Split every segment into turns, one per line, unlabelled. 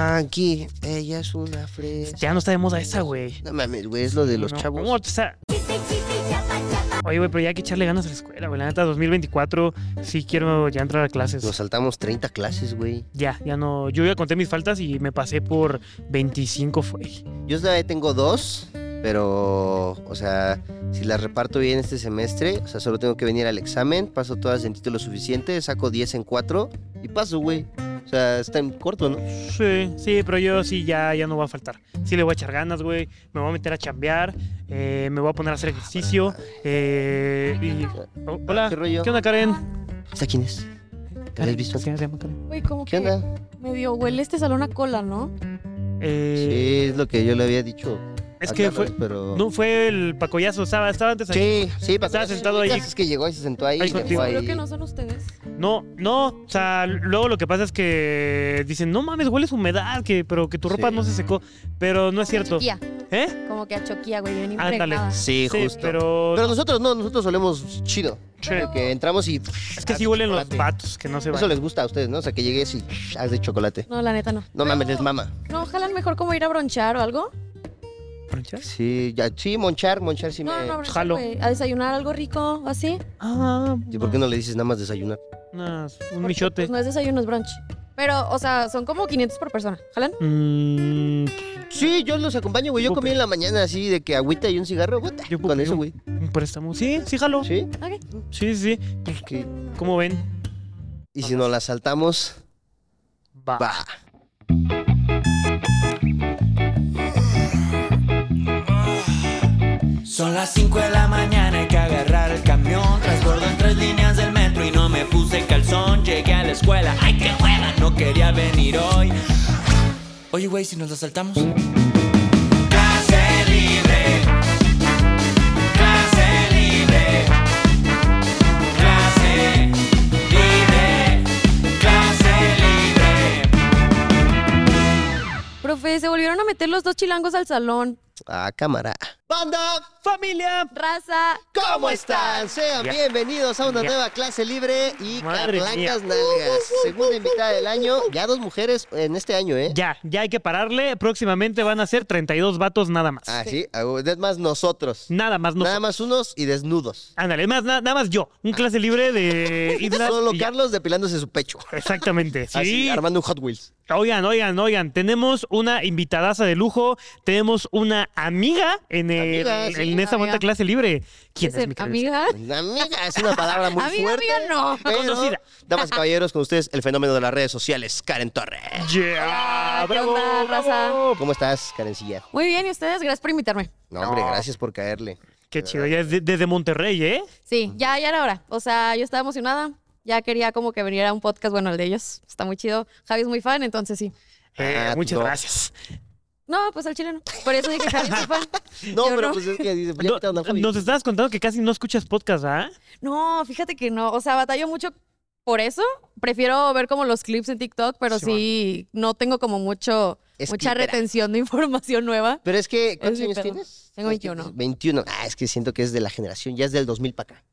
Tranqui, ella es una fresa.
Ya no está de moda esa, güey.
No mames, güey, es lo de los
No,
chavos.
¿cómo? O sea, Oye, güey, pero ya hay que echarle ganas a la escuela, güey. La neta, 2024 sí quiero ya entrar a clases.
Nos saltamos 30 clases, güey.
Ya, ya no. Yo ya conté mis faltas y me pasé por 25, fue.
Yo todavía tengo dos, pero, o sea, si las reparto bien este semestre, o sea, solo tengo que venir al examen, paso todas en título suficiente, saco 10 en 4 y paso, güey. O sea, está en corto, ¿no?
Sí, sí, pero yo sí ya, ya no va a faltar. Sí le voy a echar ganas, güey. Me voy a meter a chambear. eh, me voy a poner a hacer
Ah,
ejercicio. eh, y- oh, hola.
¿Qué rollo?
¿Qué onda, Karen?
¿Esta quién es? ¿Te habías visto?
¿Qué se llama Karen?
Güey, como
¿Qué
que
onda?
medio huele este salón a cola, ¿no?
Eh,
Sí, es lo que yo le había dicho.
Es
a
que
Carlos,
fue.
Pero...
No, fue el pacoyazo. Estaba, estaba antes ahí.
Sí, sí, pasó.
Estaba sentado ahí.
Es que llegó y se sentó ahí.
Ahí
y dejó
contigo.
ahí.
Creo que no son ustedes.
No, no, o sea, luego lo que pasa es que dicen, no mames, hueles a humedad, que, pero que tu ropa
Sí.
no se secó. Pero no es cierto.
Choquía,
¿Eh?
como que a choquía, güey, bien
Ándale.
impregnada.
Sí, justo. Pero...
Pero,
nosotros no, nosotros solemos chido.
che,
Que entramos y.
es que sí huelen los patos, que no se
Eso
van.
les gusta a ustedes, ¿no? O sea, que llegues y haz de chocolate.
No, la neta no.
No mames, les mama.
No, jalan mejor como ir a bronchar o algo.
¿Bronchas?
Sí, ya, sí, monchar, monchar sí
no,
me.
no, bronchar,
jalo.
güey. A desayunar algo rico, o así.
Ah,
Sí, ¿Por qué no le dices nada más desayunar?
unas- un
Porque,
michote.
Pues no es desayuno, es brunch. Pero, o sea, son como 500 por persona. ¿Jalan?
Mm,
Sí, yo los acompaño, güey. Yo
Súper.
comí en la mañana así de que agüita y un cigarro. puta,
Yo
con
pupe-
eso, güey.
un préstamo. Sí, sí, jalo. Sí,
Sí.
Ok.
sí, sí.
que-
¿Cómo ven?
Y si nos la saltamos,
Va.
va.
Son las 5 de la mañana, hay que agarrar el camión. Transbordo en tres líneas del metro y no me puse calzón. Llegué a la escuela, ¡ay qué hueva! No quería venir hoy. Oye, güey, si nos la saltamos. Clase libre. Clase libre. Clase libre. Clase libre.
Profe, se volvieron a meter los dos chilangos al salón.
A cámara. ¡Banda!
¡Familia!
Raza.
¿Cómo están? Sean
Ya.
bienvenidos a una
Ya.
nueva clase libre y
Madre Uh,
carlancas nalgas. Segunda invitada del año. Ya dos mujeres en este año, ¿eh?
Ya, ya hay que pararle. Próximamente van a ser 32 vatos nada más.
Ah, sí. ah, Es más, nosotros.
Nada más, no.
Nada más unos y desnudos.
Ándale, es más, na- nada más yo. Un clase libre de islas.
Solo
y ya.
Carlos depilándose su pecho.
Exactamente, sí.
Así, armando un Hot Wheels.
Oigan, oigan, oigan, tenemos una invitadaza de lujo, tenemos una amiga en, el-
Amiga, sí.
en esta
Amiga.
bonita clase libre. ¿Quién es,
Dicen,
mi querida?
Amiga.
Amiga, es una palabra muy
Amiga,
fuerte.
amiga, no.
pero,
Conocida.
damas y caballeros, con ustedes el fenómeno de las redes sociales, Karen Torres.
Yeah,
Hola, ¿qué
bravo,
onda, raza?
bravo.
¿Cómo estás, Karencilla?
Muy bien, ¿y ustedes? Gracias por invitarme.
No, hombre, gracias por caerle.
Qué chido, ya es de- desde Monterrey, ¿eh?
Sí, ya, ya era hora. O sea, yo estaba emocionada. Ya quería como que venir a un podcast, bueno, el de ellos. Está muy chido. Javi es muy fan, entonces sí.
Eh,
Ah,
muchas
no.
gracias.
No, pues al chileno. Por eso dije Javi es muy fan.
No,
Yo
pero
no.
pues es que dice, ya
No,
quitaron a Javi.
nos estabas contando que casi no escuchas podcast, ¿ah?
No, fíjate que no. O sea, batallo mucho por eso. Prefiero ver como los clips en TikTok, pero
Sí,
sí, no tengo como mucho,
Es
mucha
pípera.
retención de información nueva.
Pero es que, ¿cuántos
mi
años
pedo.
tienes?
Tengo 21.
21. Ah, es que siento que es de la generación, ya es del 2000 para acá.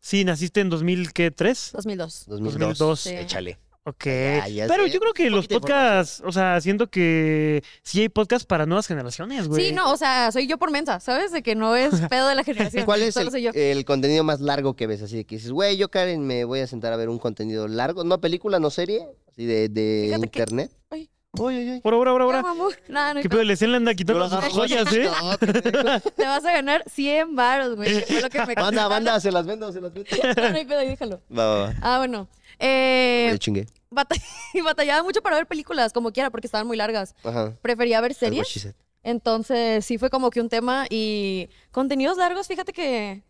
Sí, naciste en 2003.
2002.
2002.
2002.
Sí.
Échale.
Ok.
Ah, Ya, ya
Pero
sé.
yo creo que
Un
los
poquito de
podcasts, o sea, siento que sí hay podcasts para nuevas generaciones, güey.
Sí, no, o sea, soy yo por mensa, ¿sabes? De que no es pedo de la generación.
¿Cuál es
Solo
el,
soy yo.
el contenido más largo que ves? Así de que dices, güey, yo Karen me voy a sentar a ver un contenido largo, no película, no serie, así de, de
Fíjate que-
internet.
Ay.
Uy, uy, uy.
Por ahora, por
No,
ahora.
mamú. Nada, no hay
¿Qué
pedo.
pedo? Le se le anda quitando
Yo lo
sus
agarro.
joyas, ¿eh?
No, qué rico.
Te vas a ganar 100 baros, güey. que fue lo que me
Banda, banda, se las vendo, se las vendo.
No, no hay pedo, ahí déjalo.
Va, va, va.
Ah, bueno. Eh,
Me chingué.
bata- batallaba mucho para ver películas, como quiera, porque estaban muy largas.
Ajá.
Prefería ver
That's what
series.
she said.
Entonces, sí fue como que un tema y contenidos largos, fíjate que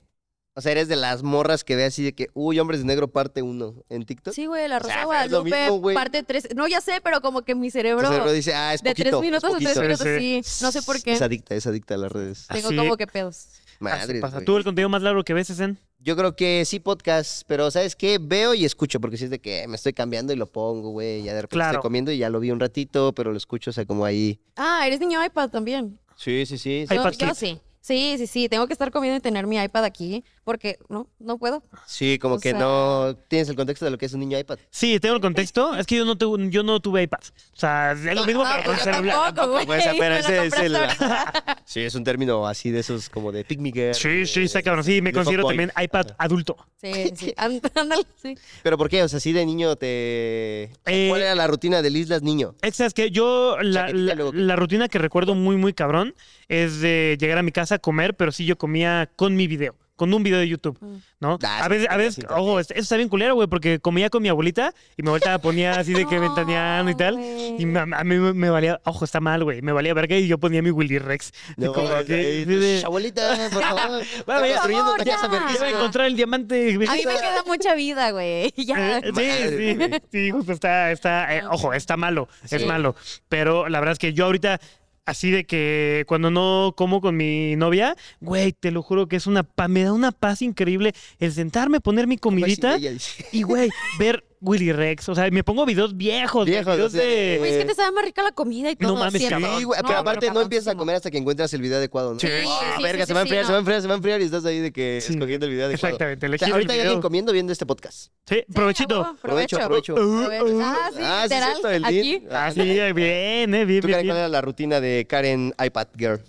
O sea, eres de las morras que ve así de que, uy, hombres de negro parte uno en TikTok.
sí, güey, la
O
Rosa
sea,
de
es lo
Guadalupe
mismo, güey.
parte 3, no ya sé, pero como que mi
Tu
cerebro
cerebro dice, ah, es
de
poquito.
3
es
minutos a 3
poquito".
minutos
Sí,
sí, no sé por qué.
Es adicta, es adicta a las redes.
Tengo
Así-
como que pedos.
Así
Madre.
pasa. ¿Tú el contenido más largo que ves es en?
Yo creo que sí podcast, pero ¿sabes qué? Veo y escucho, porque si es de que me estoy cambiando y lo pongo, güey, ya de repente
Claro.
estoy comiendo y ya lo vi un ratito, pero lo escucho, o sea, como ahí.
Ah, eres niño iPad también.
Sí, sí, sí.
iPad
yo, yo
Kid.
sí. Sí, sí, sí, tengo que estar comiendo y tener mi iPad aquí porque no, no puedo.
Sí, como
O
que
sea-
no tienes el contexto de lo que es un niño iPad.
Sí, tengo el contexto. Es que yo no, tuve, yo no tuve iPad. O sea, es lo mismo,
No,
pero con
pues yo
celular.
tampoco, güey.
Pues, pero
me lo
ese es
compraste
el-
ahorita.
Sí, es un término así de esos como de pick me girl,
Sí, sí,
de-
está cabrón. Sí, me
de
considero
fuckboy.
también iPad adulto.
Sí, sí, sí. And- Ándale, sí.
Pero ¿por qué? O sea, así de niño te...
Eh,
¿Cuál era la rutina del Islas Niño?
Es que, ¿sabes qué? yo la,
Chaquetita,
la-
luego-
la rutina que recuerdo muy, muy cabrón es de llegar a mi casa a comer, pero sí yo comía con mi video, con un video de YouTube,
Mm.
¿no?
Ah,
a
sí,
veces,
sí,
a veces,
sí, sí.
ojo, es- eso está bien culero, güey, porque comía con mi abuelita y mi abuelita ponía así de que
No,
ventaneando y tal. Y me- a mí me, me valía, ojo, está mal, güey, me valía verga y yo ponía mi Willy Rex.
No,
como
eh,
que-
eh,
sí, de-
Abuelita, por favor. está
Bueno, ya-
construyendo una
ya,
casa
Iba
ya
a
verguísima.
encontrar el diamante.
A mí me queda mucha vida, güey. Ya.
Eh, Sí, sí,
Madre.
sí, justo está, está, eh, ojo, está malo, es
Sí.
malo. Pero la verdad es que yo ahorita, así de que cuando no como con mi novia, güey, te lo juro que es una, pa- me da una paz increíble el sentarme, poner mi comidita
Pues, Ella dice,
y, güey, ver Willy Rex. O sea, me pongo videos viejos, güey,
Viejos,
videos
sí.
de...
Güey, es que te sabe más rica la comida y
eh. No
todo.
mames,
¿cierto?
cabrón.
Sí, güey, pero
No,
aparte no
cabrón,
empiezas a comer hasta que encuentras el video adecuado, ¿no?
Sí.
Ah,
Sí, sí,
verga,
sí,
se va a
sí,
enfriar,
no.
se va a enfriar, se va a enfriar y estás ahí de que
Sí.
escogiendo el video adecuado.
Exactamente,
O sea,
elegir el
ahorita hay
video.
alguien comiendo viendo este podcast.
Sí,
Sí, a
provechito.
huevo,
Provecho,
Provecho,
provecho.
provecho. Ah, sí,
Ah, sí,
literal,
cierto, el
aquí.
Dean.
Así, Ah, bien, eh, bien,
¿Tú,
bien,
Karen,
bien.
cuál era la rutina de Karen iPad Girl?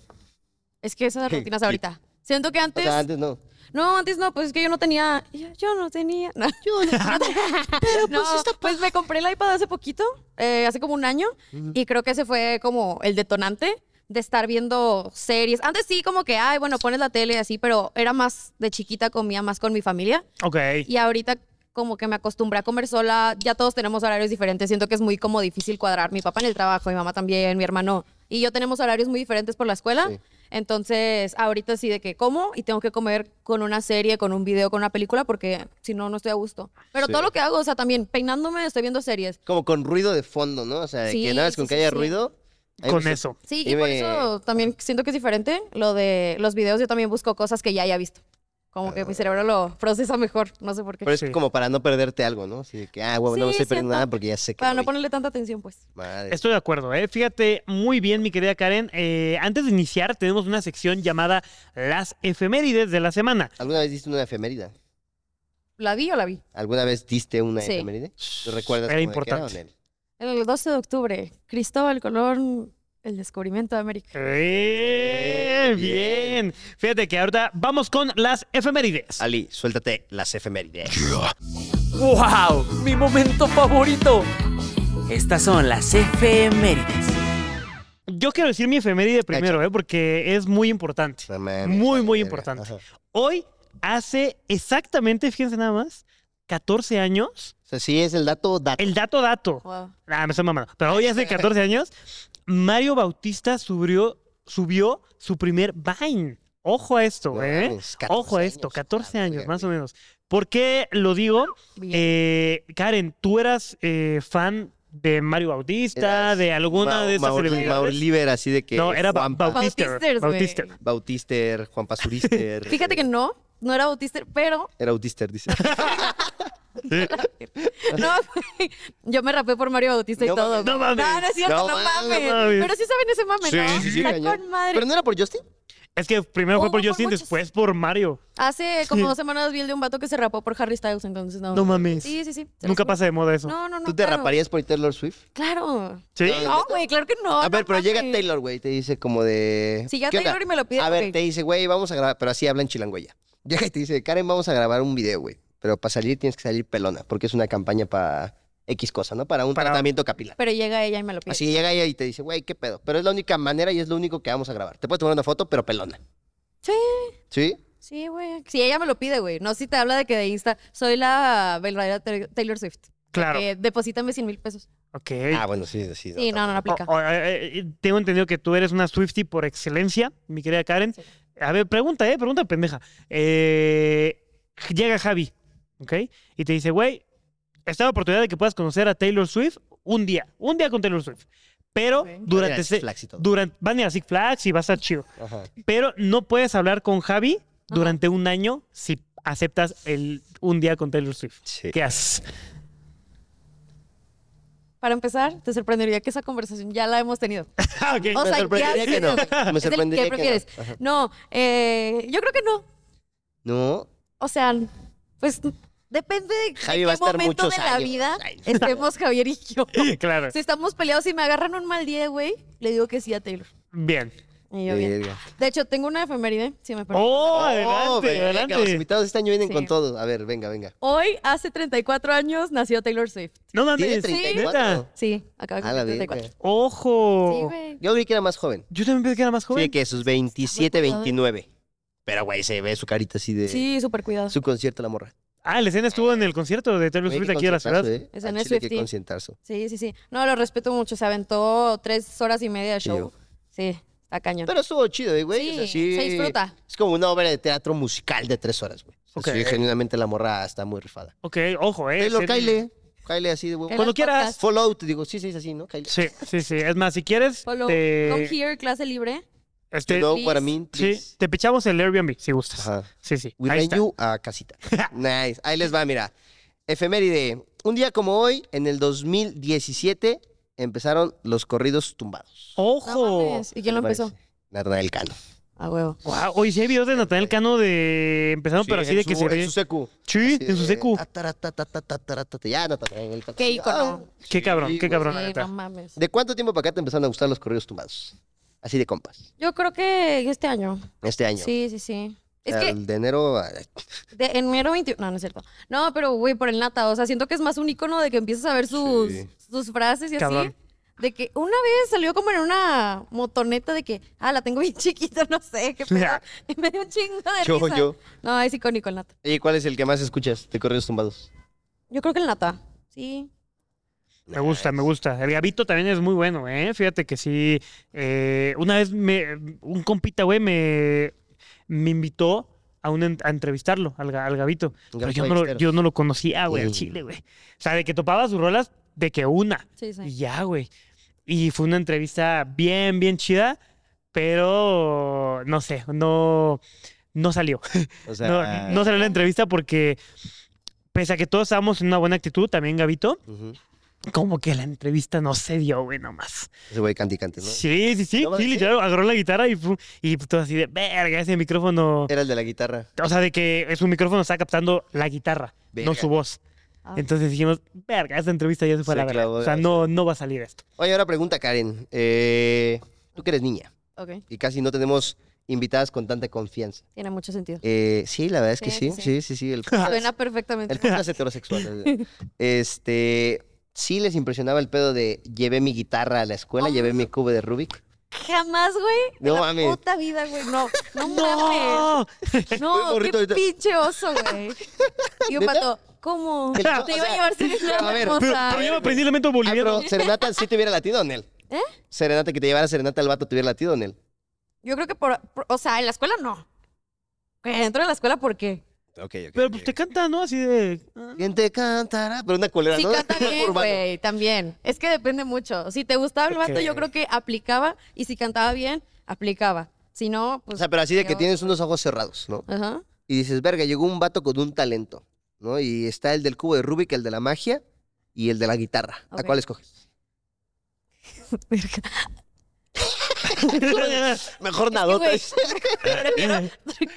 Es que esas rutinas ahorita. Siento que
O
antes.
sea, antes no.
No, antes no, pues es que yo no tenía. Yo, yo no tenía. No, yo no Pero pues Pues me compré el iPad hace poquito, eh, hace como un año, y creo que ese fue como el detonante de estar viendo series. Antes sí, como que, ay, bueno, pones la tele y así, pero era más de chiquita, comía más con mi familia.
Ok.
Y ahorita como que me acostumbré a comer sola, ya todos tenemos horarios diferentes, siento que es muy como difícil cuadrar, mi papá en el trabajo, mi mamá también, mi hermano y yo tenemos horarios muy diferentes por la escuela,
Sí.
entonces ahorita sí de que como y tengo que comer con una serie, con un video, con una película, porque si no, no estoy a gusto. Pero
Sí.
todo lo que hago, o sea, también peinándome, estoy viendo series.
Como con ruido de fondo, ¿no? O sea, de
Sí,
que nada más
sí,
con que
sí,
haya
sí.
ruido. a mí
Con
me-
eso.
Sí, y,
Y
por
me-
eso también siento que es diferente lo de los videos, yo también busco cosas que ya haya visto. Como que mi cerebro lo procesa mejor, no sé por qué.
Ah. Pero es
Sí.
como para no perderte algo, ¿no? Así de que, ah, huevo, no me
Sí,
estoy perdiendo
siento.
nada porque ya sé que.
Para no
voy.
ponerle tanta atención, pues.
Madre.
Estoy de acuerdo, ¿eh? Fíjate muy bien, mi querida Karen. Eh, antes de iniciar, tenemos una sección llamada Las efemérides de la semana.
¿Alguna vez diste una efeméride?
¿La vi o la vi?
¿Alguna vez diste una
Sí.
efeméride? ¿Lo recuerdas? cómo de
Era
qué
importante.
Nel?
El 12 de octubre, Cristóbal Colón, el descubrimiento de América.
Eh, bien. Fíjate que ahorita vamos con las efemérides.
Ali, suéltate las efemérides.
¡Wow! ¡Mi momento favorito! Estas son las efemérides.
Yo quiero decir mi efeméride primero, ¿eh? Porque es muy importante.
No mames,
Muy,
vale,
muy
verga.
importante.
Ajá.
Hoy, hace exactamente, fíjense nada más, 14 años.
O sea, sí es el dato, dato.
El dato, dato.
Wow.
Ah, me estoy mamando. Pero hoy hace 14 años, Mario Bautista subió, subió su primer Vine. Ojo a esto,
No
¿eh?
mames, 14
Ojo a esto,
años.
14
Ah,
años,
verga,
más o
güey.
menos. ¿Por qué lo digo?
Bien.
Eh, Karen, tú eras eh, fan de Mario Bautista,
Eras
de alguna
Mau-
de esas
Maur-
celebridades.
Maurliver, así de que.
No, era Ba-
Juanpa,
Bautista.
Bautisters, güey.
Bautista.
Bautister, Juan Pasurister.
Fíjate que no, no era Bautista, pero
Era Bautister, dice.
no, güey, yo me rapé por Mario Bautista
No
y todo.
mames.
No mames.
No, no es cierto,
No
no,
mames.
mames.
No mames.
Pero sí saben ese mame, ¿no?
Sí, sí, sí,
Está
cañón.
con madre.
¿Pero no era por Justin?
Es que primero fue
Hubo
por
por
Justin,
muchos.
después por Mario.
Hace como
Sí.
dos semanas vi el de un vato que se rapó por Harry Styles, entonces no.
No mames.
Sí, sí, sí. se los
Nunca
juro.
pasa de moda eso.
No, no, no.
¿Tú te
claro.
raparías por Taylor Swift?
Claro.
¿Sí?
No,
No, güey, claro que Oh, no.
a ver,
no
pero llega
mames.
Taylor, güey, y te dice como de...
Si llega
"¿Qué onda?
Taylor y me lo pide,
A ver,
güey.
te dice, güey, vamos a grabar, pero así habla en chilangüeya. Llega y te dice, Karen, vamos a grabar un video, güey, pero para salir tienes que salir pelona, porque es una campaña para X cosa, ¿no? Para un
Para-
tratamiento capilar.
Pero llega ella y me lo pide.
Así llega ella y te dice, güey, qué pedo, pero es la única manera y es lo único que vamos a grabar. Te puedes tomar una foto, pero pelona.
Sí.
¿Sí?
Sí, güey. Si ella me lo pide, güey. No si te habla de que de Insta. Soy la verdadera Tay- Taylor Swift.
Claro.
Eh, deposítame 100 mil pesos.
Ok.
Ah, bueno, sí, sí.
Sí, no, no, no aplica.
Oh,
O- o- eh, eh, tengo entendido que tú eres una Swifty por excelencia, mi querida Karen.
Sí.
A ver, pregunta, ¿eh? Pregunta pendeja. Eh, llega Javi, ¿ok? Y te dice, güey, está la oportunidad de que puedas conocer a Taylor Swift un día, un día con Taylor Swift. Pero
Ok.
Mira,
durante,
Six
ese-
Flags y todo.
durante van a ir a Six Flags y va a estar chido.
Ajá.
Pero no puedes hablar con Javi durante un año si aceptas el un día con Taylor Swift.
Sí.
¿Qué haces?
Para empezar, te sorprendería que esa conversación ya la hemos tenido.
Ah, ok.
O sea,
Me sorprendería
ya
que
sé.
no. Me
Es el
sorprendería
¿Qué
que no.
prefieres?
Ajá.
No, eh, yo creo que no.
No,
O sea, pues depende de
Javi
qué
va a estar
momento
muchos
de la
años.
vida
Ay.
estemos Javier y yo.
Claro.
Si estamos peleados y me agarran un mal día, güey, le digo que sí a Taylor.
Bien.
Y yo bien.
Verga.
De hecho, tengo una efeméride, si me permiten.
Oh,
Oh,
adelante,
venga, Los
adelante.
invitados este año vienen
Sí.
con todo. A ver, venga, venga.
Hoy, hace 34 años, nació Taylor Swift.
No
Tiene
mames.
34.
neta.
Sí, acaba de
A Ah, la
cumplir
verga.
34. Sí,
Ojo.
güey.
Yo creí que era más joven.
Yo también pensé que era más joven.
Sí, que sus 27,
Está muy
29. Pero, güey, se ve su carita así de...
Sí, súper cuidado.
Su concierto, la morra.
Ah, la escena estuvo en el concierto de Taylor
Güey,
Swift
qué
aquí de la ciudad.
concertazo, ¿eh?
Esa
Al
no es
chile, qué
Swiftie.
conciertazo.
Sí, sí, sí. No, lo respeto mucho. Se aventó tres horas y media de show. Sí, está cañón.
Pero estuvo chido, ¿eh, güey.
Sí,
O sea, sí,
se disfruta.
Es como una obra de teatro musical de tres horas, güey. O sea,
Ok.
sí, genuinamente la morra está muy rifada.
Ok, ojo, eh.
Taylor,
Sí.
Kyle. Kyle así de huevo.
Cuando
Las
quieras.
podcast.
Fall Out, digo, sí, sí, es así, ¿no, Kyle?
Sí, sí, sí. Es más, si quieres,
Follow, come
te,
here, clase libre.
este,
no,
please.
para mí.
sí, te pichamos el Airbnb si gustas.
Ajá.
Sí, sí.
We
ahí
ran
está.
you a casita. nice. Ahí les va, mira. Efeméride. Un día como hoy, en el 2017, empezaron los corridos tumbados.
No
Ojo.
mames. ¿Y quién lo empezó?
Natanael Cano.
A huevo.
Guau, Oye, sí hay videos de Natanael Cano de empezando, pero así de que se ve. Sí, en su secu.
Ya, Natanael Cano.
Qué ícono.
Ah,
Qué cabrón,
sí,
qué
güey.
cabrón, la
Sí,
neta.
no mames.
¿De cuánto tiempo para acá te empezaron a gustar los corridos tumbados? Así de compas.
Yo creo que este año.
Este año.
Sí, sí, sí.
O
Es
sea,
que
el de enero. a-
de enero 21. No, no es cierto. No, pero güey, por el nata. O sea, siento que es más un icono de que empiezas a ver sus,
Sí.
sus frases y
Cabrón.
así. De que una vez salió como en una motoneta de que, ah, la tengo bien chiquita, no sé, qué pedo.
Ya.
Y me dio un chingo de
Yo,
risa.
yo.
No, es icónico el nata.
¿Y cuál es el que más escuchas de corridos tumbados?
Yo creo que el nata. Sí.
Me gusta, me gusta. El Gabito también es muy bueno, ¿eh? Fíjate que sí. eh, una vez me, un compita, güey, me, me invitó a, un en- a entrevistarlo, al, ga- al Gabito. Pero
Gabito
yo no, lo,
Ballesteros.
yo no lo conocía, güey, al
Mm.
chile, güey. O sea, de que topaba sus rolas, de que una.
Sí, sí.
Y ya, güey. Y fue una entrevista bien, bien chida, pero no sé, no, no salió.
O sea, ah, eh,
no, no salió la entrevista porque, pese a que todos estábamos en una buena actitud, también Gabito,
ujú.
como que la entrevista no se dio, güey, nomás.
Ese güey canticante, ¿no?
Sí, sí, sí.
¿No va a
sí,
decir?
literal, agarró la guitarra y, fu- y todo así de, verga, ese micrófono.
Era el de la guitarra.
O sea, de que es un micrófono está captando la guitarra, no
Verga.
su voz.
Ah.
Entonces dijimos, verga, esta entrevista ya se fue a
Se
la verga.
clavó,
O sea,
ya,
no, no va a salir esto.
Oye, ahora pregunta, Karen. Eh, tú que eres niña
Ok.
y casi no tenemos invitadas con tanta confianza.
Tiene mucho sentido.
Eh, sí, la verdad es que sí.
Sí,
Sí,
sí,
sí, sí. el podcast,
Suena perfectamente.
el podcast heterosexual. Este. Sí les impresionaba el pedo de llevé mi guitarra a la escuela, llevé mi cubo de Rubik.
Jamás, güey.
No
No la
mames.
Puta vida, güey. No, no mames.
¡No!
Estoy
No,
morrito
qué
ahorita.
pinche oso, güey. Y un
¿Neta?
pato, ¿cómo?
El-
Te
no, o
iba
sea,
a llevar sin
a ver,
Pero, pero yo me aprendí el elemento
Ah,
boliviano.
pero Serenata sí te hubiera latido, Nel.
¿Eh?
Serenata, que te llevara Serenata al vato te hubiera latido, Nel.
Yo creo que por, por- O sea, en la escuela no. Que Dentro de la escuela, ¿por qué?
Ok, ok.
Pero pues te canta, ¿no? Así de. ah.
¿Quién te cantará? Pero una colera,
Sí,
¿no?
canta bien,
Urbano.
güey, también. Es que depende mucho. Si te gustaba el vato, yo
Ok.
creo que aplicaba. Y si cantaba bien, aplicaba. Si no, pues.
O sea, pero así de que
yo-
tienes unos ojos cerrados, ¿no?
Ajá.
y dices, verga, llegó un vato con un talento, ¿no? Y está el del cubo de Rubik, el de la magia y el de la guitarra. ¿A
Ok.
cuál escoges? Mejor nadota.
güey. Prefiero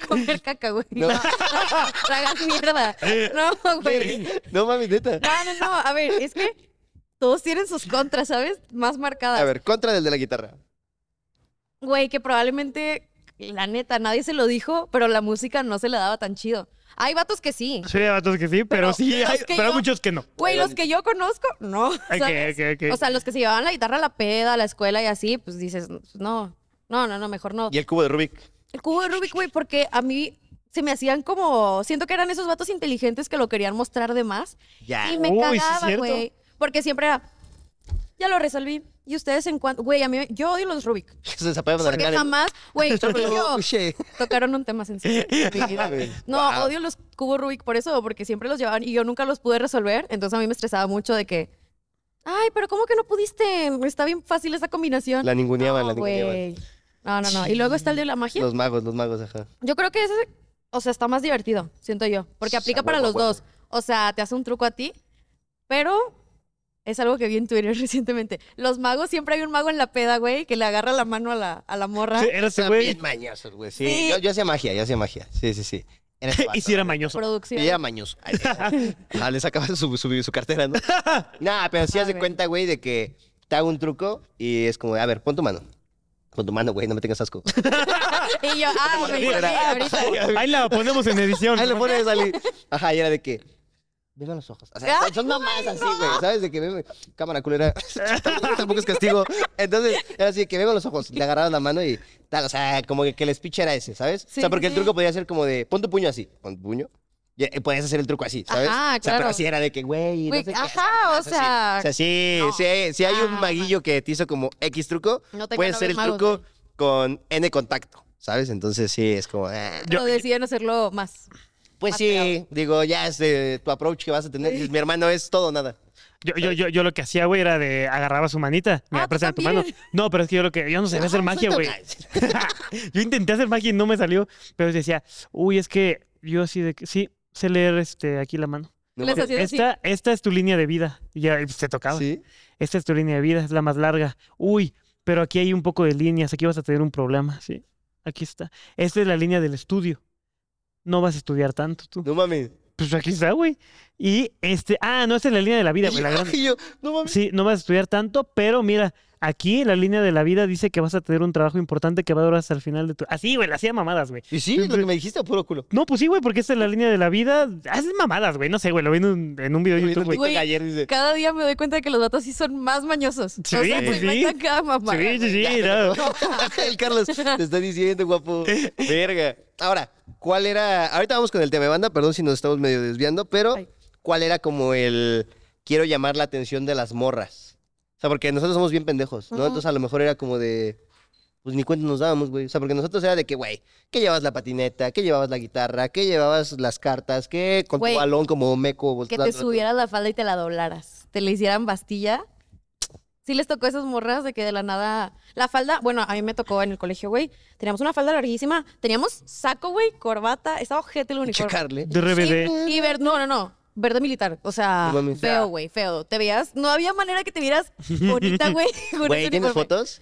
comer caca, güey.
No.
No. Tragas mierda. No, güey.
no mames, neta.
No, no, no. A ver, es que todos tienen sus contras, ¿sabes? Más marcadas.
A ver, contra del de la guitarra.
Güey, que probablemente, la neta, nadie se lo dijo, pero la música no se le daba tan chido. Hay vatos que sí.
Sí, hay vatos que sí, pero,
Pero
sí,
los
hay,
que
pero hay
yo-
muchos que no.
Güey, los que yo conozco, no. ¿sabes?
ok, ok.
O sea, los que se llevaban la guitarra a la peda, a la escuela y así, pues dices, no, no, no, no, mejor no.
Y el cubo de Rubik.
El cubo de Rubik, güey, porque a mí se me hacían como. Siento que eran esos vatos inteligentes que lo querían mostrar de más.
Ya.
Y me
Ah, Uy, sí es
cagaba,
cierto.
güey. Porque siempre era. Ya lo resolví. Y ustedes en cuanto. Güey, a mí. me- Yo odio los Rubik.
Se desapaga para
Porque
Karen.
jamás. Güey, yo-
Oye.
tocaron un tema sencillo. No,
Wow.
odio los cubos Rubik por eso, porque siempre los llevaban y yo nunca los pude resolver. Entonces a mí me estresaba mucho de que. Ay, pero ¿cómo que no pudiste? Está bien fácil esa combinación.
La ninguneaban, la
no,
ninguneaban.
güey. No, no, no. Y luego está el de la magia.
Los magos, los magos, ajá.
Yo creo que ese, o sea, está más divertido, siento yo, porque
Sí, a
aplica para
huevo, a
los
huevo.
dos. O sea, te hace un truco a ti, pero Es algo que vi en Twitter recientemente. Los magos, siempre hay un mago en la peda, güey, que le agarra la mano a la, a la morra.
Sí, era ese
Están
güey.
bien mañosos, güey. Sí,
Sí.
Yo, yo hacía magia, yo hacía magia. Sí, sí, sí. Era ese
Y
vato,
si era
güey.
mañoso.
Producción.
Y era mañoso. Ay, ajá, le sacaba su, su, su cartera, ¿no? Nah, pero sí
Ah,
haz de
güey.
cuenta, güey, de que te hago un truco y es como, a ver, pon tu mano. Pon tu mano, güey, no me tengas asco.
Y yo, ah, güey, sí, ahorita.
Ahí la ponemos en edición.
Ahí le pones a Ajá, y era de que. Veme a los ojos. O sea,
Ah,
son- son mamás así, güey. ¿Sabes? De que veme. Cámara culera. Tampoco es castigo. Entonces, era así, de que veme a los ojos. Le agarraban la mano y tal. O sea, como que, que el speech era ese, ¿sabes? o
Sí,
sea, porque
sí,
el
sí.
truco podía ser como de pon tu puño así. Pon tu puño. Y, eh, podías hacer el truco así, ¿sabes?
Ajá,
O sea, pero
claro.
así era de que, güey. No
Güey,
sé qué,
ajá, o
así.
sea,
O sea, sí,
no.
sí, hay- si hay un
Ah,
maguillo que te hizo como X truco,
No tengo
puedes hacer el
novios magos,
truco con N contacto, ¿sabes? Entonces sí, es como. ah.
pero deciden hacerlo más.
Pues
más
sí,
pegado.
digo, ya es eh, tu approach que vas a tener. Dices, Mi hermano es todo o nada.
Yo, yo, yo, yo lo que hacía, güey, era de agarraba su manita. Mira,
Eh. Ah, ¿tú
préstame tu mano.
también?
No, pero es que yo lo que. Yo no sabía hacer
Ah,
magia,
suelta-
güey. yo intenté hacer magia y no me salió. Pero decía, uy, es que yo así de que. Sí, sé leer este aquí la mano.
No,
Les
mames.
hacía Pues así.
Esta, esta es tu línea de vida. Y ya y se tocaba.
Sí.
Esta es tu línea de vida, es la más larga. Uy, pero aquí hay un poco de líneas, aquí vas a tener un problema, sí. Aquí está. Esta es la línea del estudio. No vas a estudiar tanto tú.
No mames.
Pues aquí está, güey. Y este, ah, no, esta es la línea de la vida, güey. la grande.
Y yo, no mames.
Sí, no vas a estudiar tanto, pero mira, aquí la línea de la vida dice que vas a tener un trabajo importante que va a durar hasta el final de tu. Así, güey, le hacía mamadas, güey.
Y sí, lo que me dijiste, puro culo.
No, pues sí, güey, porque esta es la línea de la vida. Haces mamadas, güey. No sé, güey, lo vi en un, en un video de
Viendo
YouTube,
TikTok
güey.
Güey,
ayer dice.
Cada día me doy cuenta de que los datos sí son más mañosos.
Sí,
o sea,
pues
se
sí.
inventan cada mamá.
Sí, sí, sí, no.
el Carlos te está diciendo, guapo. Verga. Ahora, ¿cuál era? Ahorita vamos con el tema de banda, perdón si nos estamos medio desviando, pero
Ay.
¿cuál era como el quiero llamar la atención de las morras? O sea, porque nosotros somos bien pendejos, ¿no?
Ujú.
Entonces a lo mejor era como de. Pues ni cuenta nos dábamos, güey. O sea, porque nosotros era de que, güey, ¿qué llevabas la patineta? ¿Qué llevabas la guitarra? ¿Qué llevabas las cartas? ¿Qué con
Güey,
tu balón como meco?
Que
volteando-
te subieras la falda y te la doblaras. Te le hicieran bastilla. Sí les tocó esas morras de que de la nada... La falda, bueno, a mí me tocó en el colegio, güey. Teníamos una falda larguísima. Teníamos saco, güey, corbata. Estaba ojete el uniforme.
Checarle.
De RBD.
Y ver, no, no, no. Verde militar. O sea,
No mames.
feo, güey, feo. Te veías... No había manera que te vieras bonita, güey. con ese
Güey, ¿tienes
uniforme.
fotos?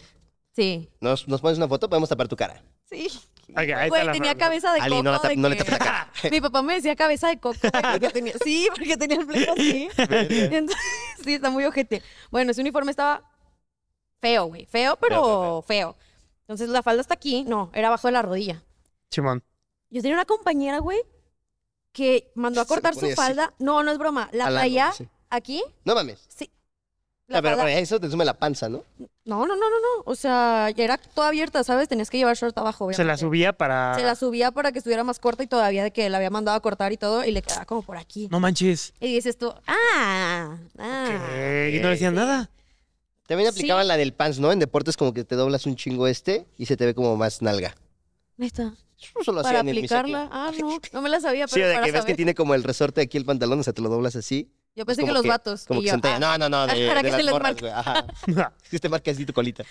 Sí.
Nos, nos pones una foto, podemos tapar tu cara.
Sí.
Ok, ahí está
Güey,
la
tenía
frase.
cabeza de
Ali,
coco.
no, la tap-
de
no le
que-
tapes la cara.
Mi papá me decía cabeza de coco. güey, porque tenía- sí, porque tenía el pelo así. Entonces, sí, está muy ojete. Bueno, ese uniforme estaba feo, güey. Feo, pero feo, Entonces la falda está aquí. No, era abajo de la rodilla.
Chimón.
Yo tenía una compañera, güey, que mandó a
Se
cortar
ponía
su
así.
falda. No, no es broma. La
Al ano,
traía
sí.
aquí.
No mames.
Sí.
O sea,
La
pero
falda-
para eso te sume la panza, ¿no?
No, no, no, no, no. O sea, ya era toda abierta, ¿sabes? Tenías que llevar short abajo,
Se la
obviamente.
subía para.
Se la subía para que estuviera más corta y todavía de que la había mandado a cortar y todo y le quedaba como por aquí.
No manches.
Y dices tú, ah, ah.
Eh, y no le decían nada.
También
Sí.
aplicaban la del pants, ¿no? En deportes como que te doblas un chingo este y se te ve como más nalga.
Ahí está.
Eso solo
Para
hacían en mi
aplicarla.
secundaria.
Ah, no, no me la sabía,
Sí, o
pero
de que
para
ves que
saber.
tiene como el resorte aquí el pantalón, o sea, te lo doblas así.
Yo
pues
pensé que
como
los vatos.
Como
y
que
yo,
se entallan.
ah,
No, no, no. De, de
para que
las
se les
morras,
marque.
güey. Ajá. Sí, te marca así tu colita.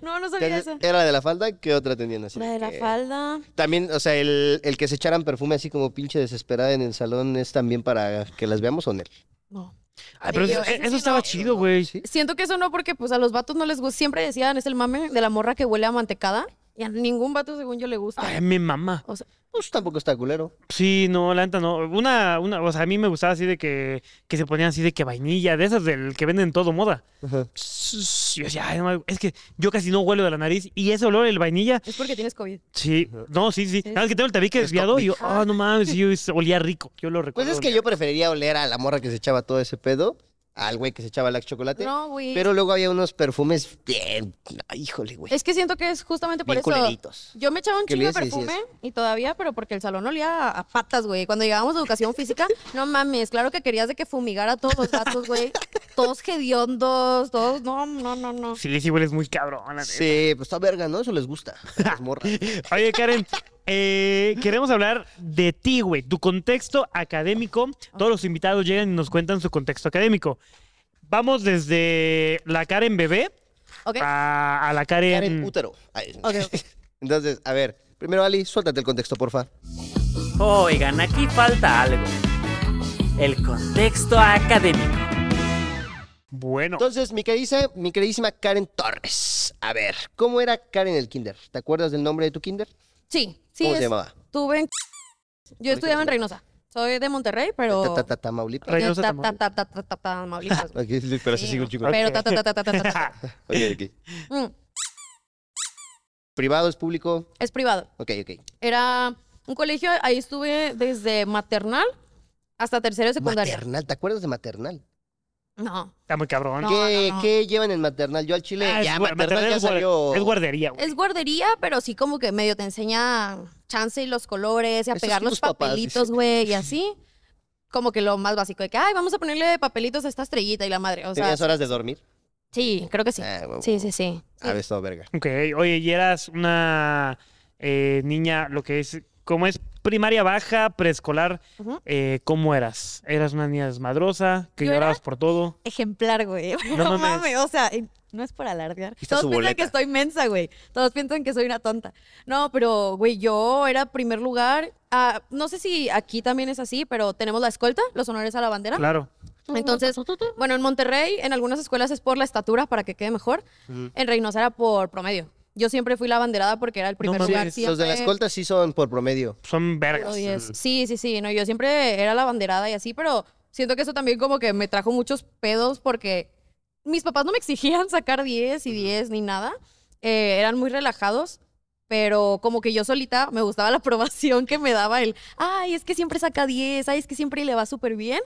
No, no sabía
Entonces,
esa.
era la de la falda, ¿qué otra tenían así?
La de la
que-
falda.
También, o sea, el, el que se echaran perfume así como pinche desesperada en el salón es también para que las veamos o en él.
No.
Ah, pero
Sí,
eso,
yo- eso
eso
sí
estaba
no.
chido, güey.
Siento que eso no, porque pues a los vatos no les gusta. Siempre decían, es el mame de la morra que huele a mantecada. Y a ningún vato, según yo, le gusta.
Ay, me mamá.
O sea,
Pues tampoco está culero.
Sí, no, la neta no. Una, una, o sea, a mí me gustaba así de que, que se ponían así de que vainilla, de esas del que venden todo moda.
Ajá.
Sss, Yo decía, "Ay, no mames, es que yo casi no huelo de la nariz y ese olor, el vainilla,
es porque tienes COVID.
sí, no, sí, sí.
Es-
Nada más que tengo el tabique
Es
desviado y yo,
tóxico.
ah, no mames, sí, yo es- olía rico. Yo lo
Pues
recuerdo.
es que yo preferiría oler a la morra que se echaba todo ese pedo, al güey que se echaba el chocolate.
No, güey.
Pero luego había unos perfumes bien. ay, Híjole, güey.
Es que siento que es justamente por
Bien
eso.
culeritos.
Yo me echaba un
Que
chingo de
olías y decías-
perfume y todavía, pero porque el salón olía a, a patas, güey. Cuando llegábamos a educación física, no mames, claro que querías de que fumigara a todos los gatos, güey. Todos hediondos, todos. No, no, no, no.
Sí, sí, hueles muy cabrón. la neta.
Sí, pues está verga, ¿no? Eso les gusta. a Las morras.
Oye, Karen, eh, queremos hablar de ti, güey, tu contexto académico. Todos los invitados llegan y nos cuentan su contexto académico. Vamos desde la Karen bebé
¿Ok?
Ah. a, a la Karen...
Karen útero. Ay.
Ok, ok.
Entonces, a ver. Primero, Ali, suéltate el contexto, porfa.
Oigan, aquí falta algo. El contexto académico.
Bueno.
Entonces, mi queridísima, mi queridísima Karen Torres. A ver, ¿cómo era Karen el kinder? ¿Te acuerdas del nombre de tu kinder?
Sí, sí.
¿Cómo se
es-
llamaba?
Estuve en... Yo estudiaba en Reynosa. Soy de Monterrey, pero...
Ta- ta- ta- Tamaulipas.
Yo
Reynosa,
ta- ta- ta- ta- ta- ta- Tamaulipas, güey.
Ok, sí, pero así
Sí,
sigue un chico.
Ok.
Pero ta- ta- ta- ta- ta- ta- ta-
Ok, ok.
Mm,
Privado es público.
Es privado.
Ok, ok.
Era un colegio, ahí estuve desde maternal hasta tercero de secundaria.
Maternal, ¿te acuerdas de maternal?
No,
Está muy cabrón.
No,
¿Qué,
no, no.
qué llevan en maternal? Yo al chile.
Ah, es
ya,
gua-
maternal,
maternal
ya
es guar-
salió.
Es guardería, güey.
es guardería, pero sí como que medio te enseña chance y los colores y a
Esos
pegar
son
los
tus papás,
papelitos,
dice.
güey, y así. Como que lo más básico de que, ay, vamos a ponerle papelitos a esta estrellita y la madre. O sea,
¿Tenías horas de dormir?
sí, creo que sí.
Ah, huevo.
Sí, sí, sí.
A ver, todo verga.
Ok, oye, y eras una eh, niña, lo que es, ¿cómo es? Primaria baja, preescolar,
Ujú.
eh, ¿cómo eras? ¿Eras una niña desmadrosa, que
Yo era-
llorabas por todo?
ejemplar, güey. No,
mames.
mames, o sea, eh, no es por alardear.
Aquí está
Todos
su
piensan
boleta.
que estoy mensa, güey. Todos piensan que soy una tonta. No, pero, güey, yo era primer lugar. Ah, no sé si aquí también es así, pero tenemos la escolta, los honores a la bandera.
Claro.
Entonces, bueno, en Monterrey, en algunas escuelas es por la estatura para que quede mejor. En Reynosa era por promedio. Yo siempre fui la banderada porque era el primer
mames.
lugar.
Sí, los de la
siempre.
escolta sí son por promedio.
Son vergas.
Pero diez. Sí, sí, sí. No, yo siempre era la banderada y así, pero siento que eso también como que me trajo muchos pedos porque mis papás no me exigían sacar 10 y 10 ni nada. Eh, eran muy relajados, pero como que yo solita me gustaba la aprobación que me daba el, ay, es que siempre saca 10, ay, es que siempre le va súper bien.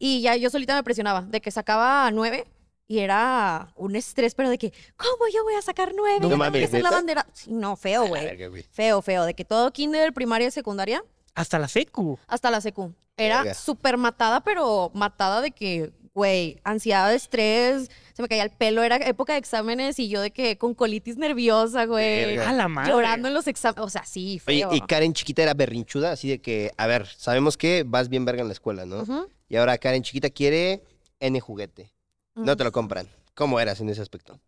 Y ya yo solita me presionaba de que sacaba 9 y era un estrés, pero de que, ¿cómo yo voy a sacar 9?
No
yo tengo
mames,
que ser la
¿neta?
bandera. Sí, no, feo,
A
güey.
verga, güey.
Feo, feo. De que todo kinder, primaria, secundaria
Hasta la secu.
hasta la secu. Era
Verga.
súper matada, pero matada de que, güey, ansiedad, estrés, se me caía el pelo, era época de exámenes y yo de que con colitis nerviosa, güey.
Verga.
A la madre.
Eh. Llorando en los exámenes, o sea, sí,
Oye,
feo.
y Karen chiquita era berrinchuda, así de que, a ver, sabemos que vas bien verga en la escuela, ¿no?
Ujú.
Y ahora Karen chiquita quiere N juguete. No te lo compran. ¿Cómo eras en ese aspecto?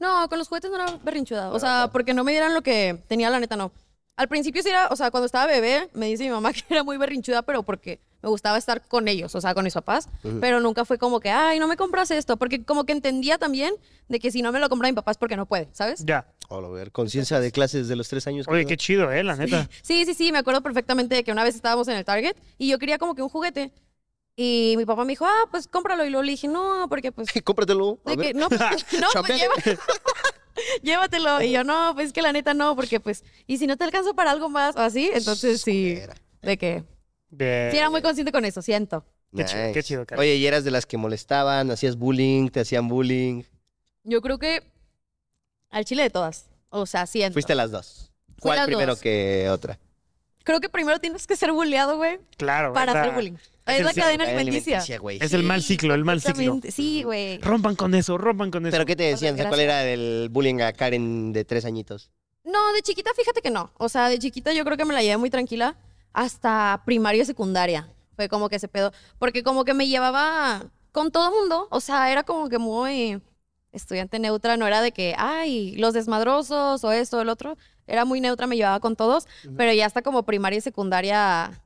No, con los juguetes no era berrinchuda, o sea, porque no me dieran lo que tenía, la neta, no. Al principio sí era, o sea, cuando estaba bebé, me dice mi mamá que era muy berrinchuda, pero porque me gustaba estar con ellos, o sea, con mis papás, pero nunca fue como que, ay, no me compras esto, porque como que entendía también de que si no me lo compra mi papá es porque no puede, ¿sabes?
Ya.
O lo ver, conciencia de clases de los tres años.
Oye,
creo.
qué chido, ¿eh? La neta.
Sí, sí, sí, me acuerdo perfectamente de que una vez estábamos en el Target y yo quería como que un juguete. Y mi papá me dijo, ah, pues cómpralo. Y luego le dije, no, porque pues.
Cómpratelo. a
de que,
ver.
no, pues, no, pues lleva- llévatelo. Y yo, no, pues es que la neta no, porque pues. Y si no te alcanzo para algo más o así, entonces sí.
Era.
De que.
De-
Sí, era muy consciente con eso, siento.
Qué chido, qué chido, Karen.
Oye, y eras de las que molestaban, hacías bullying, te hacían bullying.
Yo creo que. Al chile de todas. O sea, siento.
Fuiste las dos.
Fui
¿Cuál
las
primero
dos.
que otra?
Creo que primero tienes que ser bulleado, güey,
Claro.
para
esa-
hacer bullying.
es
Es la
el-
cadena
Cadena
alimenticia.
alimenticia, güey.
Es el mal ciclo, el mal ciclo.
Exactamente. Sí, güey.
Rompan con eso, rompan con eso.
¿Pero qué te decían? O sea, ¿Cuál era el bullying a Karen de tres añitos?
No, de chiquita, fíjate que no. O sea, de chiquita yo creo que me la llevé muy tranquila hasta primaria y secundaria. Fue como que ese pedo. Porque como que me llevaba con todo mundo. O sea, era como que muy estudiante neutra. No era de que, ay, los desmadrosos o esto o el otro. Era muy neutra, me llevaba con todos. Pero ya hasta como primaria y secundaria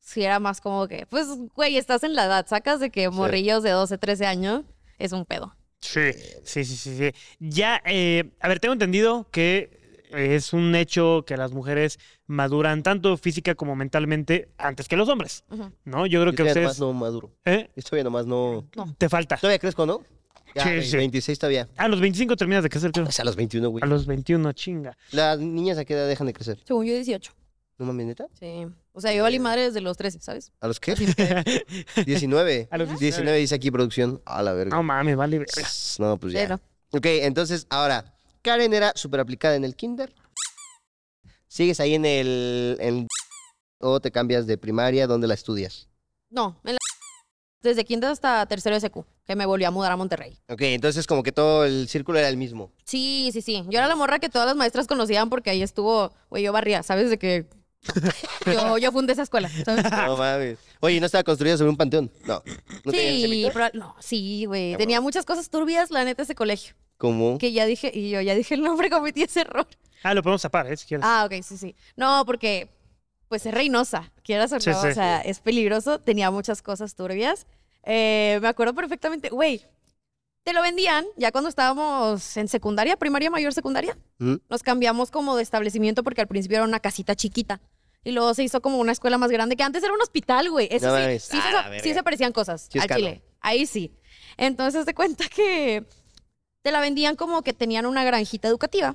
sí era más como que, pues, güey, estás en la edad. Sacas de que morrillos de 12, 13 años es un pedo.
Sí, sí, sí, sí. sí. Ya, eh, a ver, tengo entendido que es un hecho que las mujeres maduran tanto física como mentalmente antes que los hombres,
Ujú.
¿no? Yo creo que
Yo todavía nomás
ustedes...
no maduro.
¿Eh?
Yo todavía nomás no...
Te falta.
Todavía crezco, ¿no? Ya,
Sí,
ve-
sí.
26 todavía.
A los 25 terminas de crecer, creo.
O sea, a los 21, güey.
A los 21, chinga.
Las niñas a qué edad dejan de crecer.
Según yo, 18.
¿No mames, neta?
Sí. O sea, yo valí madre desde los 13, ¿sabes?
¿A los qué? 19.
A los Ah,
19 dice aquí producción. A la verga.
No mames, vale. verga.
No, pues ya.
Pero-
Ok, entonces ahora, Karen era súper aplicada en el kinder. ¿Sigues ahí en el, en- o te cambias de primaria? ¿Dónde la estudias?
No, en la- desde quinto hasta tercero de secu, que me volví a mudar a Monterrey.
Ok, entonces como que todo el círculo era el mismo.
Sí, sí, sí. Yo era la morra que todas las maestras conocían porque ahí estuvo, güey, yo barría, ¿sabes? De que yo, yo fundé esa escuela, ¿sabes?
No mames. Oye, ¿no estaba construida sobre un panteón? No. ¿No tenía
sí,
cemento?
pero- no, sí, güey.
Ah,
Tenía muchas cosas turbias, la neta, ese colegio.
¿Cómo?
Que ya dije, y yo ya dije el nombre, cometí ese error.
Ah, lo podemos tapar, ¿eh? Si quieres.
Ah, ok, sí, sí. No, porque pues es Reynosa, quieras o
Sí,
no,
sí.
o sea, es peligroso, tenía muchas cosas turbias. Eh, me acuerdo perfectamente, güey, Te lo vendían ya cuando estábamos en secundaria, primaria, mayor, secundaria.
¿Mm?
Nos cambiamos como de establecimiento porque al principio era una casita chiquita. Y luego se hizo como una escuela más grande, que antes era un hospital, güey. Eso
No
sí,
mames.
sí,
Ah,
se-
la
sí
verga.
se parecían cosas
Sí es
al
canon.
Chile. Ahí sí. Entonces, te cuenta que te la vendían como que tenían una granjita educativa.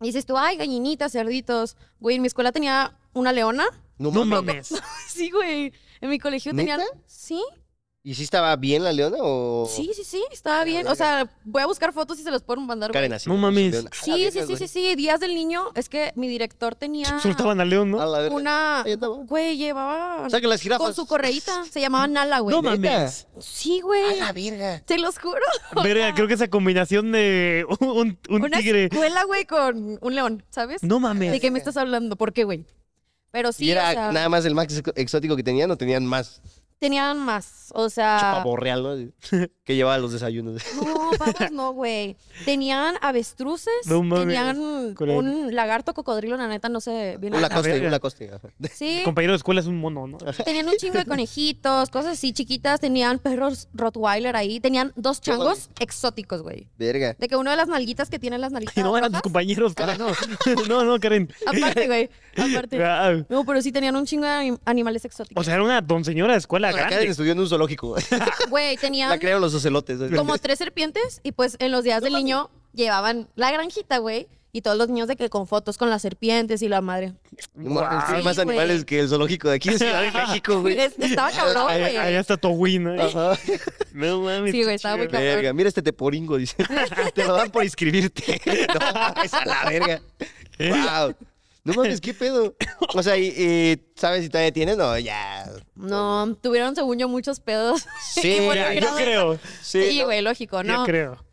Y dices tú, ay, gallinitas, cerditos. Güey, en mi escuela tenía una leona.
No mames.
Sí, güey. En mi colegio tenían...
¿Neta? Oh.
Sí,
¿Y si estaba bien la leona o...?
sí, sí, sí. Estaba bien. O sea, voy a buscar fotos y se los puedo mandar. güey.
Karen así.
No mames.
Leona. A la
Sí, sí,
verga,
sí, sí,
güey.
sí. Días del niño. Es que mi director tenía
Soltaban a León,
A
¿no?
la verga.
una...
Ahí andaba.
Güey, llevaba...
Saca las jirafas.
Con su correíta. Se llamaba Nala, güey.
No
¿Neta?
mames.
Sí, güey.
A la verga.
Te los juro.
Verga, creo que esa combinación de un, un
Una
tigre.
escuela, güey, con un león, ¿sabes?
No
¿De
mames.
qué me estás hablando? ¿Por qué, güey? Pero sí,
¿Y era
o sea,
nada más el más ex- exótico que tenían o tenían más?
tenían más. O sea.
Pavo real, ¿no? que llevaba los desayunos.
No, pavos no, güey. Tenían avestruces,
No mames.
tenían
Con el-
un lagarto cocodrilo, la neta, no sé bien.
Un lacoste,
verga.
un lacoste. ajá.
Sí,
Compañero de escuela es un mono, ¿no?
tenían un chingo de conejitos, cosas así chiquitas, tenían perros Rottweiler ahí, tenían dos changos exóticos, güey.
Verga.
De que uno de las nalguitas que tienen las nalguitas.
Y no eran tus
rojas,
compañeros, cara. No, no, no, Karen.
Aparte, güey. Aparte.
Ah,
No, pero sí tenían un chingo de anim- animales
O
exóticos.
sea, era una don señora de escuela
La Karen
grande.
estudió en un zoológico.
Güey,
La
tenían
crearon los ocelotes. ¿no?
como tres serpientes y pues en los días del niño llevaban la granjita, güey. Y todos los niños de que con fotos con las serpientes y la madre.
No mames,
Guau.
tiene más
Sí, güey.
animales que el zoológico de aquí de Ciudad de México, Pues, güey.
Es- Estaba cabrón,
Ahí ahí
güey.
está Towin. ¿eh?
Ajá.
No mames.
Sí, güey, estaba muy
qué chido.
cabrón.
Verga, mira este teporingo, dice. Te lo dan por inscribirte. No mames, a la verga. Wow. No mames, qué pedo. O sea, ¿y, y sabes si todavía tienes? No, ya.
No, tuvieron según yo muchos pedos.
Sí,
Mira, yo
Involucrados.
creo.
Sí, güey, lógico,
Yo
¿no?
creo.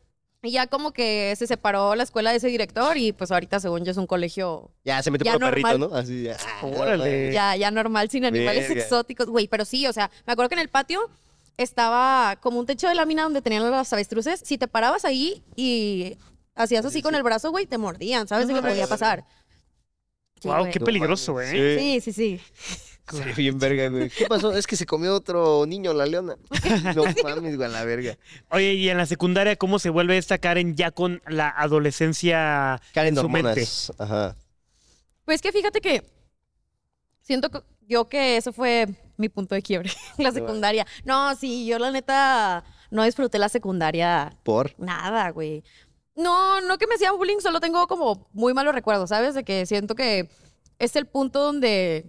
Y ya como que se separó la escuela de ese director y pues ahorita según yo es un colegio
Ya se metió
Ya
por perrito,
normal.
¿no? Así ya. Ah,
Órale.
ya, ya normal, sin animales
Verga.
exóticos. Güey, pero sí, o sea, me acuerdo que en el patio estaba como un techo de lámina donde tenían las avestruces. Si te parabas ahí y hacías así con el brazo, güey, te mordían, ¿sabes? De que podía pasar. Sí,
wow,
güey.
qué peligroso,
mames,
¿eh?
Sí, sí, sí.
Sí, bien verga, güey. ¿Qué pasó? Es que se comió otro niño, la leona. No mames, güey, a la verga.
Oye, y en la secundaria, ¿cómo se vuelve esta Karen ya con la adolescencia
Karen
en
de
su mente?
hormonas. Ajá.
Pues que fíjate que siento co- yo que eso fue mi punto de quiebre, la secundaria. No, sí, yo la neta no disfruté la secundaria
Por.
Nada, güey. No, no que me hacían bullying, solo tengo como muy malos recuerdos, ¿sabes? De que siento que es el punto donde...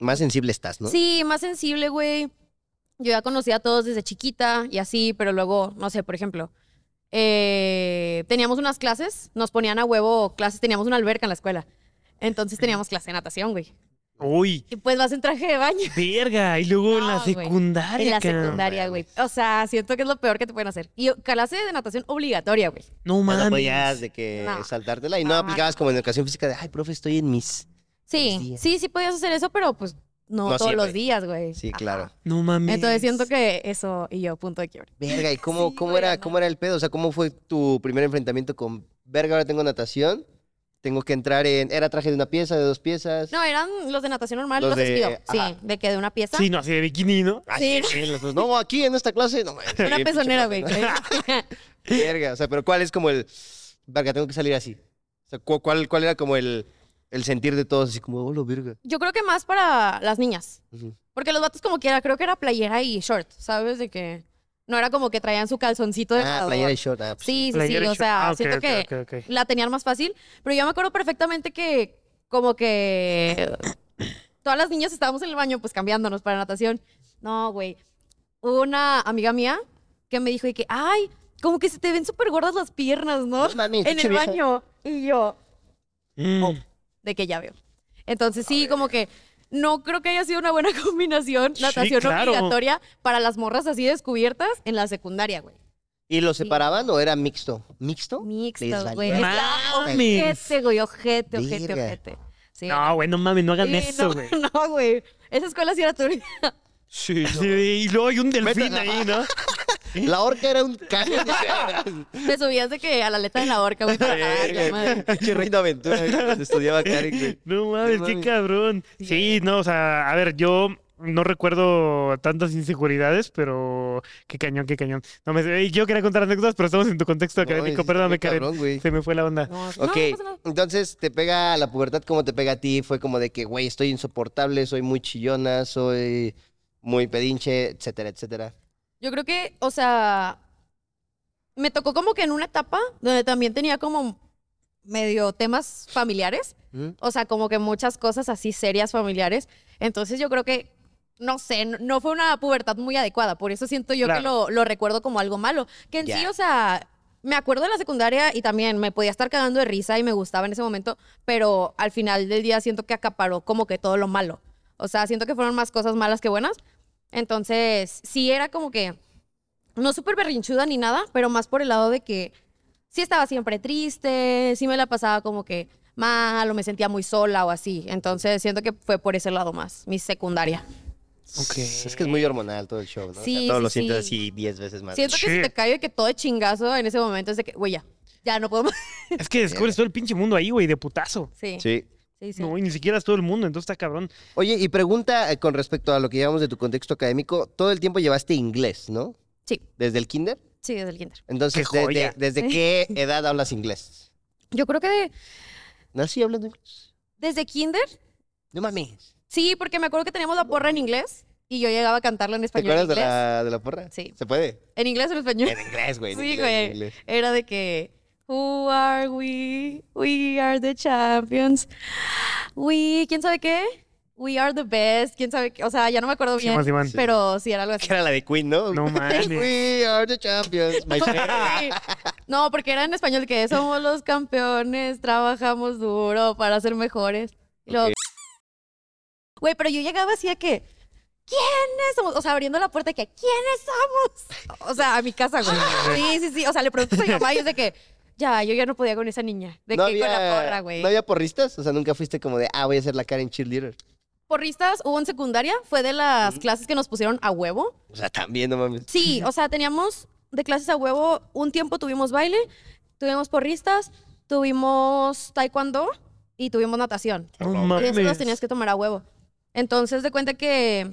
Más sensible estás, ¿no?
Sí, más sensible, güey. Yo ya conocía a todos desde chiquita y así, pero luego, no sé, por ejemplo, eh, teníamos unas clases, nos ponían a huevo clases, teníamos una alberca en la escuela. Entonces teníamos clase de natación, güey.
Uy,
Y pues vas en traje de baño.
verga. Y luego en la
No, güey.
secundaria,
En la
Karen.
secundaria, güey. O sea, siento que es lo peor que te pueden hacer. Y clase de natación obligatoria, güey.
No
pues Ya
mames.
No podías de que
No.
saltártela y no
No.
aplicabas como en educación física de, ay, profe, estoy en mis.
Sí,
días.
sí, sí podías hacer eso, pero pues no,
No
todos los
siempre.
días, güey.
Sí,
Ajá.
claro.
No mames.
Entonces siento que eso y yo, punto de quiebre.
Verga, ¿y cómo,
Sí,
cómo,
güey,
era,
no.
cómo era el pedo? O sea, ¿cómo fue tu primer enfrentamiento con, verga, ahora tengo natación? Tengo que entrar en. Era traje de una pieza, de dos piezas.
No, eran los de natación normal,
Los
los,
de-
espido.
ajá.
Sí, de que de una pieza.
Sí, no, así de bikini, ¿no?
Ay,
sí.
sí, los dos. No, aquí en esta clase. No, mames,
Una
sí,
pezonera,
pinche
güey.
profe, ¿no? Verga, o sea, pero ¿cuál es como el. Verga, tengo que salir así? O sea, ¿cu- ¿cuál, cuál era como el, el sentir de todos? Así como, hola, verga.
Yo creo que más para las niñas.
Ujú.
Porque los vatos como quiera, creo que era playera y short, ¿sabes? De que no era como que traían su calzoncito de
Ah,
nadador.
playera y short. ah, pues
Sí, sí, sí.
Playera y
O
short.
sea,
Ah, ok,
siento
ok,
que
ok, ok.
la tenían más fácil. Pero yo me acuerdo perfectamente que como que todas las niñas estábamos en el baño pues cambiándonos para natación. No, güey. Hubo una amiga mía que me dijo de que, ay, como que se te ven súper gordas las piernas, ¿no?
No mames,
en
pinche
el
vieja.
baño. Y yo,
Mm.
de que ya veo. Entonces sí, como que no creo que haya sido una buena combinación
Sí,
natación
claro.
obligatoria para las morras así descubiertas en la secundaria, güey.
¿Y lo separaban o era mixto? ¿Mixto? Les
Mixto,
valía.
güey.
verga.
Está
Mames.
Ojete, güey, ojete, ojete,
Verga.
ojete. Sí.
No, güey, no mames, no hagan
Sí,
eso,
no,
güey.
No, güey. Esa escuela sí era turbia.
Sí, sí, y luego hay un delfín
Métela.
ahí, ¿no?
La orca era un cañón.
Te subías de que a la aleta de la horca, güey. para nadar, la madre.
Qué reino aventura. güey, cuando Estudiaba Karen, güey.
No mames,
No
qué
mames.
cabrón. Sí, no, o sea, a ver, yo no recuerdo tantas inseguridades, pero qué cañón, qué cañón. No me, ey, yo quería contar anécdotas, pero estamos en tu contexto académico.
es-
Perdóname,
está
Karen.
cabrón, güey.
Se me fue la onda.
No, no,
Ok,
no pasa nada.
entonces te pega la pubertad como te pega a ti. Fue como de que, güey, estoy insoportable, soy muy chillona, soy muy pedinche, etcétera, etcétera.
Yo creo que, o sea, me tocó como que en una etapa donde también tenía como medio temas familiares,
Ujú.
o sea, como que muchas cosas así serias familiares. Entonces yo creo que, no sé, no- no fue una pubertad muy adecuada, por eso siento yo
Claro.
que lo, lo recuerdo como algo malo, que en sí,
Ya.
o sea... Me acuerdo de la secundaria y también me podía estar cagando de risa y me gustaba en ese momento, pero al final del día siento que acaparó como que todo lo malo. O sea, siento que fueron más cosas malas que buenas. Entonces, sí era como que no súper berrinchuda ni nada, pero más por el lado de que sí estaba siempre triste, sí me la pasaba como que mal o me sentía muy sola o así. Entonces siento que fue por ese lado más, mi secundaria.
Ok.
Es que es muy hormonal todo el show, ¿no? O sea,
Sí,
todo
sí,
lo sientes
sí.
así 10 veces más.
Siento que si te
Shit.
cae de que todo de chingazo en ese momento es de que, güey, ya, ya no podemos.
Es que descubres todo el pinche mundo ahí, güey, de putazo.
Sí, sí,
Sí.
sí.
No, y ni siquiera es todo el mundo, entonces está cabrón.
Oye, y pregunta eh, con respecto a lo que llevamos de tu contexto académico. Todo el tiempo llevaste inglés, ¿no?
Sí,
¿Desde el kinder?
sí, desde el kinder.
Entonces,
¡Qué
de-
joya!
de- ¿desde qué edad hablas inglés?
Yo creo que de-
¿Nací hablando inglés?
desde kinder,
No mames.
sí, porque me acuerdo que teníamos la porra en inglés y yo llegaba a cantarla en
¿Te
español.
acuerdas
en
de
inglés.
la, de la porra?
Sí.
¿Se puede?
En inglés o en español.
En inglés, güey. en
Sí,
inglés, en
güey.
inglés.
Era de que, who are we? We are the champions. We, ¿quién sabe qué? We are the best. ¿Quién sabe qué? O sea, ya no me acuerdo bien.
Simón, Simón.
Pero sí, era algo así.
Que era la de Queen, ¿no?
No mames.
We are the champions. My friend.
Sí. No, porque era en español que somos los campeones, trabajamos duro para ser mejores. Y luego- Güey, pero yo llegaba así a que, ¿quiénes somos? O sea, abriendo la puerta de que, ¿quiénes somos? O sea, a mi casa, güey.
Ah.
Sí, sí, sí. O sea, le preguntas a mi mamá y es de que, ya, yo ya no podía con esa niña. De que con la porra, güey.
¿No había porristas? O sea, nunca fuiste como de, ah, voy a hacer la cara en cheerleader.
Porristas hubo en secundaria, fue de las clases que nos pusieron a huevo.
O sea, también, no mames.
Sí, o sea, teníamos de clases a huevo, un tiempo tuvimos baile, tuvimos porristas, tuvimos taekwondo y tuvimos natación.
No
Y eso los
mames.
tenías que tomar a huevo. Entonces, de cuenta que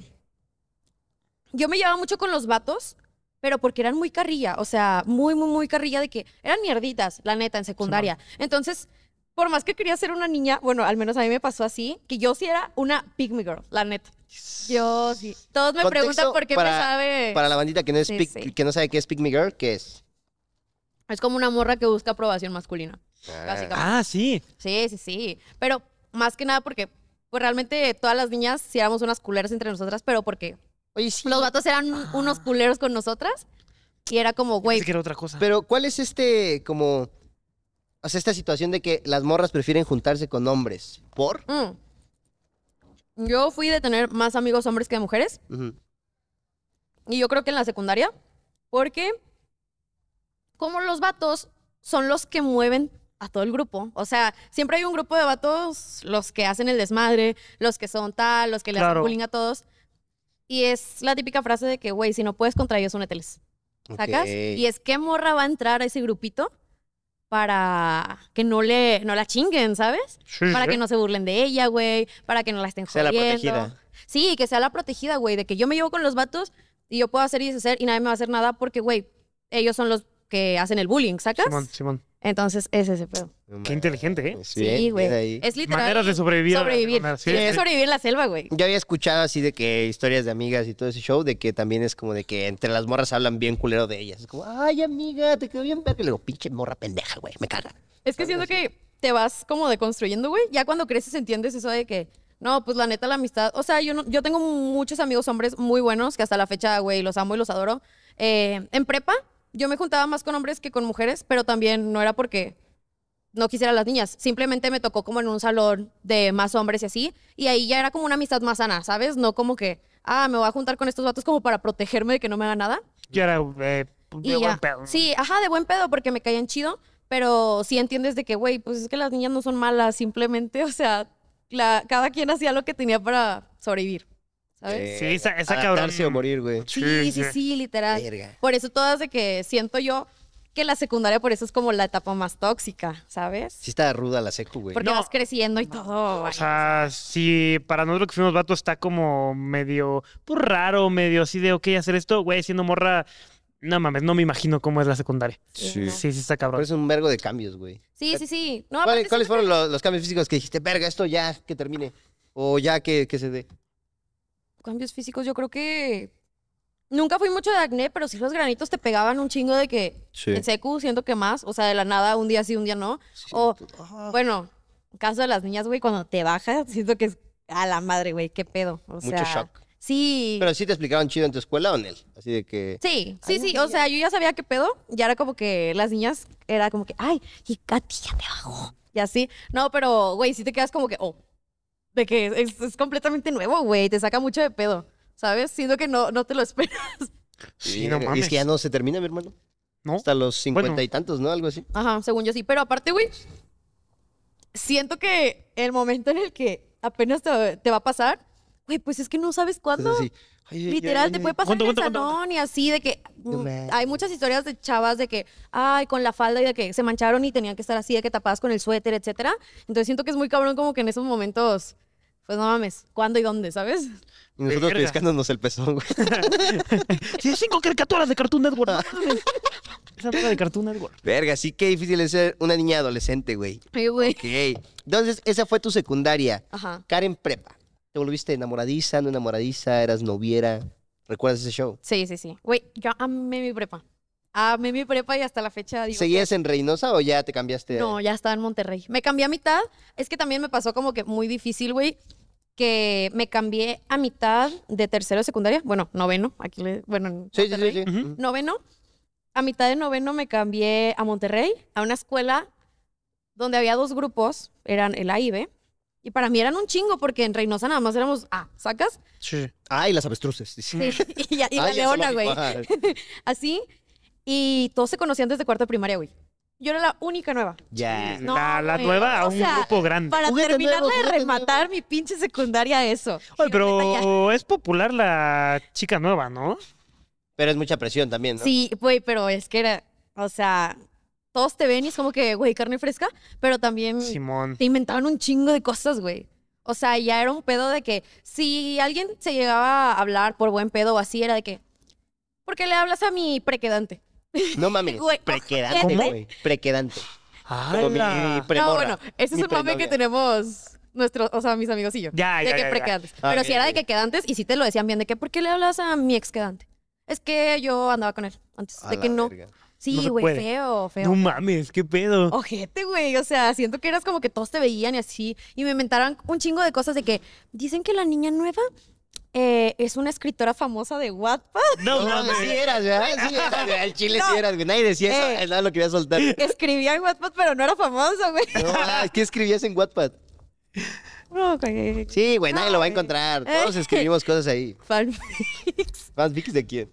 yo me llevaba mucho con los vatos, pero porque eran muy carrilla, o sea, muy, muy, muy carrilla de que eran mierditas, la neta, en secundaria. Entonces, por más que quería ser una niña, bueno, al menos a mí me pasó así, que yo sí era una pygmy girl, la neta. Yo sí. Todos me
Contexto
preguntan por qué
para-
me sabe.
Para la bandita que no, es
Sí,
pick-
sí.
que no sabe qué es Pick Me Girl, ¿qué es?
Es como una morra que busca aprobación masculina.
Ah.
Básicamente.
Ah, sí.
Sí, sí, sí. Pero más que nada porque pues, realmente todas las niñas sí éramos unas culeras entre nosotras, pero porque
Oye, sí.
los vatos eran unos culeros con nosotras. Y era como, güey,
Pensé que era otra cosa.
Pero, ¿cuál es este, como. O sea, esta situación de que las morras prefieren juntarse con hombres? ¿Por?
mm. yo fui de tener más amigos hombres que mujeres.
Ujú.
Y yo creo que en la secundaria. Porque como los vatos son los que mueven a todo el grupo. O sea, siempre hay un grupo de vatos, los que hacen el desmadre, los que son tal, los que le
Claro.
hacen bullying a todos. Y es la típica frase de que, güey, si no puedes contra ellos, úneteles. ¿Sacas?
Ok.
Y es que morra va a entrar a ese grupito para que no le no la chinguen, ¿sabes?
Sí, sí,
Para
sí.
que no se burlen de ella, güey, para que no la estén
Sea la
jodiendo.
protegida.
Sí, que sea la protegida, güey, de que yo me llevo con los vatos y yo puedo hacer y deshacer y nadie me va a hacer nada porque, güey, ellos son los que hacen el bullying, ¿sacas?
Simón, Simón.
Entonces, es ese pedo.
No mames.
Qué inteligente, ¿eh?
Sí,
Sí,
bien, bien
güey.
ahí.
Es literal.
Maneras de sobrevivir. a la
sobrevivir.
enfermedad, sí,
Tienes que
sí.
sobrevivir en la selva, güey.
Yo había escuchado así de que historias de amigas y todo ese show, de que también es como de que entre las morras hablan bien culero de ellas. Es como, ay, amiga, te quedó bien verga. Y le digo, pinche morra pendeja, güey, me caga.
Es que siento que te vas como deconstruyendo, güey. Ya cuando creces entiendes eso de que, no, pues la neta la amistad. O sea, yo, no- yo tengo muchos amigos hombres muy buenos que hasta la fecha, güey, los amo y los adoro. Eh, en prepa, yo me juntaba más con hombres que con mujeres, pero también no era porque no quisiera a las niñas. Simplemente me tocó como en un salón de más hombres y así. Y ahí ya era como una amistad más sana, ¿sabes? No como que, ah, me voy a juntar con estos vatos como para protegerme de que no me haga nada.
Yo era eh,
Y
de buen
ya.
pedo.
Sí, ajá, de buen pedo porque me caían chido, pero sí entiendes de que, güey, pues es que las niñas no son malas, simplemente, o sea, la- cada quien hacía lo que tenía para sobrevivir, ¿sabes?
Sí, esa- esa
Eh, adaptarse
cabrón.
o morir, güey.
Sí, sí, sí,
sí.
literal.
Verga.
Por eso todas de que siento yo que la secundaria por eso es como la etapa más tóxica, ¿sabes?
Sí está ruda la secu, güey.
Porque
No.
vas creciendo y todo.
O sea, si para nosotros que fuimos vatos está como medio pues, raro, medio así de, ok, hacer esto, güey, siendo morra, no mames, no me imagino cómo es la secundaria.
Sí.
Sí, sí, está
Pero
cabrón.
es un vergo de cambios, güey.
Sí, sí, sí.
¿Cuál-
No, aparte
¿Cuáles
siento
fueron lo- los, cambios físicos que dijiste, verga, esto ya que termine? O ya que, que se dé.
que cambios físicos, yo creo que nunca fui mucho de acné, pero sí los granitos te pegaban un chingo de que
Sí.
en secu siento que más, o sea, de la nada, un día sí, un día no. Oh, O, bueno, en caso de las niñas, güey, cuando te bajas, siento que es a la madre, güey, qué pedo. O
Mucho
sea,
shock.
Sí.
Pero sí te explicaron chido en tu escuela o en él. Así de que.
Sí, sí, sí. O sea, yo ya sabía qué pedo. Ya era como que las niñas era como que, ay, y Katy ya te bajó. Y así. No, pero, güey, sí te quedas como que, oh, de que es, es completamente nuevo, güey. Te saca mucho de pedo, ¿sabes? Siento que no, no te lo esperas.
Sí, no
verga, y
mames.
es que ya no se termina, mi hermano.
¿No?
Hasta los cincuenta
Bueno.
y tantos, ¿no? Algo así.
Ajá, según yo sí. Pero aparte, güey, siento que el momento en el que apenas te, te va a pasar, güey, pues es que no sabes cuándo.
Entonces, así, ay, ay, ay,
Literal,
ay,
te
ay.
puede pasar
¿Cuánto,
en el
cuánto, cuánto?
salón y así, de que
No
mm,
manches.
hay muchas historias de chavas de que, ay, con la falda y de que se mancharon y tenían que estar así, de que tapadas con el suéter, etcétera. Entonces siento que es muy cabrón como que en esos momentos, pues no mames, ¿cuándo y dónde, sabes?
Y nosotros
Verga.
pescándonos el pezón, güey.
Sí, cinco caricaturas de Cartoon Network.
Ah.
no mames. Esa rola de Cartoon Network.
Verga, sí que difícil es ser una niña adolescente, güey.
Ay, güey.
Ok. Entonces, esa fue tu secundaria.
Ajá.
Karen Prepa. ¿Te volviste enamoradiza, no enamoradiza? ¿Eras noviera? ¿Recuerdas ese show?
Sí, sí, sí. Güey, yo amé mi prepa. Amé mi prepa y hasta la fecha digo.
¿Seguías en Reynosa o ya te cambiaste?
No, ya estaba en Monterrey. Me cambié a mitad. Es que también me pasó como que muy difícil, güey, que me cambié a mitad de tercero de secundaria. Bueno, noveno. Aquí le. Bueno, en
Sí, sí, sí.
Monterrey.
sí.
Ujú.
Ujú.
Noveno. A mitad de noveno me cambié a Monterrey, a una escuela donde había dos grupos, eran el A y B. Y para mí eran un chingo, porque en Reynosa nada más éramos A, ¿sacas?
Sí.
Ah, y las avestruces. dice.
Sí. y ya- y la
Ay, Ah, ya
leona,
se
güey.
lo- Ajá.
Así. Y todos se conocían desde cuarto de primaria, güey. Yo era la única nueva.
Ya.
No,
la, la
güey,
nueva a
o
un
sea,
grupo grande.
Para
Juguete
terminar
nuevo,
de
juguete
rematar mi pinche secundaria eso.
Oye,
Yo neta ya-
pero es popular la chica nueva, ¿no?
Pero es mucha presión también, ¿no?
Sí, güey, pero es que era, o sea, todos te ven y es como que, güey, carne fresca, pero también
Simón.
te inventaban un chingo de cosas, güey. O sea, ya era un pedo de que si alguien se llegaba a hablar por buen pedo o así, era de que, ¿por qué le hablas a mi prequedante?
No mames.
Güey,
Prequedante,
¿cómo?
güey. Prequedante. Con mi- mi
¡Hala!
No,
premorra,
bueno, ese es
mi
un mame que
prenovia.
tenemos nuestros, o sea, mis amigos y yo.
Ya,
de
ya,
que
ya, ya.
prequedantes.
Ah,
Pero
ok,
si era de
ok.
que quedantes y sí te lo decían bien, de que ¿por qué le hablas a mi ex quedante? Es que yo andaba con él antes,
A
de que
la
no.
verga.
No
Sí,
se
güey,
puede.
feo, feo.
No mames, qué pedo.
Ojete, güey. O sea, siento que eras como que todos te veían y así. Y me inventaron un chingo de cosas de que dicen que la niña nueva eh, es una escritora famosa de Wattpad
No
No mames, sí
mames.
eras, ¿verdad? Sí eras, ¿verdad? El chile sí eras, güey. Nadie decía eso.
Eh.
Nada lo quería soltar.
que escribía en Wattpad, pero no era famosa, güey.
No, ah, ¿Qué escribías en Wattpad?
No, Oh, güey. Eh.
Sí, güey, nadie lo va a
Ay.
encontrar. Todos escribimos cosas ahí.
Fanfics
¿Fanfics de quién?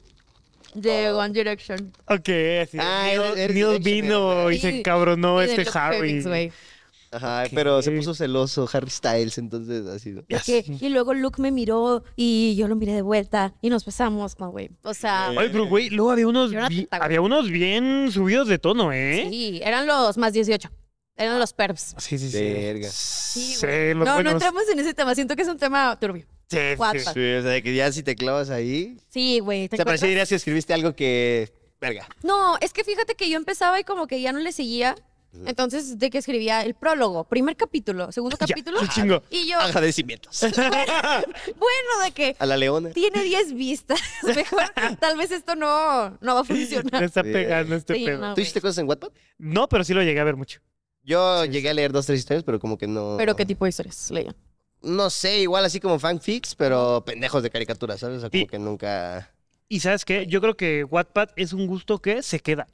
de One Direction.
Ok, así.
Ah,
Neil,
eres- eres
Neil
derecho,
vino y
¿verdad?
se cabronó
Y de
este
los
Harry.
fanfics, güey.
Ajá,
Ok.
pero se puso celoso Harry Styles, entonces así. ¿no?
Ya
Que-
sé.
y luego Luke me miró y yo lo miré de vuelta y nos besamos, no, güey. O sea,
Oye, pero güey, luego había unos,
Yo era
bi-
teta, güey.
había unos bien subidos de tono, ¿eh?
sí, eran los más 18. Eran los perps.
Sí, sí, sí.
Verga.
Sí,
Sí,
güey.
los
no,
buenos.
no entramos en ese tema. Siento que es un tema turbio.
Sí,
What
sí,
the-
Sí, o sea, de que ya si te clavas ahí.
Sí, güey. ¿te
O sea,
encuentras?
parecía dirías que escribiste algo que. Verga.
No, es que fíjate que yo empezaba y como que ya no le seguía. Entonces, de que escribía el prólogo, primer capítulo, segundo
Ya,
capítulo.
qué chingo.
Y yo,
Agradecimientos.
bueno, de que
A la leona.
tiene 10 vistas. Mejor, tal vez esto no, no va a
Le
funcionar.
está pegando este
Sí,
pedo.
no,
¿Tú
güey.
hiciste cosas en Wattpad?
No, pero sí lo llegué a ver mucho.
Yo llegué a leer dos, tres historias, pero como que no.
Pero qué tipo de historias leían.
No sé, igual así como fanfics, pero pendejos de caricatura, ¿sabes? O sea, como
Sí.
que nunca.
Y sabes qué, yo creo que Wattpad es un gusto que se queda.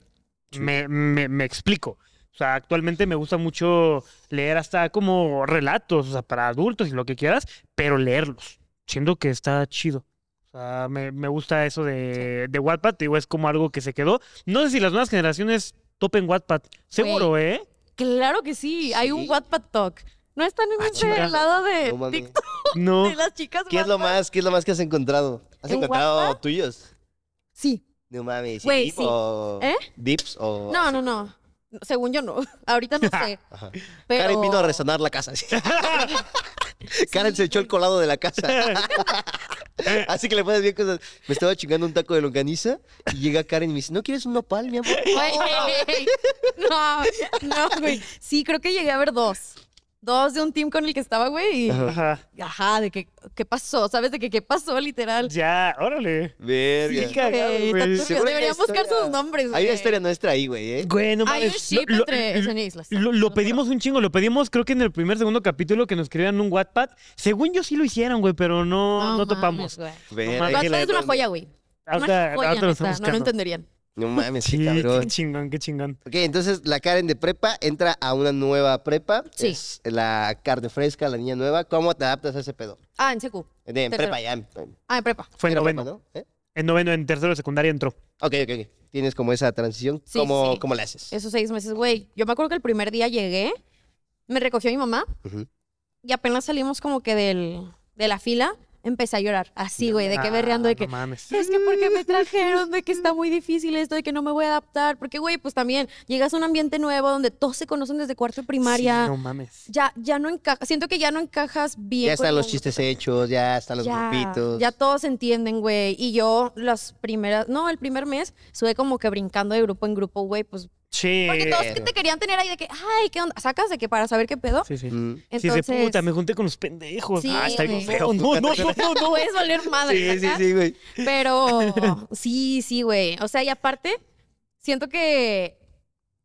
Me, me- me explico. O sea, actualmente me gusta mucho leer hasta como relatos, o sea, para adultos y lo que quieras, pero leerlos. Siento que está chido. O sea, me, me gusta eso de, de Wattpad, te digo, es como algo que se quedó. No sé si las nuevas generaciones topen Wattpad. Seguro, ¿eh?
Claro que sí, hay un
Sí.
Wattpad Talk. No están en ese
Ah, chinga.
lado
No
de
mames.
Eh, TikTok
No.
de las chicas.
¿Qué es lo más, qué es lo más que has encontrado? ¿Has
¿En
encontrado
Wattpad?
tuyos?
Sí,
No mames. ¿y
Güey,
dip
sí.
o-
¿Eh?
¿Dips o...?
No, no, no. Según yo no. Ahorita no sé.
Ajá.
Pero...
Karen vino a resonar la casa. así. Karen se echó el colado de la casa.
Eh,
así que le puedes bien cosas. Me estaba chingando un taco de longaniza y llega Karen y me dice, ¿no quieres un nopal, mi amor?
Güey. No, no, güey. Sí, creo que llegué a ver dos. Dos de un team con el que estaba, güey. y-
Ajá.
Ajá, de que, ¿qué pasó? ¿Sabes de que qué pasó, literal?
Ya, órale.
Verga.
Sí, cagado,
Güey,
güey.
está turbio.
Seguro que hay
Deberían buscar
historia-
sus nombres, güey.
Hay una historia nuestra ahí, güey, ¿eh?
Güey, no
Hay un
mames.
ship entre esas islas.
lo- lo pedimos un chingo, lo pedimos creo que en el primer, segundo capítulo que nos escribieron un Wattpad. Según yo sí lo hicieron, güey, pero no, no,
mames,
topamos. Ah,
güey.
Verga,
mames.
que
Wattpad
la-
es una joya, güey.
Ahorita-
Una joya,
ahorita lo estamos
neta, No lo
buscando.
entenderían.
No mames, sí,
Sí, qué
cabrón.
chingón, qué chingón.
Ok, entonces la Karen de prepa entra a una nueva prepa.
Sí.
Es la carne fresca, la niña nueva. ¿Cómo te adaptas a ese pedo?
Ah, en secu.
De- En
Tercero.
prepa ya. en- en
Ah, en prepa.
Fue en
prepa,
noveno.
¿no? ¿Eh?
En noveno, en tercero de secundaria entró.
Ok, ok, ok. Tienes como esa transición.
Sí,
¿Cómo,
sí.
¿Cómo la haces?
Esos seis meses, güey. Yo me acuerdo que el primer día llegué, me recogió mi mamá
Ujú.
y apenas salimos como que del, de la fila, empecé a llorar. Así, güey, de que
Ah,
berreando, de
no
que
mames.
Es que porque me trajeron, de que está muy difícil esto, de que no me voy a adaptar. Porque, güey, pues también llegas a un ambiente nuevo donde todos se conocen desde cuarto de primaria.
Sí, no mames.
Ya, ya no encajas, siento que ya no encajas bien.
Ya
con
están los
el-
chistes hechos, ya están los
ya,
grupitos.
ya todos entienden, güey. Y yo las primeras, no, el primer mes sube como que brincando de grupo en grupo, güey, pues.
Sí.
Porque todos que te querían tener ahí de que, ay, ¿qué onda? Sacas de que para saber qué pedo.
Sí, sí.
Mm.
Sí,
Entonces,
de puta, me junté con los pendejos.
Sí,
ah, está bien
güey.
feo. No, no, no, no, no.
puedes valer madre.
Sí, sí,
¿sacas?
sí, güey.
Pero sí, sí, güey. O sea, y aparte, siento que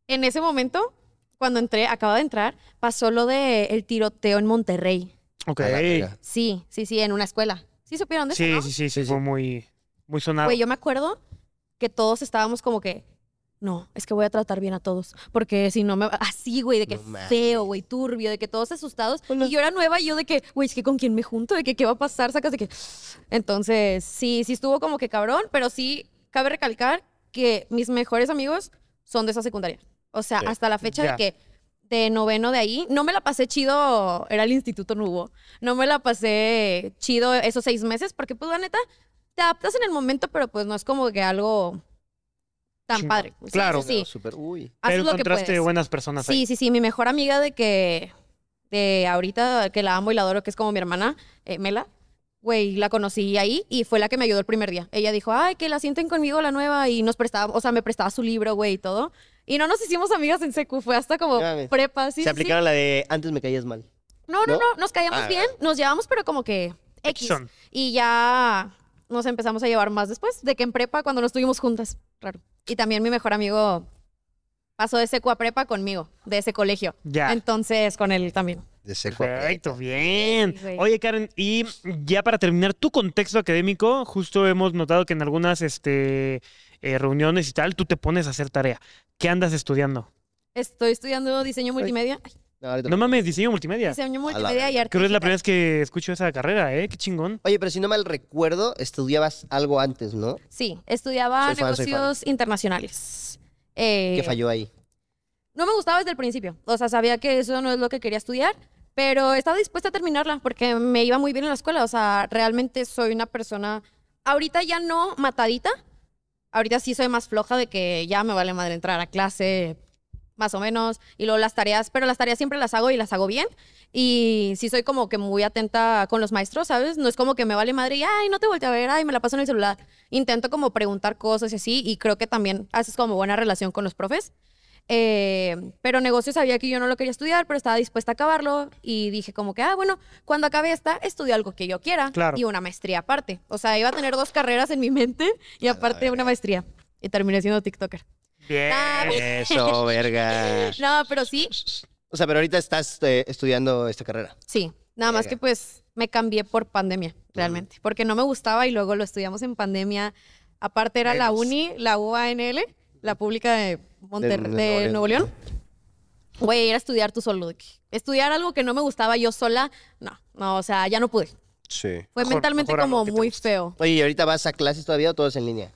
en ese momento, cuando entré, acababa de entrar, pasó lo de el tiroteo en Monterrey.
Ok.
A la verga.
Sí, sí, sí, en una escuela. ¿Sí supieron de eso?
Sí,
no?
sí, sí, sí,
Sí,
fue
sí.
muy, muy sonado.
Güey, yo me acuerdo que todos estábamos como que, no, es que voy a tratar bien a todos. Porque si no me. Así, güey, de que
No mames.
feo, güey, turbio, de que todos asustados.
Hola.
Y yo era nueva y yo de que, güey, es que con quién me junto, de que qué va a pasar, sacas de que. Entonces, sí, sí estuvo como que cabrón, pero sí cabe recalcar que mis mejores amigos son de esa secundaria. O sea,
Sí.
hasta la fecha
Ya.
de que de noveno de ahí, no me la pasé chido, era el instituto, no hubo. No me la pasé chido esos seis meses, porque pues la neta, te adaptas en el momento, pero pues no es como que algo tan
Chingón.
padre. Sí,
Claro.
Sí, sí.
Super, uy.
Haces
Pero
lo que
encontraste
puedes.
buenas personas ahí.
Sí, sí, sí. Mi mejor amiga de que, de ahorita, que la amo y la adoro, que es como mi hermana, eh, Mela, güey, la conocí ahí y fue la que me ayudó el primer día. Ella dijo, ay, que la sienten conmigo la nueva y nos prestaba, o sea, me prestaba su libro, güey, y todo. Y no nos hicimos amigas en secu, fue hasta como
Ya ves.
prepa,
Se
sí, sí, sí.
aplicaron la de antes me caías mal.
No, no,
¿No?
no, nos caíamos
Ah.
bien, nos llevamos, pero como que X.
Son.
Y ya nos empezamos a llevar más después, de que en prepa, cuando nos estuvimos juntas, raro. Y también mi mejor amigo pasó de secu a prepa conmigo, de ese colegio.
Ya.
Entonces, con él también.
De seco.
Perfecto, bien.
Sí, güey.
Oye, Karen, y ya para terminar tu contexto académico, justo hemos notado que en algunas este, eh, reuniones y tal, tú te pones a hacer tarea. ¿Qué andas estudiando?
Estoy estudiando diseño multimedia. Ay,
No, ahorita
No
no.
mames, diseño multimedia.
diseño
verga.
multimedia y arte.
Creo que es la
digital.
primera vez que escucho esa carrera, ¿eh? Qué chingón.
Oye, pero si no mal recuerdo, estudiabas algo antes, ¿no?
Sí,
Soy
estudiaba
fan, soy fan.
negocios internacionales. Eh,
¿Qué falló ahí?
No me gustaba desde el principio. O sea, sabía que eso no es lo que quería estudiar, pero estaba dispuesta a terminarla porque me iba muy bien en la escuela. O sea, realmente soy una persona. Ahorita ya no matadita. Ahorita sí soy más floja de que ya me vale madre entrar a clase, más o menos. Y luego las tareas, pero las tareas siempre las hago y las hago bien. Y sí soy como que muy atenta con los maestros, ¿sabes? No es como que me vale madre y, ay, no te volteé a ver, ay, me la paso en el celular. Intento como preguntar cosas y así. Y creo que también haces como buena relación con los profes. Eh, pero negocio sabía que yo no lo quería estudiar, pero estaba dispuesta a acabarlo y dije como que, ah, bueno, cuando acabe esta, estudio algo que yo quiera
Claro.
y una maestría aparte. O sea, iba a tener dos carreras en mi mente y aparte una maestría. Y terminé siendo TikToker.
Bien.
Ah, bien.
Eso, verga.
No, pero sí,
O sea, pero ahorita estás eh, estudiando esta carrera.
sí. Nada más
Verga.
que pues me cambié por pandemia, realmente, porque no me gustaba y luego lo estudiamos en pandemia. Aparte era la UNI, la UANL, la pública de, Monterrey,
De-
de,
de Nuevo
Nuevo León. Güey, era estudiar tú solo. de que- Estudiar algo que no me gustaba yo sola, no, no, o sea, ya no pude.
Sí.
Fue
Mejor-
mentalmente
mejor algo
como
que te
muy
guste.
feo.
Oye, ¿y ahorita vas a clases todavía o todo es en línea?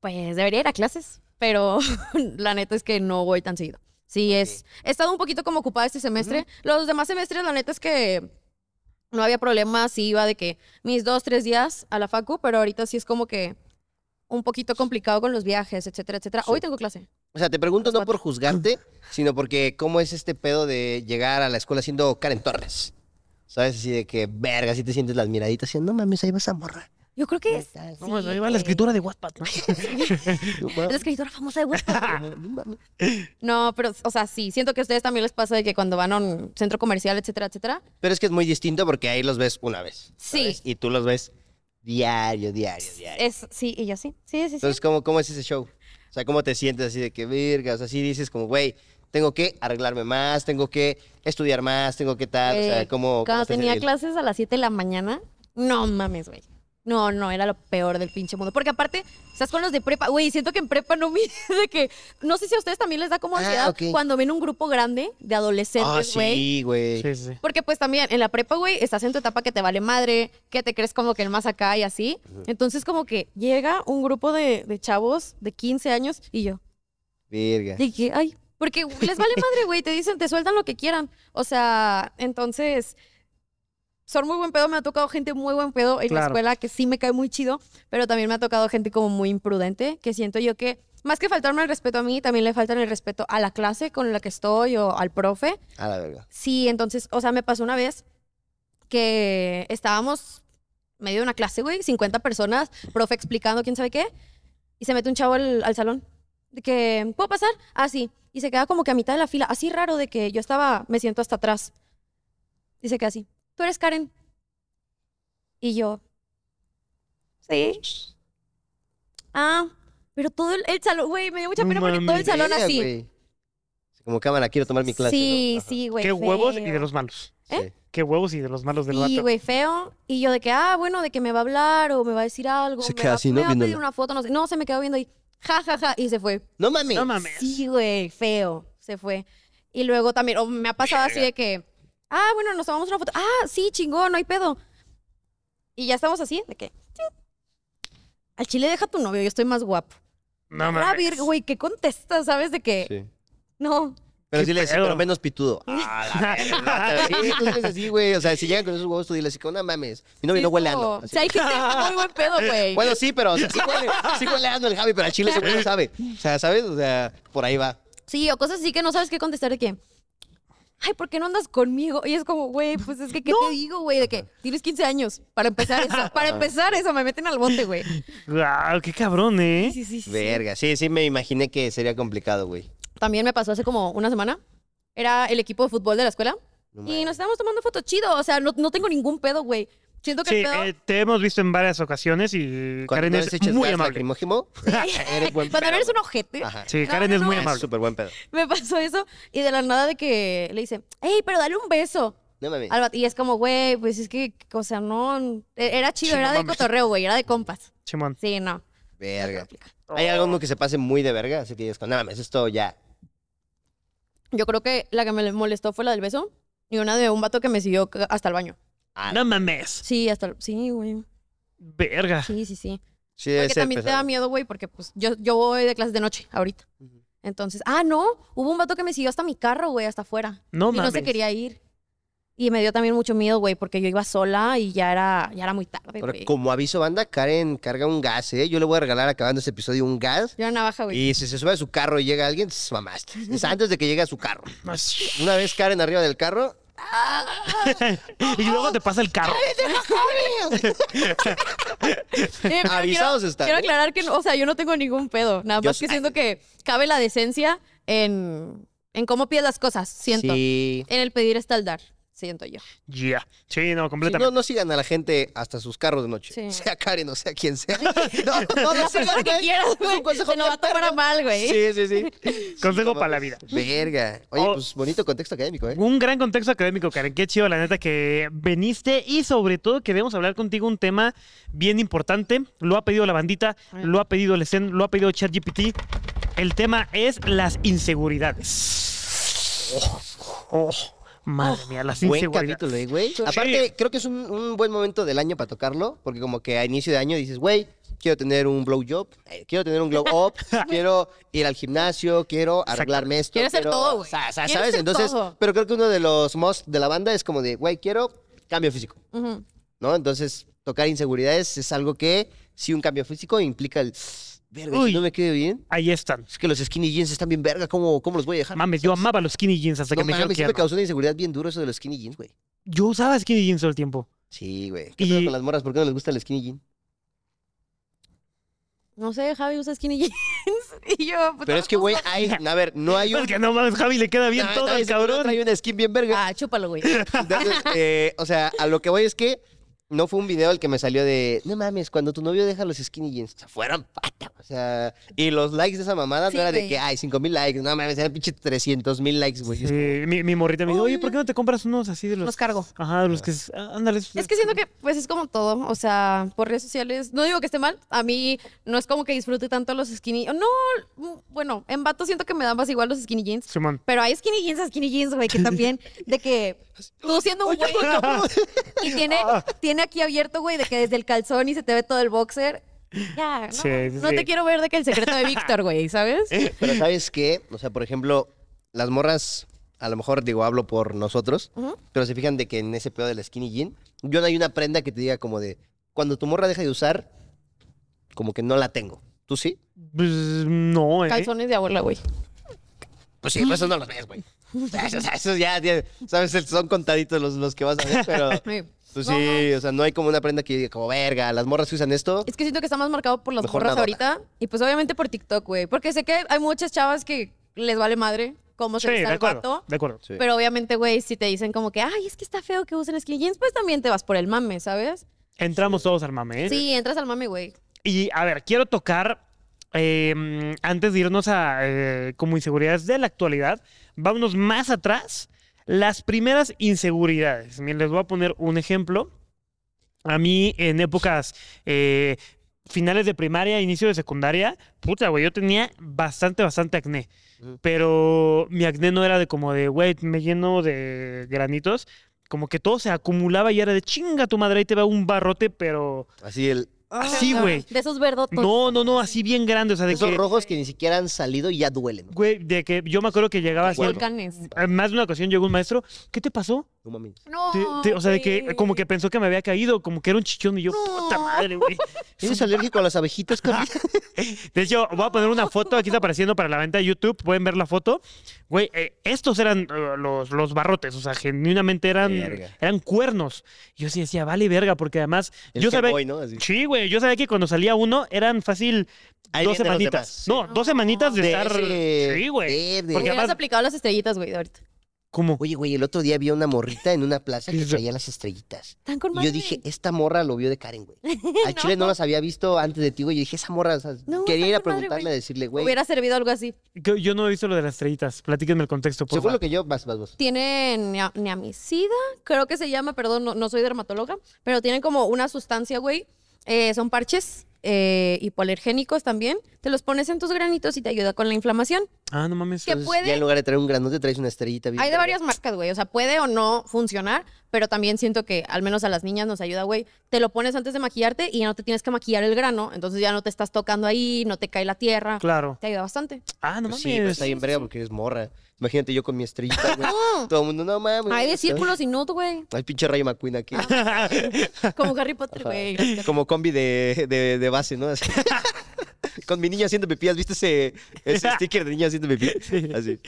Pues debería ir a clases, pero la neta es que no voy tan seguido. Sí, es. He estado un poquito como ocupada este semestre. Los demás semestres, la neta es que no había problema. Sí, iba de que mis dos, tres días a la facu, pero ahorita sí es como que un poquito complicado con los viajes, etcétera, etcétera. Hoy tengo clase.
O sea, te pregunto no por juzgarte, sino porque cómo es este pedo de llegar a la escuela siendo Karen Torres. ¿Sabes? Así de que, verga, si te sientes las miraditas diciendo, no mames, ahí vas a morra.
Yo creo que es eh,
No, bueno, ahí va la escritura de Wattpad, ¿no?
No
la
mames,
escritora famosa de Wattpad.
no mames.
No, pero, o sea, sí, siento que a ustedes también les pasa de que cuando van a un centro comercial, etcétera, etcétera.
Pero es que es muy distinto porque ahí los ves una vez.
Sí.
¿sabes? Y tú los ves diario, diario, diario.
Es, sí, y yo sí. Sí, sí, sí.
Entonces, ¿cómo, ¿cómo es ese show? O sea, ¿cómo te sientes así de que, verga? O sea, así dices como, güey, tengo que arreglarme más, tengo que estudiar más, tengo que tal. o
Eh,
sea, ¿cómo.
Cuando
cómo te-
tenía
el-
clases a las 7 de la mañana, no mames, güey. No, no, era lo peor del pinche mundo. Porque aparte, estás con los de prepa. Güey, siento que en prepa no mires de que. No sé si a ustedes también les da como
Ah,
ansiedad
ok.
cuando ven un grupo grande de
Ah,
adolescentes, güey.
sí, güey.
Sí, sí. sí.
Porque pues también en la prepa, güey, estás en tu etapa que te vale madre, que te crees como que el más acá y así. Entonces como que llega un grupo de, de chavos de 15 años y yo,
Verga.
de que, ay, porque les vale madre, güey, te dicen, te sueltan lo que quieran. O sea, entonces, son muy buen pedo, me ha tocado gente muy buen pedo en la
Claro.
escuela que sí me cae muy chido, pero también me ha tocado gente como muy imprudente, que siento yo que... Más que faltarme el respeto a mí, también le faltan el respeto a la clase con la que estoy o al profe.
A la verga.
Sí, entonces, o sea, me pasó una vez que estábamos medio de una clase, güey, 50 personas, profe explicando quién sabe qué, y se mete un chavo al, al salón. De que, ¿puedo pasar? Ah, sí. Y se queda como que a mitad de la fila, así raro de que yo estaba, me siento hasta atrás. Y se queda así, ¿tú eres Karen? Y yo, sí. Ah, pero todo el, el salón, güey, me dio mucha
No
pena porque todo el
mames.
salón
Verga,
así.
güey. Como cámara, quiero tomar mi clase.
sí,
¿no? Ajá,
sí, ¿Eh? güey.
Qué huevos y de
feo.
los malos.
sí.
Qué huevos y de los malos del
Sí,
vato.
güey, feo. Y yo de que, ah, bueno, de que me va a hablar o me va a decir algo.
Se
me
queda
va-
así, ¿no?
Me va a pedir
Viéndola.
una foto, no sé. No, se me quedó viendo ahí. Ja, ja, ja. Y se fue.
No mames.
No mames.
Sí, güey, feo. Se fue. Y luego también, o me ha pasado así de que, ah, bueno, nos tomamos una foto. Ah, sí, chingón, no hay pedo. Y ya estamos así, de que, "Sí". al chile deja tu novio, yo estoy más guapo.
No
Ah,
mames.
virgo, güey, ¿qué contestas? ¿Sabes de que
Sí.
No.
Pero
Qué
sí le decía,
pedo.
pero menos pitudo. Ah, la verga. Sí, tú eres así, güey. O sea, si llegan con esos huevos, tú diles así, como, no mames. Mi novio no huele a ano.
O
Así.
sea, hay gente muy buen pedo, güey.
Bueno, sí, pero o sea, sí huele, sí huele a ano el Javi, pero al chile seguro no sabe. O sea, ¿sabes? O sea, por ahí va.
Sí, o cosas así que no sabes qué contestar de que, ay, ¿por qué no andas conmigo? Y es como, güey, pues es que, ¿qué te digo, güey? De que tienes 15 años. Para empezar eso, para empezar eso, me meten al bote, güey.
Guau, qué cabrón, ¿eh?
Sí, sí, sí.
Verga, sí, sí me imaginé que sería complicado, güey.
También me pasó hace como una semana. Era el equipo de fútbol de la escuela.
No
y
mames.
nos estábamos tomando fotos chido. O sea, no, no tengo ningún pedo, güey. Siento que
Sí,
el pedo...
eh, te hemos visto en varias ocasiones y
Cuando
Karen
no
es
les eches
muy
gas
amable.
lacrimógeno, eres buen
cuando
pedo,
eres un
güey.
ojete,
Ajá.
Sí,
No,
Karen
no,
es muy
no.
Es
amable.
súper buen pedo.
me pasó eso. Y de la nada de que le dice, hey, pero dale un beso.
No mames.
Al vato- Y es como, güey, pues es que, o sea, no. n- e- Era chido,
Sí, no
era de
mames.
cotorreo, güey, era de compas.
Chimón.
Sí, no.
Verga. Hay alguno que se pase muy de verga, así que dices, no mames, esto ya.
Yo creo que la que me molestó fue la del beso y una de un vato que me siguió ca- hasta el baño.
Ah,
No mames.
Sí, hasta el. Sí, güey.
Verga.
Sí, sí, sí.
Sí, debe
Porque
ser
también te
pesado.
da miedo, güey, porque pues yo, yo voy de clases de noche ahorita. Entonces, ah, no, hubo un vato que me siguió hasta mi carro, güey, hasta afuera.
No
y no se
mames.
quería ir. Y me dio también mucho miedo, güey, porque yo iba sola y ya era, ya era muy tarde,
Ahora,
güey.
como aviso, banda, Karen carga un gas, ¿eh? Yo le voy a regalar acabando este episodio un gas.
Yo era navaja, güey.
Y si se sube a su carro y llega alguien, tss, mamaste. Es antes de que llegue a su carro.
No, sí.
Una vez Karen arriba del carro.
y luego te pasa el carro.
Eh, pero
Avisados
quiero,
están,
Quiero
¿eh?
aclarar que, no- o sea, yo no tengo ningún pedo. Nada
Yo
más que
sé.
siento que cabe la decencia en, en cómo pides las cosas, siento.
Sí.
En el pedir está el dar, siento yo.
Ya. Sí, no,
Sí, no,
completamente.
no sigan a la gente hasta sus carros de noche.
Sí.
Sea Karen o sea quien sea. No, no, no sigan,
que
güey.
quieras,
Es un consejo
Te lo va a
bien
tomar a
perro.
mal, güey.
Sí, sí, sí.
Consejo
no
para la
mames.
vida.
Verga. Oye,
Oh.
pues bonito contexto académico, ¿eh?
Un gran contexto académico, Karen. Qué chido, la neta, que veniste y sobre todo queremos hablar contigo un tema bien importante. Lo ha pedido la bandita, lo ha pedido el SEN, lo ha pedido ChatGPT. El tema es las inseguridades. Oh, madre mía, las
Buen
inseguridades.
capítulo, ¿eh, güey. Aparte, creo que es un, un buen momento del año para tocarlo, porque como que a inicio de año dices, güey, quiero tener un blowjob, eh, quiero tener un glow up, quiero ir al gimnasio, quiero arreglarme esto.
Quieres hacer
quiero-
todo, güey.
O sea, o sea,
Quieres
¿sabes?
hacer
Entonces,
todo.
pero creo que uno de los most de la banda es como de, güey, quiero cambio físico,
Ujú.
¿no? Entonces, tocar inseguridades es algo que sí un cambio físico implica el... Verga,
Uy.
si no me quede bien.
Ahí están.
Es que los skinny jeans están bien verga, ¿cómo, cómo los voy a dejar?
Mames, yo amaba los skinny jeans hasta
No
que me dijeron
mames,
que
sí
ya
me
no.
causó una inseguridad bien duro eso de los skinny jeans, güey.
Yo usaba skinny jeans todo el tiempo.
Sí, güey. ¿Qué
Y-
pedo con las morras? ¿Por qué no les gusta el skinny jean?
No sé, Javi usa skinny jeans. Y yo, puta,
Pero es que, güey, hay... A ver, no hay un...
Es Pues que no mames, Javi le queda bien
no,
todo
no,
el
ese cabrón
cabrón.
Trae una skin bien verga.
Ah, chúpalo, güey.
Entonces, eh, o sea, a lo que voy es que no fue un video el que me salió de, no mames, cuando tu novio deja los skinny jeans, se fueron pata. O sea, y los likes de esa mamada
Sí,
no era de
güey.
que, ay, 5 mil likes, no mames, eran pinche 300 mil likes, güey.
Sí, Eh, mi, mi morrita me dijo,
Oye.
oye, ¿por qué no te compras unos así de los.
Los cargo.
Ajá, de los que. es- ah, Ándale.
Es que siento que pues es como todo, o sea, por redes sociales, no digo que esté mal, a mí no es como que disfrute tanto los skinny, no, mm, bueno, en vato siento que me dan más igual los skinny jeans,
Simón.
pero hay skinny jeans a skinny jeans, güey, que también de que tú siendo un güey y tiene tiene aquí abierto, güey, de que desde el calzón y se te ve todo el boxer. Ya, no,
Sí, sí,
no
sí.
te quiero ver de que el secreto de Víctor, güey, ¿sabes?
Pero ¿sabes qué? O sea, por ejemplo, las morras, a lo mejor digo, hablo por nosotros,
Ujú.
pero se fijan de que en ese pedo del skinny jean, yo no hay una prenda que te diga como de, cuando tu morra deja de usar, como que no la tengo. ¿Tú sí?
Pues no, eh.
Calzones de abuela, güey.
Pues sí, pues eso no los ves, güey. O sea, Esos, esos ya, ya, sabes, son contaditos los, los que vas a ver, pero
Sí.
pues
No,
sí, o sea, no hay como una prenda que yo diga como, verga, las morras que usan esto.
Es que siento que está más marcado por las
Mejor
morras
nada.
ahorita. Y pues obviamente por TikTok, güey. Porque sé que hay muchas chavas que les vale madre cómo
Sí,
se
de
viste el
acuerdo.
vato.
De acuerdo.
Sí.
Pero obviamente, güey, si te dicen como que, ay, es que está feo que usen skinny jeans, pues también te vas por el mame, ¿sabes?
Entramos todos al mame, ¿eh?
Sí, entras al mame, güey.
Y a ver, quiero tocar, eh, antes de irnos a eh, como inseguridades de la actualidad, vámonos más atrás, las primeras inseguridades. Miren, les voy a poner un ejemplo. A mí en épocas eh, finales de primaria, inicio de secundaria, puta, güey, yo tenía bastante, bastante acné.
Ujú.
Pero mi acné no era de como de, güey, me lleno de granitos. Como que todo se acumulaba y era de chinga tu madre, ahí te va un barrote, pero
Así el...
Ah,
así, güey.
De esos verdotos.
No, no, no, así bien grande. O sea, de
Esos
que,
rojos que ni siquiera han salido y ya duelen.
güey, de que yo me acuerdo que llegaba así.
Bueno.
Volcanes.
en Más de una ocasión llegó un maestro, ¿qué te pasó?
No mames.
No.
Te- te- o sea, de que
güey.
como que pensó que me había caído, como que era un chichón y yo,
No.
puta madre, güey.
¿Eres alérgico a las abejitas, Carlos?
Ah.
De hecho, voy a poner una foto, aquí está apareciendo para la venta de YouTube, pueden ver la foto. Güey, eh, estos eran eh, los, los barrotes, o sea, genuinamente eran,
Verga.
eran cuernos. Yo sí decía, vale verga, porque además
El
yo sabía...
Hellboy, ¿no? Así.
Sí, güey, yo sabía que cuando salía uno eran fácil
Ahí vienen
dos
los
semanitas.
demás,
No, dos semanitas de,
De
estar...
ese Eh.
Sí, güey.
verde.
porque
Hubieras
además-
aplicado las estrellitas, güey, de ahorita.
¿Cómo?
Oye, güey, el otro día vi a una morrita en una plaza que
Eso.
traía las estrellitas.
Tan con
Y
madre.
yo dije, esta morra lo vio de Karen, güey. A Chile no las había visto antes de ti, güey. Yo dije, esa morra, o sea,
No,
quería
está
ir a
con madre,
preguntarle, a
güey.
decirle, güey.
Hubiera servido algo así.
Yo, yo no he visto lo de las estrellitas. Platíquenme el contexto, por
pues, Según
favor.
lo que yo, vas, vas, vas.
tiene nea- neamicida, creo que se llama, perdón, no, no soy dermatóloga, pero tienen como una sustancia, güey. eh, son parches eh, hipoalergénicos también. Te los pones en tus granitos y te ayuda con la inflamación.
Ah, no mames.
¿Qué?
Entonces,
puede-
Ya en lugar de traer un granote, traes una estrellita. bien
Hay de
verga.
varias marcas, güey. O sea, puede o no funcionar, pero también siento que al menos a las niñas nos ayuda, güey. Te lo pones antes de maquillarte y ya no te tienes que maquillar el grano. Entonces ya no te estás tocando ahí, no te cae la tierra.
Claro.
Te ayuda bastante.
Ah, no
Pues
mames.
sí, pero está bien verga porque eres morra. Imagínate yo con mi estrellita, güey. Todo el mundo, no mames.
Hay de
esto".
círculos y nudo, güey.
Hay pinche Rayo McQueen aquí.
Como Harry Potter, güey.
Como combi de, de, de base, ¿no? Así. Con mi niña haciendo pipí, ¿has visto ese, ese sticker de niña haciendo pipí? Así.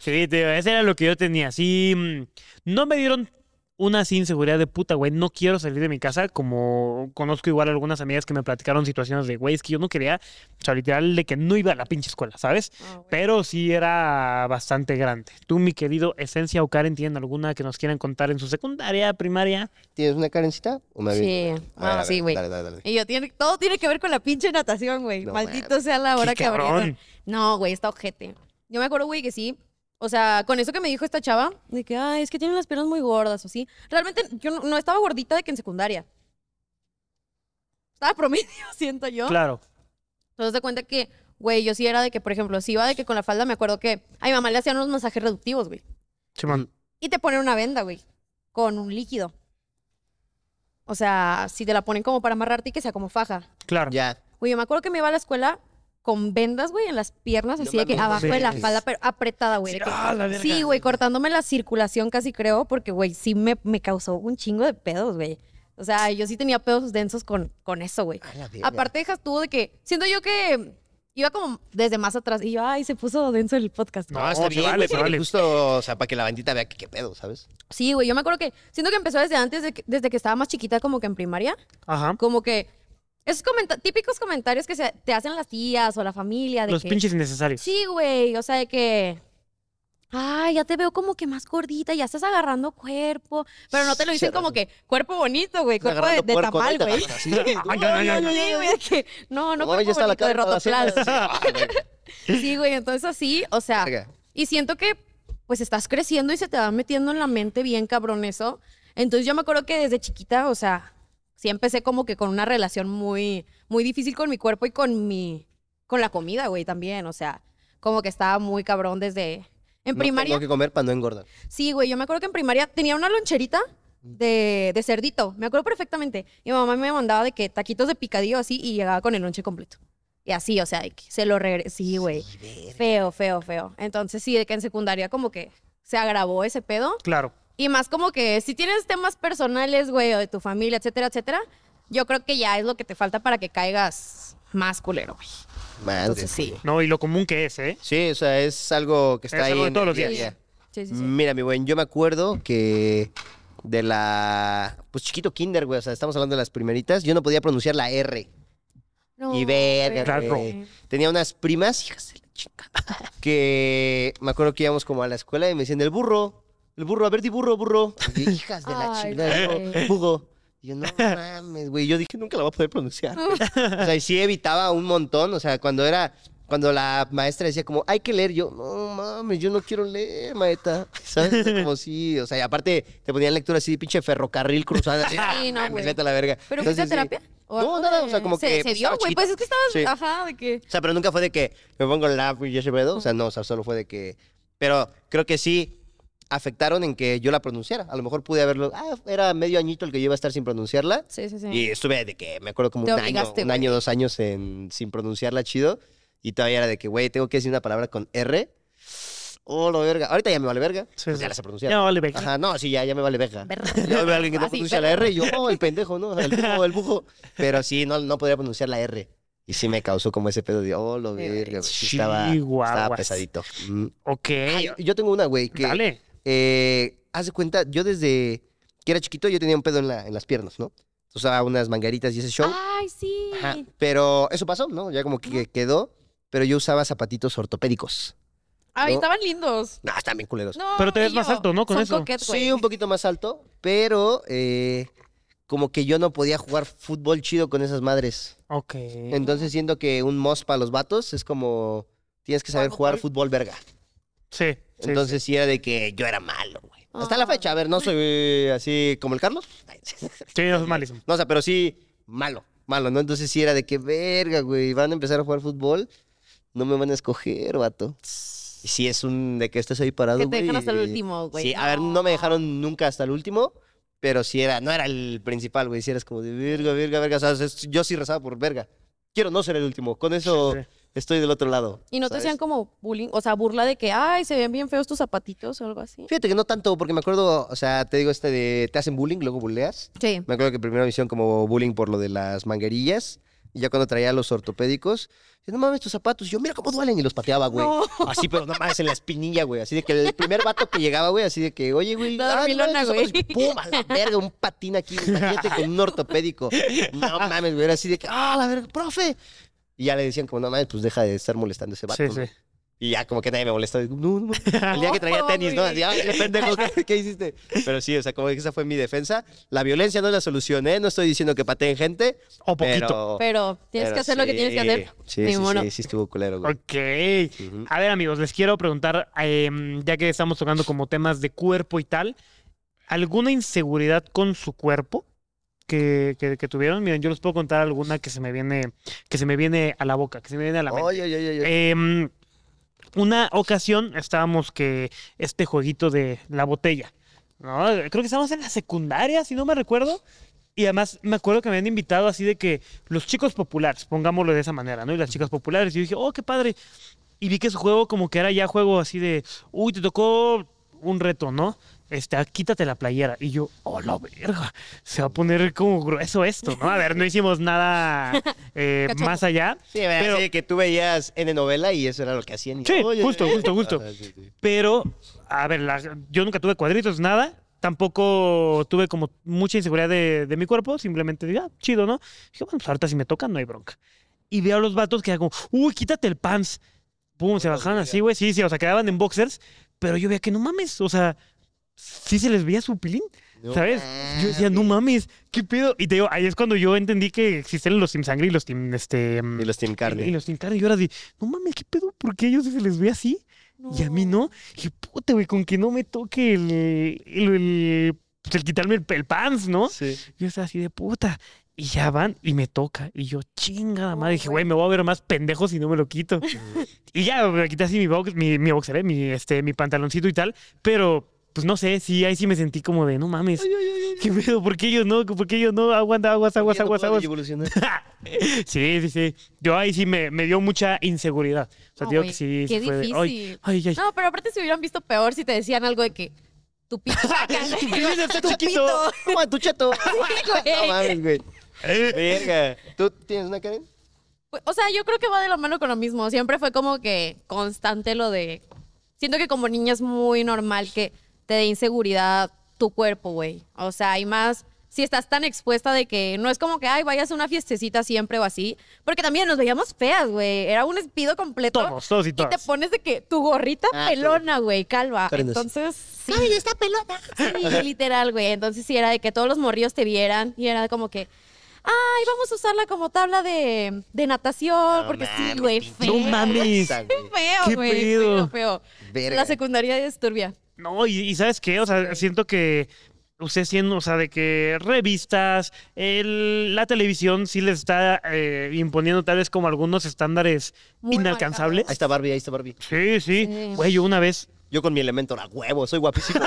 Sí, tío, ese era lo que yo tenía. Sí, mm, no me dieron una así inseguridad de puta, güey. No quiero salir de mi casa. Como conozco igual algunas amigas que me platicaron situaciones de, güey, es que yo no quería, o sea, literal, de que no iba a la pinche escuela, ¿sabes?
Ah, güey.
Pero sí era bastante grande. Tú, mi querido Esencia o Karen, ¿tienen alguna que nos quieran contar en su secundaria, primaria?
¿Tienes una carencita? ¿O me
Sí,
aviento? A
no,
ver, a ver,
sí, güey.
Dale, dale, dale.
Y yo, tiene, todo tiene que ver con la pinche natación, güey.
No,
Maldito
mames.
sea la hora
Qué
que abrieron.
cabrón.
No, güey, está ojete. Yo me acuerdo, güey, que sí. O sea, con eso que me dijo esta chava, de que, ay, es que tienen las piernas muy gordas o sí. Realmente yo no, no estaba gordita de que en secundaria. Estaba promedio, siento yo.
Claro.
Entonces, de cuenta que, güey, yo sí era de que, por ejemplo, si iba de que con la falda, me acuerdo que a mi mamá le hacían unos masajes reductivos, güey.
Simón.
Y te ponen una venda, güey, con un líquido. O sea, si te la ponen como para amarrarte y que sea como faja.
Claro.
Ya.
Güey, yo me acuerdo que me iba a la escuela con vendas, güey, en las piernas,
No
así de que
mames.
abajo de la
Sí.
falda, pero apretada, güey.
Sí,
de que-
ah, la verga.
Sí, güey, cortándome la circulación casi creo, porque, güey, sí me, me causó un chingo de pedos, güey. O sea, yo sí tenía pedos densos con, con eso, güey.
A la verga.
Aparte dejas tú de que, siento yo que iba como desde más atrás y yo, ay, se puso denso el podcast.
No,
No, está
se
bien,
vale,
güey,
se
porque
vale.
justo, o sea, para que la bandita vea que qué pedo, ¿sabes?
Sí, güey, yo me acuerdo que siento que empezó desde antes, de que- desde que estaba más chiquita, como que en primaria,
Ajá.
como que esos comenta- típicos comentarios que se- te hacen las tías o la familia de
Los
que,
pinches innecesarios.
Sí, güey, o sea, de que Ay, ya te veo como que más gordita, ya estás agarrando cuerpo, pero no te lo dicen como que cuerpo bonito, güey, cuerpo de,
Agarrando
de
puerco,
tamal,
ahí te
güey.
agarran así.
Ay, ay, ay, ay.
Sí, güey, de que, no, no
Ay, ya
cuerpo
está la
bonito, de
cara toda seca.
rotoplas. Sí, güey, entonces así, o sea,
Verga.
y siento que pues estás creciendo y se te va metiendo en la mente bien cabrón eso. Entonces yo me acuerdo que desde chiquita, o sea, sí empecé como que con una relación muy, muy difícil con mi cuerpo y con mi, con la comida, güey, también, o sea, como que estaba muy cabrón desde, en
No pues,
primaria,
Tengo que comer para no engordar.
sí, güey, yo me acuerdo que en primaria tenía una loncherita de, de cerdito, me acuerdo perfectamente. Mi mamá me mandaba de que taquitos de picadillo así y llegaba con el lonche completo. Y así, o sea, de que se lo regresé, sí, güey.
Y ver-
Feo, feo, feo. Entonces sí, de que en secundaria como que se agravó ese pedo.
Claro.
Y más como que si tienes temas personales, güey, o de tu familia, etcétera, etcétera, yo creo que ya es lo que te falta para que caigas más culero, güey.
Madre.
Entonces sí.
No, y lo común que es, ¿eh?
Sí, o sea, es algo que está
Es
ahí.
algo de
en
todos
el
los
día a
días.
día.
Sí, sí, sí.
Mira, mi buen, yo me acuerdo que de la. Pues chiquito kinder, güey. O sea, estamos hablando de las primeritas. Yo no podía pronunciar la R.
No,
Mm, y verga,
Claro.
güey. Tenía unas primas, hijas de la chica, que me acuerdo que íbamos como a la escuela y me decían, el burro, el burro, a ver, di burro, burro. Y yo, hijas de la
Ay,
chingada,
güey.
yo, Hugo. Y yo, no mames, güey. Yo dije, nunca la voy a poder pronunciar. güey". o sea, y sí evitaba un montón. O sea, cuando era, cuando la maestra decía como, hay que leer, yo, no mames, yo no quiero leer, maeta. ¿Sabes? O sea, Como sí, o sea, y aparte te ponían lectura así, pinche ferrocarril cruzada. Así,
Sí, no,
"Ah, mames,
güey.
vete a la verga.
¿Pero fuiste a
Entonces, sí.
terapia? ¿O
No,
algo
nada,
de-
o sea, como
se,
que
Se dio,
estaba
güey. Pues es que estabas,
Sí.
ajá, de que...
o sea, pero nunca fue de que me pongo la y ese pedo. O sea, no, o sea, solo fue de que. Pero creo que sí afectaron en que yo la pronunciara. A lo mejor pude haberlo. Ah, era medio añito el que yo iba a estar sin pronunciarla.
Sí, sí, sí.
Y estuve de que, me acuerdo como un
Te
año,
obligaste,
un
güey.
año, dos años en- sin pronunciarla chido. Y todavía era de que, güey, tengo que decir una palabra con R. Oh, la verga. Ahorita ya me vale verga.
Sí,
Pues
sí.
ya la sé pronunciar.
Ya vale, verga.
Ajá, no, sí, ya, ya me vale verga.
Verga.
Yo veo a alguien que no
Ah, sí,
pronuncia la R y yo, oh, el pendejo, ¿no? El bujo, el bujo. Pero sí, no, no podía pronunciar la R. Y sí me causó como ese pedo de, oh, lo
Eh,
verga. güey. Sí, estaba,
Chihuahuas.
estaba pesadito. Mm.
Ok.
Ay, yo tengo una, güey, que...
Dale.
Eh, haz de cuenta, yo desde que era chiquito yo tenía un pedo en, la- en las piernas, ¿no? Usaba unas mangueritas y ese show.
Ay, sí.
Ajá, Pero eso pasó, ¿no? Ya como que quedó. Pero yo usaba zapatitos ortopédicos. No.
Ay, estaban lindos.
No, están bien culeros.
No,
Pero te ves
y
más
yo,
alto, ¿no? Con
son
eso.
coquet, güey.
Sí, un poquito más alto, pero eh, como que yo no podía jugar fútbol chido con esas madres.
Ok.
Entonces siento que un mos para los vatos es como tienes que saber jugar fútbol verga.
Sí. sí, sí.
Entonces sí era de que yo era malo, güey. Hasta la
Ah.
fecha, a ver, no soy eh, así como el Carlos. Ay, sí.
Sí, eso es malísimo.
No, o sea, pero sí malo, malo, ¿no? Entonces sí era de que verga, güey, van a empezar a jugar fútbol, no me van a escoger, vato. Y sí es un de que estás ahí parado,
Que te dejan
güey,
hasta el
y-
último, güey.
Sí, ah, a ver, no me dejaron nunca hasta el último, pero sí era, no era el principal, güey, sí eras como de verga, verga, verga, o sea, es- yo sí rezaba por verga. Quiero no ser el último, con eso
Sí.
estoy del otro lado.
Y no te
¿sabes?
hacían como bullying, o sea, burla de que, ay, se ven bien feos tus zapatitos o algo así.
Fíjate que no tanto, porque me acuerdo, o sea, te digo este de te hacen bullying, luego buleas.
Sí.
Me acuerdo que primero me hicieron como bullying por lo de las manguerillas. Y ya cuando traía los ortopédicos, decía, no mames tus zapatos. Y yo, mira cómo duelen. Y los pateaba, güey.
No.
Así, pero no mames en la espinilla, güey. Así de que el primer vato que llegaba, güey, así de que, oye, güey.
La
ah, no mames,
dormilona,
tus zapatos".
güey.
Y Pum, a la verga, un patín aquí. Imagínate con un ortopédico. No mames, güey. Era así de que, ah, la verga, profe. Y ya le decían, como, no mames, pues deja de estar molestando a ese vato.
Sí, sí.
güey". Y ya como que nadie me molestó. Digo, No, no, no. El día que traía
Oh,
No,
tenis, ¿no?
güey.
Así, "Ay, qué pendejo, ¿qué, qué hiciste? Pero sí, o sea, como que esa fue mi defensa. La violencia no es la solución, ¿eh? No estoy diciendo que pateen gente.
O
Pero,
poquito.
Pero tienes
pero
que hacer lo que tienes que
sí.
hacer.
Sí,
Ni
sí,
modo.
sí, sí, estuvo culero, güey.
Ok. A ver, amigos, les quiero preguntar, em, ya que estamos tocando como temas de cuerpo y tal, ¿alguna inseguridad con su cuerpo que, que- que tuvieron? Miren, yo les puedo contar alguna que se me viene, que se me viene a la boca, que se me viene a la mente.
Oye, oye, oye, oye.
Em, una ocasión estábamos que este jueguito de la botella, ¿no? Creo que estábamos en la secundaria, si no me recuerdo. Y además me acuerdo que me habían invitado así de que los chicos populares, pongámoslo de esa manera, ¿no? Y las chicas populares. Y yo dije, oh, qué padre. Y vi que su juego como que era ya juego así de, uy, te tocó un reto, ¿no? Este, ah, quítate la playera. Y yo, oh, la verga, se va a poner como grueso esto, ¿no? A ver, no hicimos nada eh,
Cachaco.
más allá.
Sí, ¿verdad?
Pero-
Sí, que tú veías N novela y eso era lo que hacían. Y,
Sí,
"Oye,
justo,
eh".
justo, justo.
Ajá, sí, sí.
Pero, a ver, la- yo nunca tuve cuadritos, nada. Tampoco tuve como mucha inseguridad de, de mi cuerpo. Simplemente dije, ah, chido, ¿no? Dije, bueno, pues ahorita si me tocan no hay bronca. Y veo a los vatos que eran como, uy, quítate el pants. Pum, se bajaban así, güey. Sí, sí, o sea, quedaban en boxers. Pero yo veía que no mames, o sea, sí se les veía su pilín,
No
¿sabes? Yo decía, no mames, ¿qué pedo? Y te digo, ahí es cuando yo entendí que existen los team sangre y los team, este...
Y los Team Carne.
Y los sin carne. Y ahora di, no mames, ¿qué pedo? ¿Por qué a ellos se les ve así? Y a mí no. Y puta, güey, con que no me toque el, el, el- pues, el quitarme el, el pants, ¿no?
Sí.
Yo estaba así de puta. Y ya van y me toca. Y yo, chingada
No,
madre, dije,
güey.
güey, me voy a ver más pendejo si no me lo quito. y ya me quité así mi, box, mi, mi boxer, ¿eh? mi, este, mi pantaloncito y tal. Pero, pues no sé, sí, ahí sí me sentí como de, no mames. ¿Qué pedo? ¿Por qué yo no? ¿Por qué yo no? Aguanta, aguas, aguas,
Ya no
aguas,
puedo
aguas.
evolucionar.
Sí, sí, sí. Yo ahí sí me, me dio mucha inseguridad. O sea,
No,
te digo
güey,
que sí.
qué
sí fue de,
difícil.
ay, ay, ay.
No, pero aparte si hubieran visto peor si te decían algo de que tu pito saca, ¿no?
Tu pito está
Tu
chiquito.
pito.
Toma tu chato.
güey.
No mames, güey.
Eh.
Verga. ¿Tú tienes una Karen?
Pues, O sea, yo creo que va de la mano con lo mismo. Siempre fue como que constante lo de... Siento que como niña es muy normal que te dé inseguridad tu cuerpo, güey. O sea, hay más... Si estás tan expuesta de que no es como que, ay, vayas a una fiestecita siempre o así. Porque también nos veíamos feas, güey. Era un espido completo.
Todos, todos y
Y te
todas.
pones de que tu gorrita
Ah,
pelona, güey, calva.
Karen, no sé.
Entonces, sí. ¡Ay, está pelona! Sí, literal, güey. Entonces, sí, era de que todos los morrillos te vieran y era como que, ¡ay, vamos a usarla como tabla de, de natación!
No
porque sí,
mames,
güey,
pinche
feo.
No mames.
Esa, güey.
Qué
Feo, güey.
pedo.
Feo, feo.
Verga.
La secundaria es turbia.
No, y, y ¿sabes qué? O sea, siento que ustedes siendo, o sea, de que revistas, el- la televisión sí les está eh, imponiendo tal vez como algunos estándares
Muy
inalcanzables.
Ahí está Barbie, ahí está Barbie.
Sí, sí.
Sí.
Güey, yo una vez
Yo con mi elemento, la huevo, soy guapísimo.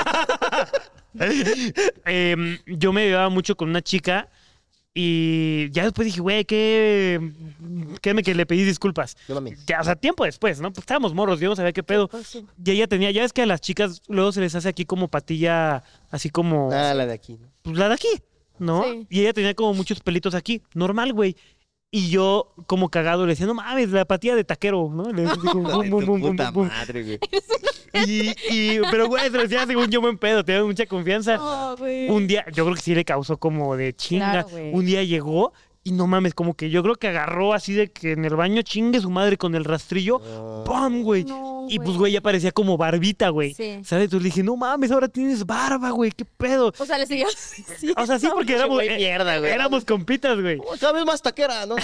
Em, yo me llevaba mucho con una chica y ya después dije, güey, qué. Créeme que le pedí disculpas.
No mames.
Ya, o sea, tiempo después, ¿no? Pues estábamos morros, yo no sabía qué pedo. Y ella tenía, ya ves que a las chicas luego se les hace aquí como patilla, así como.
Ah, la de aquí. ¿no?
Pues la de aquí, ¿no?
Sí.
Y ella tenía como muchos pelitos aquí, normal, güey. Y yo, como cagado, le decía, no mames, la patilla de taquero, ¿no? Le decía, así como,
La de
bum, bum,
tu
bum, bum,
puta
bum.
madre, güey.
Y, y- pero güey, se lo decía según yo buen pedo, tenía mucha confianza.
No, güey.
Ah, Un día, yo creo que sí le causó como de chinga.
Claro, güey.
un día llegó y no mames, como que yo creo que agarró así de que en el baño chingue su madre con el rastrillo.
Ah.
¡Pam, güey!
No,
y pues, güey, ya parecía como barbita, güey.
Sí.
¿Sabes? Entonces le dije, no mames, ahora tienes barba, güey, qué pedo.
O sea, le siguió. Sí.
O sea, sí, porque éramos,
güey,
eh,
mierda, güey.
éramos compitas, güey.
Oh, Cada vez más taquera, ¿no?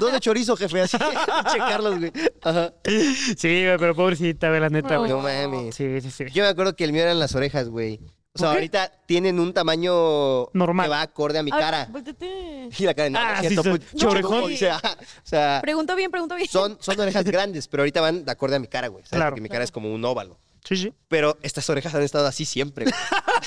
Dos de chorizo, jefe, así. Che, Carlos, güey. Ajá.
Sí, güey, pero pobrecita, güey, la neta,
No.
güey.
No mames.
Sí, sí, sí.
Yo me acuerdo que el mío eran las orejas, güey. O sea,
¿Por qué?
ahorita tienen un tamaño
Normal.
que va acorde a mi
Ay,
cara.
volteate.
Y la cara no,
Ah,
no es
sí,
cierto,
son-
puto,
chorejón.
O sea, o sea,
Pregunto bien, pregunto bien.
son, son orejas grandes, pero ahorita van de acorde a mi cara, güey. ¿sabes?
Claro.
Porque mi cara es como un óvalo.
Sí, sí.
Pero estas orejas han estado así siempre. güey.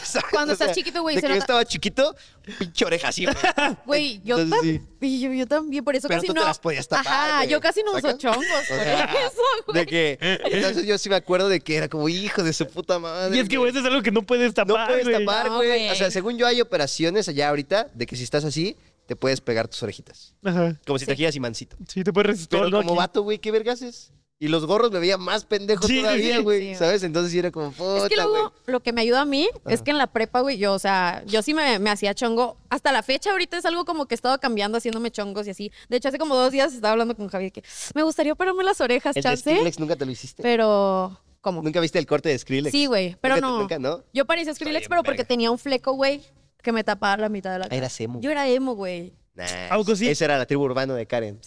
¿Sabes?
Cuando estás chiquito, güey,
De
se
que yo
nota-
estaba chiquito, pinche oreja así, güey.
Güey, yo,
Entonces,
tam- y yo, yo también, por eso
Pero
casi
tú te
no.
las podías tapar,
Ajá,
güey.
yo casi no uso
¿Sacas?
chongos.
O
por
sea,
eso, güey.
De que. Entonces yo sí me acuerdo de que era como hijo de su puta madre.
Y es que, güey, eso es algo que no puedes tapar,
No puedes
güey.
tapar,
No,
güey.
güey.
o sea, según yo hay operaciones allá ahorita de que si estás así, te puedes pegar tus orejitas.
Ajá.
Como si te giras y mancito.
Sí, te puedes resistir.
Pero
¿no?
como
Aquí.
vato, güey, ¿qué vergas es? Y los gorros me veía más pendejo
Sí, sí,
todavía,
sí.
güey.
Sí.
¿Sabes? Entonces sí era como, puta,
Es que
güey.
luego lo que me ayuda a mí es que en la prepa, güey, yo, o sea, yo sí me, me hacía chongo. Hasta la fecha ahorita es algo como que he estado cambiando, haciéndome chongos y así. De hecho, hace como dos días estaba hablando con Javi de que me gustaría operarme las orejas,
El de
chance.
Skrillex nunca te lo hiciste.
Pero, ¿cómo?
¿Nunca viste el corte de Skrillex?
Sí, güey, pero
Nunca te-
no.
Nunca, ¿no?
Yo parecía Skrillex,
bien
pero porque
verga.
tenía un fleco, güey, que me tapaba la mitad de la
Ah,
cara.
era emo.
Yo era emo, güey.
Nah,
Algo así.
Esa era la tribu urbana de Karen.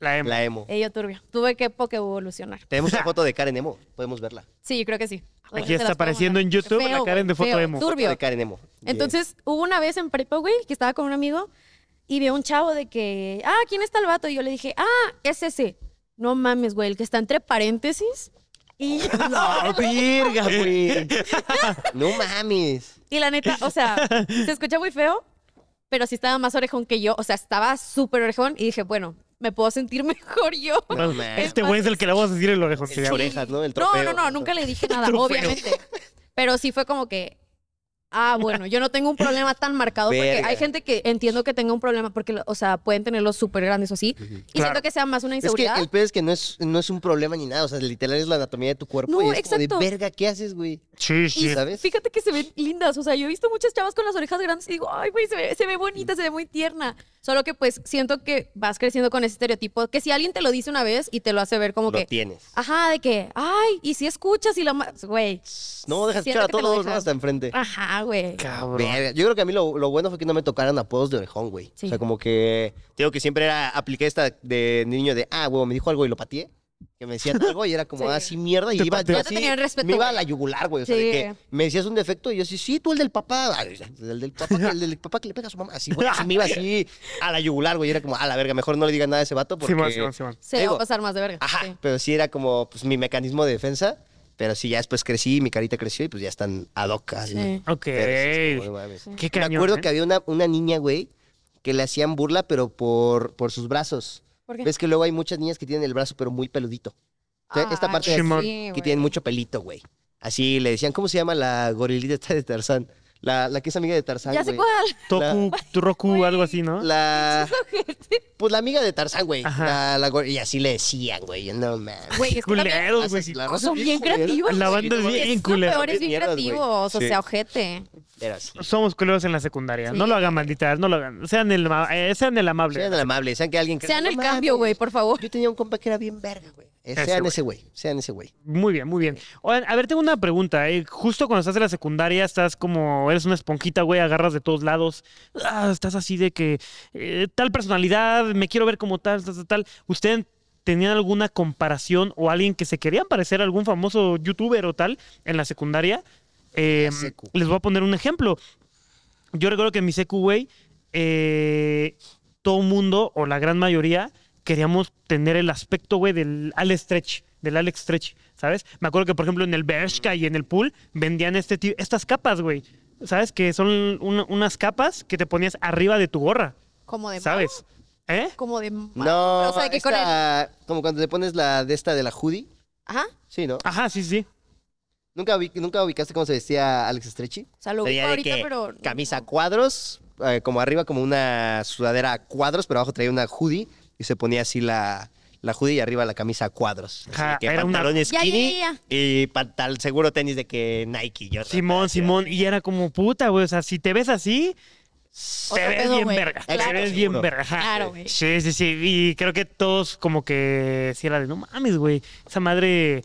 La M.
La emo.
Ella turbia. Tuve que poke evolucionar.
Tenemos una foto de Karen emo. Podemos verla.
Sí, creo que sí.
Aquí está
Se las puedo
apareciendo
mandar.
en YouTube la
Feo,
Karen de
güey,
foto
feo,
emo.
Foto
Turbio.
de Karen emo. Bien.
Entonces, hubo una vez en prepa, güey, que estaba con un amigo y veo un chavo de que, ah, ¿quién está el vato? Y yo le dije, ah, es ese. No mames, güey, el que está entre paréntesis. Y,
¡Ah, verga, güey! no mames.
y la neta, o sea, se escucha muy feo, pero sí estaba más orejón que yo. O sea, estaba súper orejón y dije, bueno, me puedo sentir mejor yo.
No mames.
Este güey es el que le vamos a decir el orejón.
Sus orejas, ¿no? El
No,
trofeo.
no, no, nunca le dije nada,
Trofeo.
obviamente. Pero sí fue como que, ah, bueno, yo no tengo un problema tan marcado porque
Verga.
hay gente que entiendo que tenga un problema porque, lo- o sea, pueden tenerlo súper grandes o así. Y
Claro.
siento que sea más una
Es que
inseguridad.
el pedo es que no es, no es un problema ni nada. O sea, literal es la anatomía de tu cuerpo.
No,
y es
exacto.
como de verga, ¿qué haces, güey?
Sí,
Y
sí.
¿Sabes?
fíjate que se ven lindas, o sea, yo he visto muchas chavas con las orejas grandes y digo, ay, güey, se ve, se ve bonita, se ve muy tierna. Solo que pues siento que vas creciendo con ese estereotipo, que si alguien te lo dice una vez y te lo hace ver como
Lo
que,
tienes.
ajá, de que, ay, y si escuchas y la... ma- Güey,
No, dejas escuchar
siento
a
que te lo
todos, ¿no?
dejan.
Hasta enfrente.
Ajá, güey.
Cabrón.
Verga, Yo creo que a mí lo, lo bueno fue que no me tocaran apodos de orejón, güey.
Sí.
O sea, como que. Te digo que siempre era. Apliqué esta de niño de. Ah, güey, me dijo algo y lo pateé. Que me decían algo y era como
Sí.
así mierda. Y
Te
iba
pateó.
yo
Ya te
así.
tenían respeto,
me iba
güey.
a la yugular, güey. O sea,
Sí.
de que me decías un defecto y yo sí, sí, tú el del papá. Ay, El del papá, que- el del papá que le pega a su mamá. Así, güey. así me iba así a la yugular, güey. Y era como, a la verga, mejor no le diga nada a ese vato porque.
Simón, Simón, Simón.
Se
Digo,
va a pasar más de verga.
Ajá,
sí.
pero sí era como pues, mi mecanismo de defensa. Pero sí, ya después crecí, mi carita creció y pues ya están ad hoc. así,
Sí.
¿no?
Ok.
Pero sí, es como, no mames.
Qué
Me
cañón.
acuerdo
¿eh?
que había una, una niña, güey, que le hacían burla, pero por, por sus brazos.
¿Por qué?
Ves que luego hay muchas niñas que tienen el brazo, pero muy peludito. O sea, Esta
Ay,
parte
sí,
de aquí,
Simón.
sí,
que
güey.
tienen mucho pelito, güey. Así le decían, ¿cómo se llama la gorilita esta de Tarzán? La, la que es amiga de Tarzán,
Ya sé
güey.
cuál.
Toku, Roku, algo así, ¿no?
La, pues la amiga de Tarzán, güey. La, la gor- y así le decían, güey. Yo, No mames.
Güey, es que también
Culeros, güey.
Haces la raza
son bien
culera.
creativos.
La
güey.
banda es bien
lo
culera.
peor, es bien
Mierdas, güey.
creativos, o
Sí.
sea, ojete.
Pero sí.
Somos culeros en la secundaria.
Sí.
No lo hagan, malditas, no lo hagan. Sean el, ma- eh, sean el amable.
Sean amables, sean que alguien... que-
Sean
No
el
mames,
cambio, güey, por favor.
Yo tenía un compa que era bien verga, güey. Eh,
Ese
Sean
güey.
ese güey, sean ese güey.
Muy bien, muy bien. Oigan, a ver, tengo una pregunta. eh. Justo cuando estás en la secundaria, estás como, eres una esponjita, güey, agarras de todos lados. Ah, estás así de que eh, tal personalidad, me quiero ver como tal, tal, tal, tal. ¿Ustedes tenían alguna comparación o alguien que se querían parecer a algún famoso youtuber o tal en la secundaria? Eh,
La secu.
les voy a poner un ejemplo. Yo recuerdo que en mi secu, güey, eh, todo mundo o la gran mayoría queríamos tener el aspecto, güey, del Al Stretch, del Alex Stretch, ¿sabes? Me acuerdo que, por ejemplo, en el Bershka y en el pool vendían este ti- estas capas, güey, ¿sabes? Que son un- unas capas que te ponías arriba de tu gorra,
Como de
¿sabes? ¿Eh?
Como de
No,
O sea, que con el...
esta- como cuando te pones la de esta de la hoodie.
Ajá.
Sí,
Ah.
¿no?
Ajá, sí, sí.
¿Nunca, ubi- ¿Nunca ubicaste cómo se vestía Alex Stretchy?
O sea, lo
Tenía
ubico
de
ahorita,
que
pero... no.
Camisa a cuadros, eh, como arriba como una sudadera a cuadros, pero abajo traía una hoodie y se ponía así la, la hoodie y arriba la camisa a cuadros. Así
Ajá,
de que
era una-
pantalón
Ya, ya,
skinny
ya, ya.
y pantal, seguro tenis de que Nike. Yo
Simón, Simón. Y era como puta, güey. O sea, si te ves así, te
Otro
ves
pedo,
bien
güey.
verga. Te
Claro.
ves bien
Seguro.
verga. ajá.
Claro, güey.
Sí, sí, sí. Y creo que todos como que sí era de no mames, güey. Esa madre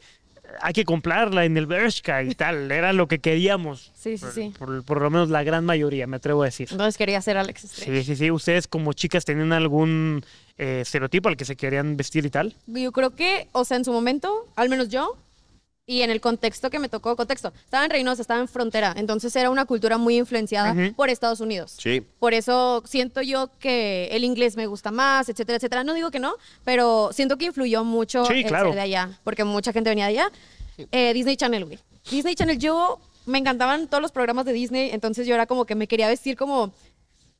hay que comprarla en el Bershka y tal. Era lo que queríamos.
Sí, sí, sí.
Por, por lo menos la gran mayoría, me atrevo a decir.
Entonces quería ser Alex Estrella.
Sí, sí, sí. ¿Ustedes como chicas tenían algún eh, estereotipo al que se querían vestir y tal?
Yo creo que, o sea, en su momento, al menos yo, y en el contexto que me tocó, contexto, estaba en Reynosa, estaba en frontera, entonces era una cultura muy influenciada
Ujú.
por Estados Unidos.
Sí.
Por eso siento yo que el inglés me gusta más, etcétera, etcétera. No digo que no, pero siento que influyó mucho
Sí,
el
claro.
ser de allá, porque mucha gente venía de allá. Eh, Disney Channel, güey. Disney Channel, yo me encantaban todos los programas de Disney, entonces yo era como que me quería vestir como,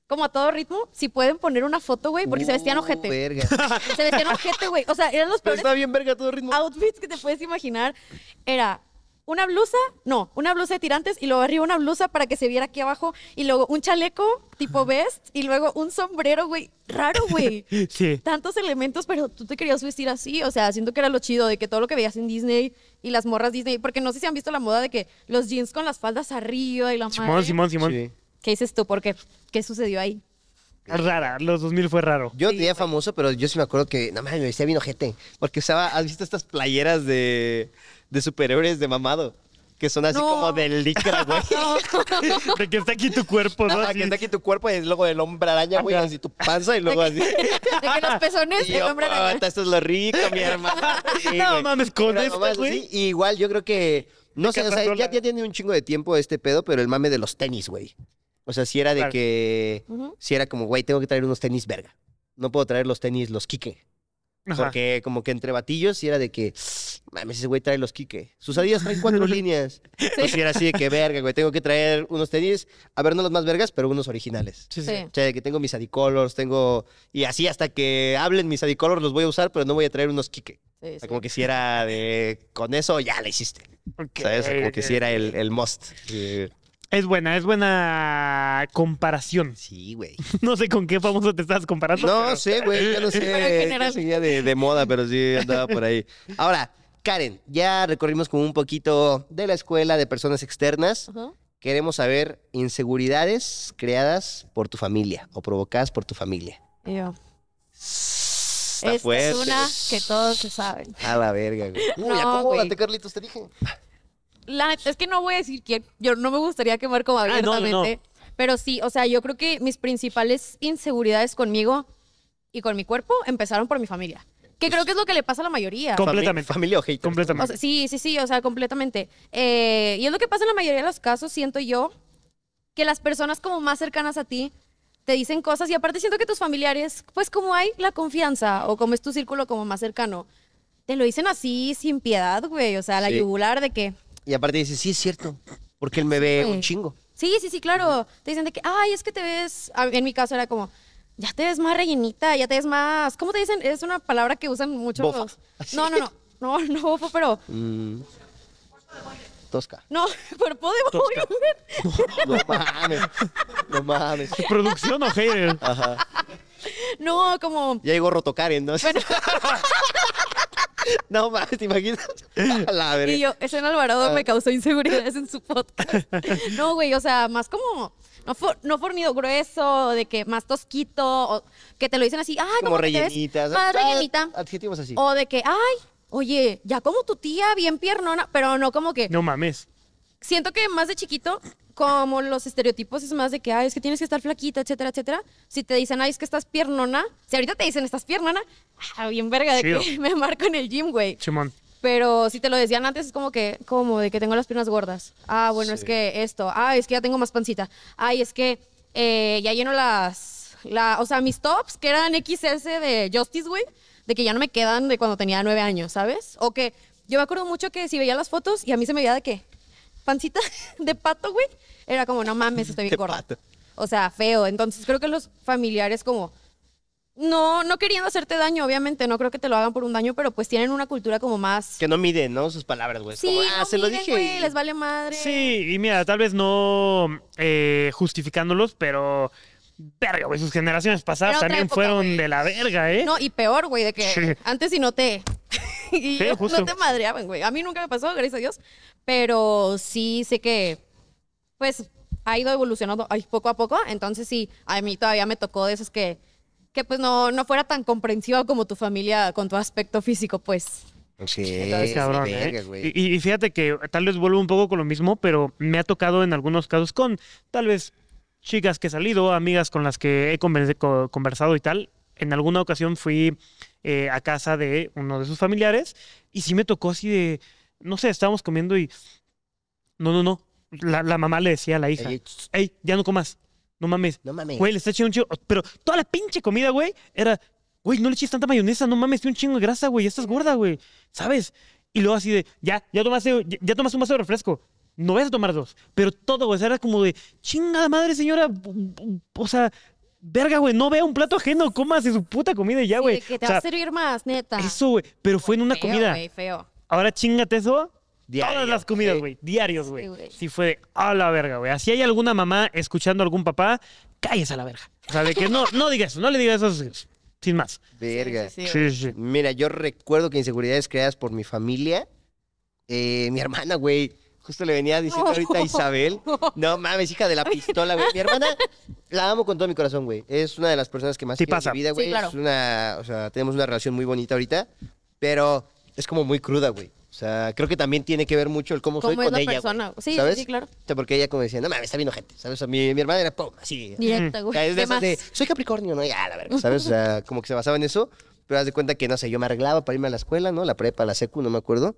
como a todo ritmo. Si pueden poner una foto, güey, porque se vestían
Uh,
ojete.
verga.
Se vestían ojete, güey. O sea, eran los
Pero
peores
está bien verga a todo ritmo.
outfits que te puedes imaginar. Era una blusa, no, una blusa de tirantes y luego arriba una blusa para que se viera aquí abajo y luego un chaleco tipo vest y luego un sombrero, güey. Raro, güey.
Sí.
Tantos elementos, pero tú te querías vestir así. O sea, siento que era lo chido de que todo lo que veías en Disney y las morras Disney, porque no sé si han visto la moda de que los jeans con las faldas arriba y la
Simón,
madre.
Simón, Simón.
Sí.
¿Qué dices tú? ¿Por qué? ¿Qué sucedió ahí?
Rara. Los 2000 fue raro.
Yo tenía famoso, pero yo sí me acuerdo que, no mames, me decía bien ojete. Porque usaba, ¿has visto estas playeras de, de superhéroes de mamado? Que son así
No.
como de licra, güey.
De que está aquí tu cuerpo, ¿no?
Ajá,
Así.
que está aquí tu cuerpo y es luego el hombre araña, güey, así tu panza y luego así.
De que los pezones
Y
de
yo,
hombre araña.
puta, esto es lo rico, mi hermano. Sí,
No
güey.
mames, con
Era
esto,
nomás
güey.
así. Y igual yo creo que, no sé, o sea,
Cazasola.
ya, ya tiene un chingo de tiempo este pedo, pero el mame de los tenis, güey. O sea, si era de
Claro.
que,
Ujú.
si era como, güey, tengo que traer unos tenis verga. No puedo traer los tenis, los Kike.
Ajá.
Porque como que entre batillos sí era de que, mames, ese güey trae los Quique. Sus adidas traen cuatro líneas. Entonces sí era así de que, verga, güey, tengo que traer unos tenis, a ver, no los más vergas, pero unos originales.
Sí, sí.
Sí.
O sea, de que tengo mis adicolors, tengo... Y así hasta que hablen mis adicolors los voy a usar, pero no voy a traer unos Quique. O
Sí, sí.
sea, como que si era de. Con eso ya la hiciste.
Ok,
¿Sabes? O sea, como que si
ok.
era el, el must. Eh,
Es buena, es buena comparación.
Sí, güey.
No sé con qué famoso te estás comparando.
No
pero-
sé, güey, ya no sé.
Pero en general.
Seguía de, de moda, pero sí andaba por ahí. Ahora, Karen, ya recorrimos como un poquito de la escuela de personas externas.
Ajá.
Queremos saber inseguridades creadas por tu familia o provocadas por tu familia.
Y yo,
Está
esta es una que todos se saben.
A la verga, güey. Uy,
No,
acomódate,
güey.
Carlitos, te dije.
La neta, es que no voy a decir quién. Yo no me gustaría quemar como
Ah, no, no, no.
abiertamente. Pero sí, o sea, yo creo que mis principales inseguridades conmigo y con mi cuerpo empezaron por mi familia. Que creo que es lo que le pasa a la mayoría.
Com- Completamente.
Fami- familia o haters.
Completamente.
O sea, sí, sí, sí, o sea, completamente. Eh, y es lo que pasa en la mayoría de los casos, siento yo, que las personas como más cercanas a ti te dicen cosas y aparte siento que tus familiares, pues como hay la confianza o como es tu círculo como más cercano, te lo dicen así sin piedad, güey, o sea, la
Sí.
yugular de que...
Y aparte dice, sí, es cierto, porque él me ve
Sí.
un chingo.
Sí, sí, sí, claro. Te dicen de que, ay, es que te ves, a- en mi caso era como, ya te ves más rellenita, ya te ves más, ¿cómo te dicen? Es una palabra que usan mucho
Bofa. Ah,
los... No, no, no, no, no, bofa, pero...
Mm. Tosca.
No, cuerpo de
Tosca.
boiler.
No mames. No mames.
¿Producción o hater?
Ajá.
No, como...
Ya llegó Rotokaren, ¿no? no mames, ¿te imaginas? A la verga.
Y yo, ese en Alvarado me causó inseguridades en su podcast. No, güey, o sea, más como... No, for- no fornido grueso, de que más tosquito, o que te lo dicen así, ay,
como
¿cómo que te ves
rellenitas.
Más
Ah,
rellenita.
Adjetivos así.
O de que, ay, oye, ya como tu tía, bien piernona, pero no como que...
No mames.
Siento que más de chiquito, como los estereotipos es más de que, ay, es que tienes que estar flaquita, etcétera, etcétera. Si te dicen, ay, es que estás piernona, si ahorita te dicen, estás piernona, ah, bien verga de
Chido.
que me marco en el gym, güey.
Chimón.
Pero si te lo decían antes, es como que, como de que tengo las piernas gordas. Ah, bueno, es
Sí.
que esto. Ah, es que ya tengo más pancita. Ay, es que eh, ya lleno las, la, o sea, mis tops que eran XS de Justice, güey, de que ya no me quedan de cuando tenía nueve años, ¿sabes? O que yo me acuerdo mucho que si veía las fotos y a mí se me veía de que pancita de pato, güey, era como, no mames, estoy bien
De
gorda.
pato.
O sea, feo. Entonces creo que los familiares como no, no queriendo hacerte daño, obviamente, no creo que te lo hagan por un daño, pero pues tienen una cultura como más.
Que no miden, ¿no? Sus palabras, güey. Es
Sí,
como,
no
ah, se lo
miren,
dije.
güey,
y-
les vale madre.
Sí, y mira, tal vez no eh, justificándolos, pero. Verga, güey, sus generaciones pasadas
Era otra
también
época,
fueron
güey.
de la verga, ¿eh?
No, y peor, güey, de que
Sí.
antes si no te. y
Sí,
no-
justo.
No te madreaban, güey. A mí nunca me pasó, gracias a Dios. Pero sí sé que. Pues ha ido evolucionando ay, poco a poco. Entonces sí, a mí todavía me tocó de esos que. Que pues no, no fuera tan comprensiva como tu familia con tu aspecto físico, pues.
Ok,
Entonces, cabrón, ¿eh?
verga, güey.
Y- y, y fíjate que tal vez vuelvo un poco con lo mismo, pero me ha tocado en algunos casos con tal vez chicas que he salido, amigas con las que he conven- co- conversado y tal. En alguna ocasión fui eh, a casa de uno de sus familiares y sí me tocó así de, no sé, estábamos comiendo y... No, no, no. La, la mamá le decía a la hija,
Ey, ch-
hey, ya no comas, no mames.
No mames.
Güey, le está echando un chingo. Pero toda la pinche comida, güey, era. Güey, no le eches tanta mayonesa, no mames, tiene un chingo de grasa, güey, ya estás gorda, güey. ¿Sabes? Y luego así de, ya, ya tomaste, ya, ya tomaste un vaso de refresco. No vas a tomar dos. Pero todo, güey, o sea, era como de, chingada madre, señora. bu- bu- O sea, verga, güey, no vea un plato ajeno, cómase su puta comida y ya,
Sí,
Eh, güey.
de que te
O sea,
va a servir más, neta.
eso, güey. Pero fue en una
Feo,
comida.
güey, feo.
Ahora chingate eso.
Diario,
Todas las comidas,
sí.
güey. Diarios, güey.
güey.
Sí fue de a la verga, güey. Si hay alguna mamá escuchando a algún papá, cállese a la verga. O sea, de que no, no diga eso, no le diga eso a sus hijos. Sin más.
Verga.
Sí, sí, sí.
Sí, sí.
Mira, yo recuerdo que inseguridades creadas por mi familia. eh, mi hermana, güey. Justo le venía diciendo
No.
ahorita a Isabel. No mames, hija de la pistola, güey. Mi hermana, la amo con todo mi corazón, güey. Es una de las personas que más
Sí
quiero
pasa.
en mi vida,
Sí,
güey.
claro.
Es una, o sea, tenemos una relación muy bonita ahorita, pero es como muy cruda, güey. O sea, creo que también tiene que ver mucho el cómo,
Cómo
soy
es
con
la
ella,
persona.
güey,
Sí, sí,
¿sabes?
sí, claro.
O sea, porque ella como decía, no mames, está bien ojete, ¿sabes? O sea, mi, mi hermana era, pum, así.
Directa,
O
güey.
sea, Mm. es de
¿Qué
esas
más?
de, soy Capricornio, ¿no? Ya, la verdad, ¿sabes? O sea, como que se basaba en eso. Pero haz de cuenta que, no sé, yo me arreglaba para irme a la escuela, ¿no? La prepa, la secu, no me acuerdo.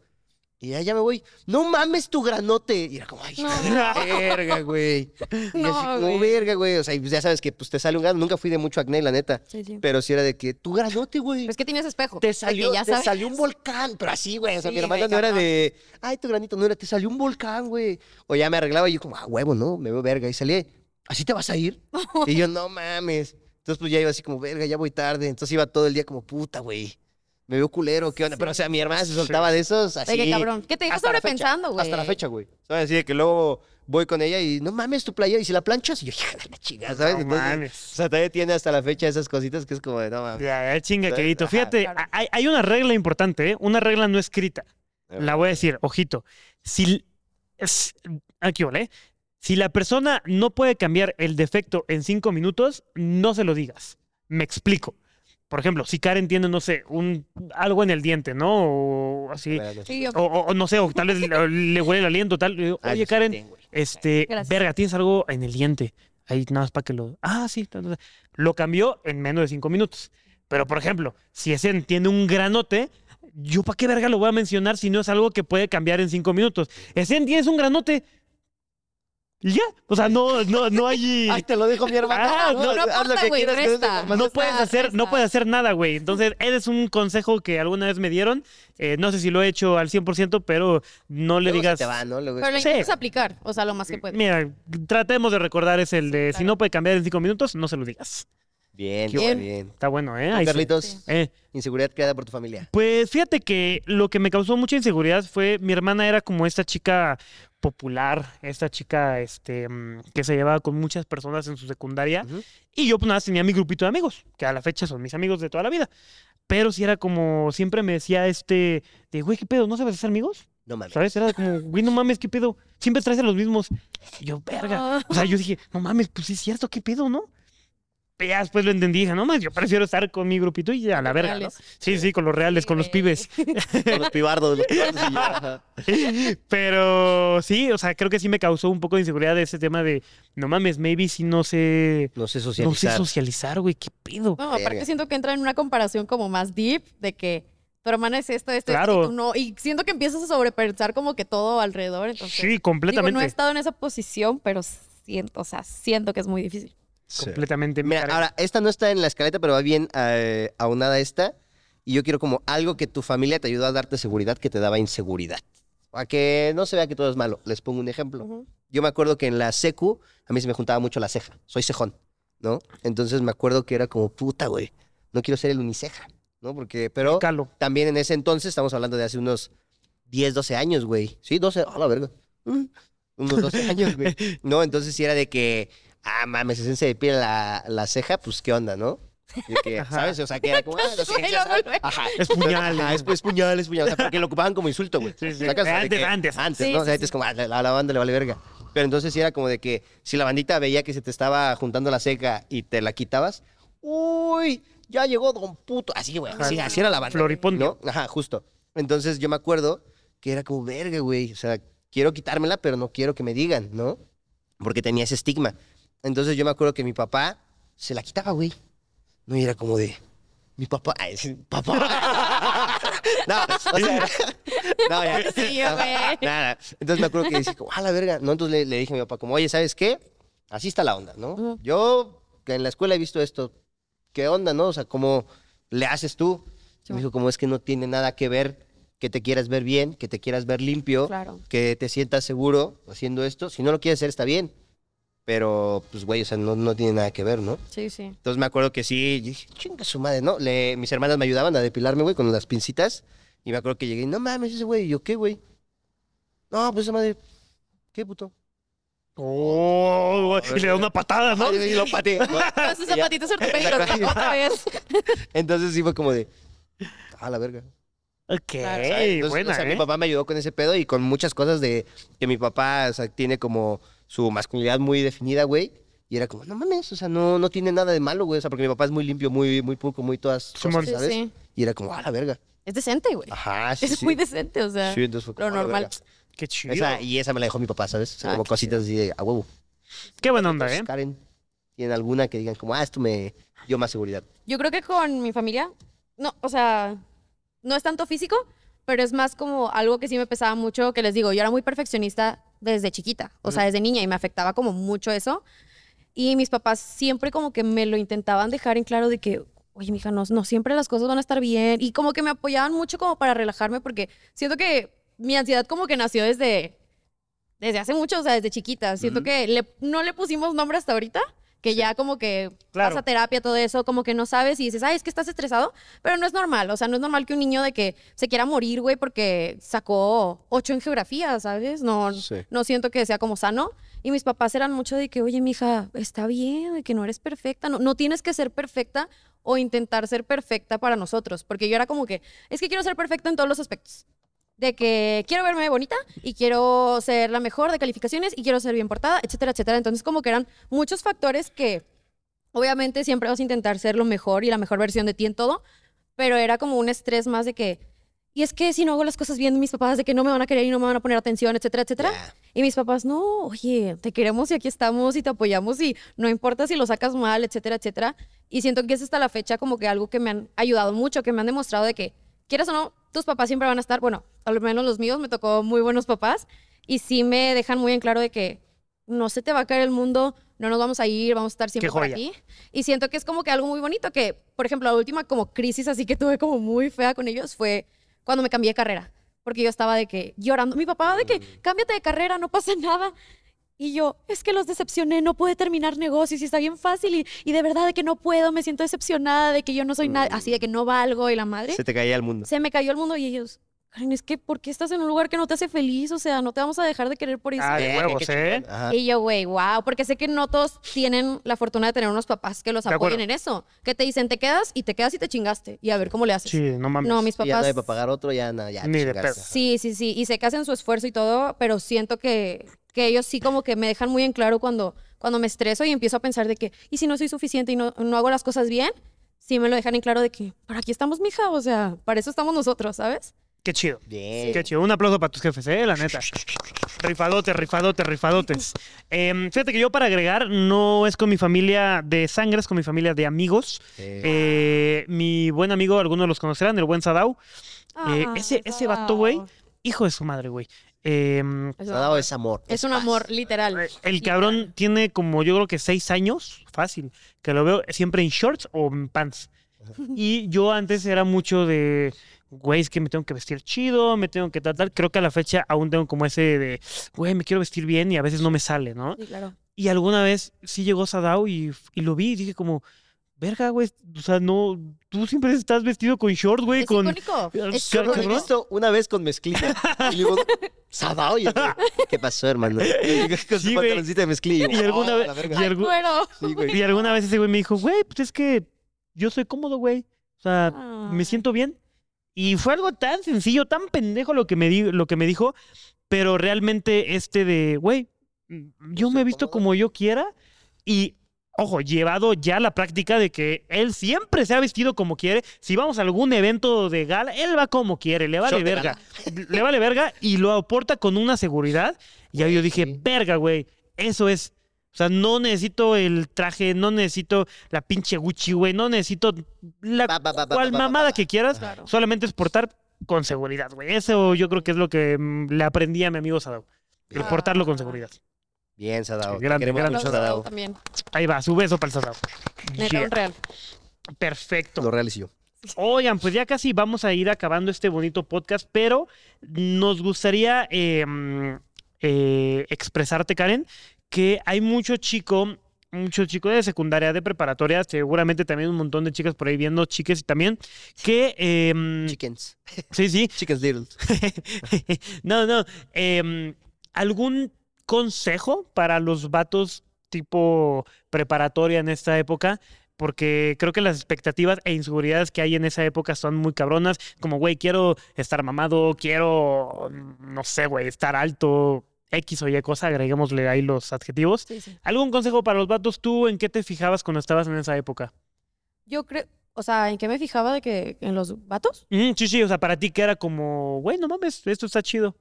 Y ya, ya me voy. ¡No mames tu granote! Y era como, ¡ay, hija de la verga, güey! Y
No,
así como,
güey.
verga, güey. O sea, y pues ya sabes que pues, te sale un grano. Nunca fui de mucho acné, la neta.
Sí, sí.
Pero sí era de que, ¡tu granote, güey!
Pero Pues, es que tienes espejo.
Te
de que
salió,
ya
te
sabes.
salió un volcán, pero así, güey. O sea,
Sí,
mi hermana
güey,
no era
cabrón.
de, ay, tu granito, no era, te salió un volcán, güey. O ya me arreglaba y yo como, ah, huevo, no, me veo verga. Y salí, ¿así te vas a ir? y yo, no mames. Entonces, pues ya iba así como, verga, ya voy tarde. Entonces iba todo el día como, puta, güey. me veo culero, ¿qué onda? Pero, o sea, mi hermana se soltaba de esos así.
De que cabrón. ¿Qué te dejas
hasta la fecha,
sobrepensando, güey?
Hasta la fecha, güey. ¿Sabes? Así de que luego voy con ella y no mames tu playera y si la planchas, y yo, hija de la chingada, ¿sabes?
No
Entonces,
mames.
O sea, todavía tiene hasta la fecha esas cositas que es como de no mames.
Ya, ya, chinga,
Ajá.
querido. Fíjate,
Claro.
hay, hay una regla importante, ¿eh? una regla no escrita.
A ver.
La voy a decir, ojito. Si, es- ah, aquí, ¿vale? ¿eh? Si la persona no puede cambiar el defecto en cinco minutos, no se lo digas. Me explico. Por ejemplo, si Karen tiene, no sé, un, algo en el diente, ¿no? O así.
Espérate.
Sí, yo-
O, o- o no sé, o tal vez le, le huele el aliento, tal. le digo,
Ah,
Oye,
yo sí
Karen,
tengo, güey.
este,
Gracias.
verga, tienes algo en el diente. Ahí nada más para que lo. Ah, sí. ta, ta, ta. Lo cambió en menos de cinco minutos. Pero, por ejemplo, si ese tiene un granote, ¿yo para qué verga lo voy a mencionar si no es algo que puede cambiar en cinco minutos? Ese tienes un granote. Y ya. O sea, no, no, no hay.
Ay, te lo dijo mi hermana.
Ah,
no, no
Haz lo
aporta,
que
güey,
quieras con esa
resta.
información.
No
Resta,
puedes hacer, no
resta.
puedes hacer nada, güey. Entonces, ese es un consejo que alguna vez me dieron. Eh, no sé si lo he hecho al 100%, pero no le
Luego se
digas.
te va, ¿no? Luego-
Pero lo
Sí.
intentas aplicar, o sea, lo más que puedes.
Mira, tratemos de recordar es el de si
claro.
no puede cambiar en cinco minutos, no se lo digas.
Bien,
Qué
bien,
bueno.
bien.
Está bueno, ¿eh?
Tú,
Ahí sí.
Carlitos,
Sí.
Eh,
inseguridad creada por tu familia.
pues fíjate que lo que me causó mucha inseguridad fue mi hermana era como esta chica popular, esta chica este mm, que se llevaba con muchas personas en su secundaria
Ujú.
y yo pues nada, más tenía mi grupito de amigos, que a la fecha son mis amigos de toda la vida. Pero si era como siempre me decía este de güey, ¿qué pedo? ¿No sabes hacer amigos?
No mames.
¿Sabes? Era como, güey, no mames, ¿qué pedo? Siempre traes a los mismos. Y yo, verga.
Ah,
O sea, yo dije, no mames, pues sí es cierto, qué pedo, ¿no? Pero ya después lo entendí, dije, no mames, yo prefiero estar con mi grupito y a la verga, ¿no?
reales.
Sí, sí, con los reales,
Sí,
con los
güey.
pibes.
Con los pibardos. Los pibardos y yo, ajá.
Pero sí, o sea, creo que sí me causó un poco de inseguridad ese tema de, no mames, maybe si no sé,
No sé
no sé
socializar.
socializar, güey, qué pedo.
No, aparte
Verga.
siento que entra en una comparación como más deep de que tu hermana es esto, esto,
Claro.
esto, y tú no. Y siento que empiezas a sobrepensar como que todo alrededor. Entonces,
Sí,
digo, no he
completamente.
estado en esa posición, pero siento, o sea, siento que es muy difícil.
Completamente. mi
Mira,
Karen.
ahora, esta no está en la escaleta, pero va bien eh, aunada esta. Y yo quiero como algo que tu familia te ayudó a darte seguridad que te daba inseguridad. A que no se vea que todo es malo. Les pongo un ejemplo.
Ujú.
Yo me acuerdo que en la secu a mí se me juntaba mucho la ceja. Soy cejón, ¿no? Entonces me acuerdo que era como, puta, güey, no quiero ser el uniceja, ¿no? Porque, pero
Calo.
también en ese entonces, estamos hablando de hace unos 10, 12 años, güey. Sí, 12, a la verga. Mm, Unos 12 años, güey. No, entonces sí era de que, ah, mames, esencia de piel la, la ceja, pues qué onda, ¿no? De que,
Ajá.
¿Sabes? O sea, que era como, ah, la
Y
ciencia,
luego,
¿sabes?
luego.
Ajá.
Es puñal.
Ajá, es, es puñal, es puñal. O sea, porque lo ocupaban como insulto, güey.
Sí, sí.
¿Sacas? De
Antes,
que-
antes.
Antes,
Sí,
¿no? O sea,
sí, sí.
es como, ah, la, la- la banda le vale verga. Pero entonces sí era como de que si la bandita veía que se te estaba juntando la ceja y te la quitabas, uy, ya llegó don puto. Así, güey, así, así era la banda.
Floripondio.
¿No? Ajá, justo. Entonces yo me acuerdo que era como, verga, güey. O sea, quiero quitármela, pero no quiero que me digan, ¿no? Porque tenía ese estigma. Entonces yo me acuerdo que mi papá se la quitaba, güey. No, y era como de, mi papá, ay, sí, papá. no, o sea, no, ya.
Sí, güey.
Nada. Entonces me acuerdo que dije, como, a la verga. No, entonces le, le dije a mi papá, como, oye, ¿sabes qué? Así está la onda, ¿no?
Ujú.
Yo en la escuela he visto esto. ¿Qué onda, no? O sea, ¿cómo le haces tú?
Sí.
Me dijo, como es que no tiene nada que ver que te quieras ver bien, que te quieras ver limpio,
Claro.
que te sientas seguro haciendo esto. Si no lo quieres hacer, está bien. Pero, pues, güey, o sea, no, no tiene nada que ver, ¿no?
Sí, sí.
Entonces me acuerdo que sí, yo dije, chinga su madre, ¿no? Le- mis hermanas me ayudaban a depilarme, güey, con las pincitas. Y me acuerdo que llegué, y, no mames, ese güey, y yo, ¿qué, güey? No, pues esa madre, ¿qué puto?
Oh, güey, y le da una patada, ¿no?
Ay, güey, lo pateé. ¿no?
Entonces,
Y Ah, ya.
zapatitos ortopédicos,
Exacto. Ah,
¿no? otra vez.
Entonces sí fue como de, a la verga.
Ok,
¿sabes? Entonces,
buena,
o sea,
¿eh?
mi papá me ayudó con ese pedo y con muchas cosas de que mi papá, o sea, tiene como su masculinidad muy definida, güey. Y era como, no mames, o sea, no, no tiene nada de malo, güey. O sea, porque mi papá es muy limpio, muy, muy pulcro, muy todas cosas,
Simón.
Sí,
¿sabes?
sí.
Y era como, a la verga.
Es decente, güey.
Ajá, sí,
Es
sí.
muy decente, o sea.
Sí, entonces fue como,
lo
"A la
normal.
verga".
Qué chido.
Esa, y esa me la dejó mi papá, ¿sabes? O sea,
Ah,
como
qué
cositas así de a huevo.
Qué buena onda, ¿eh?
Entonces, Karen, ¿tienen alguna que digan como, ah, esto me dio más seguridad?
Yo creo que con mi familia, no, o sea, no es tanto físico, pero es más como algo que sí me pesaba mucho, que les digo, yo era muy perfeccionista desde chiquita, o sea, desde niña y me afectaba como mucho eso. Y mis papás siempre como que me lo intentaban dejar en claro de que, oye, mija, no, no siempre las cosas van a estar bien. Y como que me apoyaban mucho como para relajarme porque siento que mi ansiedad como que nació desde, desde hace mucho, o sea, desde chiquita. Siento que le- no le pusimos nombre hasta ahorita que ya como que
Claro.
vas a terapia, todo eso, como que no sabes y dices, ay, es que estás estresado, pero no es normal, o sea, no es normal que un niño de que se quiera morir, güey, porque sacó ocho en geografía, ¿sabes? No,
Sí.
no siento que sea como sano. Y mis papás eran mucho de que, oye, mija, está bien, de que no eres perfecta, no, no tienes que ser perfecta o intentar ser perfecta para nosotros, porque yo era como que, es que quiero ser perfecta en todos los aspectos. De que quiero verme bonita y quiero ser la mejor de calificaciones y quiero ser bien portada, etcétera, etcétera. Entonces, como que eran muchos factores que obviamente siempre vas a intentar ser lo mejor y la mejor versión de ti en todo, pero era como un estrés más de que, y es que si no hago las cosas bien, mis papás de que no me van a querer y no me van a poner atención, etcétera, etcétera. Y mis papás, no, oye, te queremos y aquí estamos y te apoyamos y no importa si lo sacas mal, etcétera, etcétera. Y siento que es hasta la fecha como que algo que me han ayudado mucho, que me han demostrado de que, quieras o no, tus papás siempre van a estar, bueno, al menos los míos, me tocó muy buenos papás y sí me dejan muy en claro de que no se te va a caer el mundo, no nos vamos a ir, vamos a estar siempre
Qué
por
joya.
aquí. Y siento que es como que algo muy bonito, que por ejemplo la última como crisis así que tuve como muy fea con ellos fue cuando me cambié de carrera, porque yo estaba de que llorando, mi papá de que
Mm.
cámbiate de carrera, no pasa nada. Y yo, es que los decepcioné, no pude terminar negocios y está bien fácil y, y de verdad de que no puedo, me siento decepcionada de que yo no soy nada, así de que no valgo y la madre.
Se te caía el mundo.
Se me cayó el mundo y ellos, Karen, es que ¿por qué estás en un lugar que no te hace feliz? O sea, no te vamos a dejar de querer por eso.
Ah, de
Eh,
huevos,
qué
¿eh?
chingón. Ajá.
Y yo, güey, wow, porque sé que no todos tienen la fortuna de tener unos papás que los
De acuerdo.
apoyen en eso, que te dicen, te quedas y te quedas y te chingaste y a ver cómo le haces.
Sí, no mames.
no, mis
Y ya no
papás.
hay para pagar otro, ya nada, ya.
Ni de
chingarse.
pedo.
sí, sí, sí, y sé que hacen su esfuerzo y todo, pero siento que, que ellos sí como que me dejan muy en claro cuando, cuando me estreso y empiezo a pensar de que, ¿y si no soy suficiente y no, no hago las cosas bien? Sí me lo dejan en claro de que, para aquí estamos, mija, o sea, para eso estamos nosotros, ¿sabes?
Qué chido.
Bien.
Qué chido. Un aplauso para tus jefes, ¿eh? La neta. Rifadotes, rifadotes, rifadotes. Em, fíjate que yo, para agregar, no es con mi familia de sangre, es con mi familia de amigos.
Sí.
Eh, mi buen amigo, algunos los conocerán, el buen Sadao. Eh,
Ah,
ese, ese
Sadao.
vato, güey, hijo de su madre, güey. Em,
Es
Ha dado ese amor.
Es
esa
un
paz.
amor, literal.
Eh, El cabrón tiene como yo creo que seis años, fácil, que lo veo eh, siempre en shorts o en pants. Y yo antes era mucho de, güey, es que me tengo que vestir chido, me tengo que tratar. Creo que a la fecha aún tengo como ese de, güey, me quiero vestir bien y a veces no me sale, ¿no?
Sí, claro.
Y alguna vez sí llegó Sadao y, y lo vi y dije como, verga, güey, o sea, no, tú siempre estás vestido con shorts, güey,
Es
con...
icónico. Es
Car-
Lo he
cabrón.
icónico.
visto una vez con mezclilla. Y le digo, Sadao, y yo, ¿qué pasó, hermano? con
Sí,
su
güey.
pantaloncita de mezclilla.
Y alguna
"Oh,
vez-
la verga".
y algu-
Bueno.
Sí, güey.
Y alguna vez ese güey me dijo, güey, pues es que yo soy cómodo, güey. O sea, Ah, me
Ay.
siento bien. Y fue algo tan sencillo, tan pendejo lo que me, di- lo que me dijo, pero realmente este de, güey, yo me
soy
he visto
cómodo.
como yo quiera y, ojo, llevado ya la práctica de que él siempre se ha vestido como quiere. Si vamos a algún evento de gala, él va como quiere, le vale
Short de
verga. Le vale verga y lo aporta con una seguridad. Y ahí yo dije,
sí.
verga, güey, eso es. O sea, no necesito el traje, no necesito la pinche Gucci, güey, no necesito la
Pa, pa, pa, pa,
cual
pa, pa,
mamada
pa.
que quieras,
Claro.
solamente es portar con seguridad, güey. Eso yo creo que es lo que mm, le aprendí a mi amigo Sadao. El
Ah.
portarlo con seguridad.
Bien, Sadao.
Sí, grande,
Queremos
grande.
mucho,
Aplausos a todos
Sadao.
también.
Ahí va, su beso para el Sadao.
Neta,
Yeah,
un real.
perfecto.
Lo realizó.
Oigan, pues ya casi vamos a ir acabando este bonito podcast, pero nos gustaría eh, mm, eh, expresarte, Karen, que hay mucho chico, mucho chico de secundaria, de preparatoria, seguramente también un montón de chicas por ahí viendo, chiques y también, que... eh, mm,
Chickens.
sí, sí,
Chickens little.
no, no. em, ¿Algún consejo para los vatos tipo preparatoria en esta época? Porque creo que las expectativas e inseguridades que hay en esa época son muy cabronas. Como, güey, quiero estar mamado, quiero, no sé, güey, estar alto, X o Y cosa, agreguémosle ahí los adjetivos.
Sí, sí.
¿Algún consejo para los vatos? ¿Tú en qué te fijabas cuando estabas en esa época?
Yo creo, o sea, ¿en qué me fijaba de que en los vatos?
Mm, sí, sí, o sea, para ti que era como, güey, no mames, esto está chido.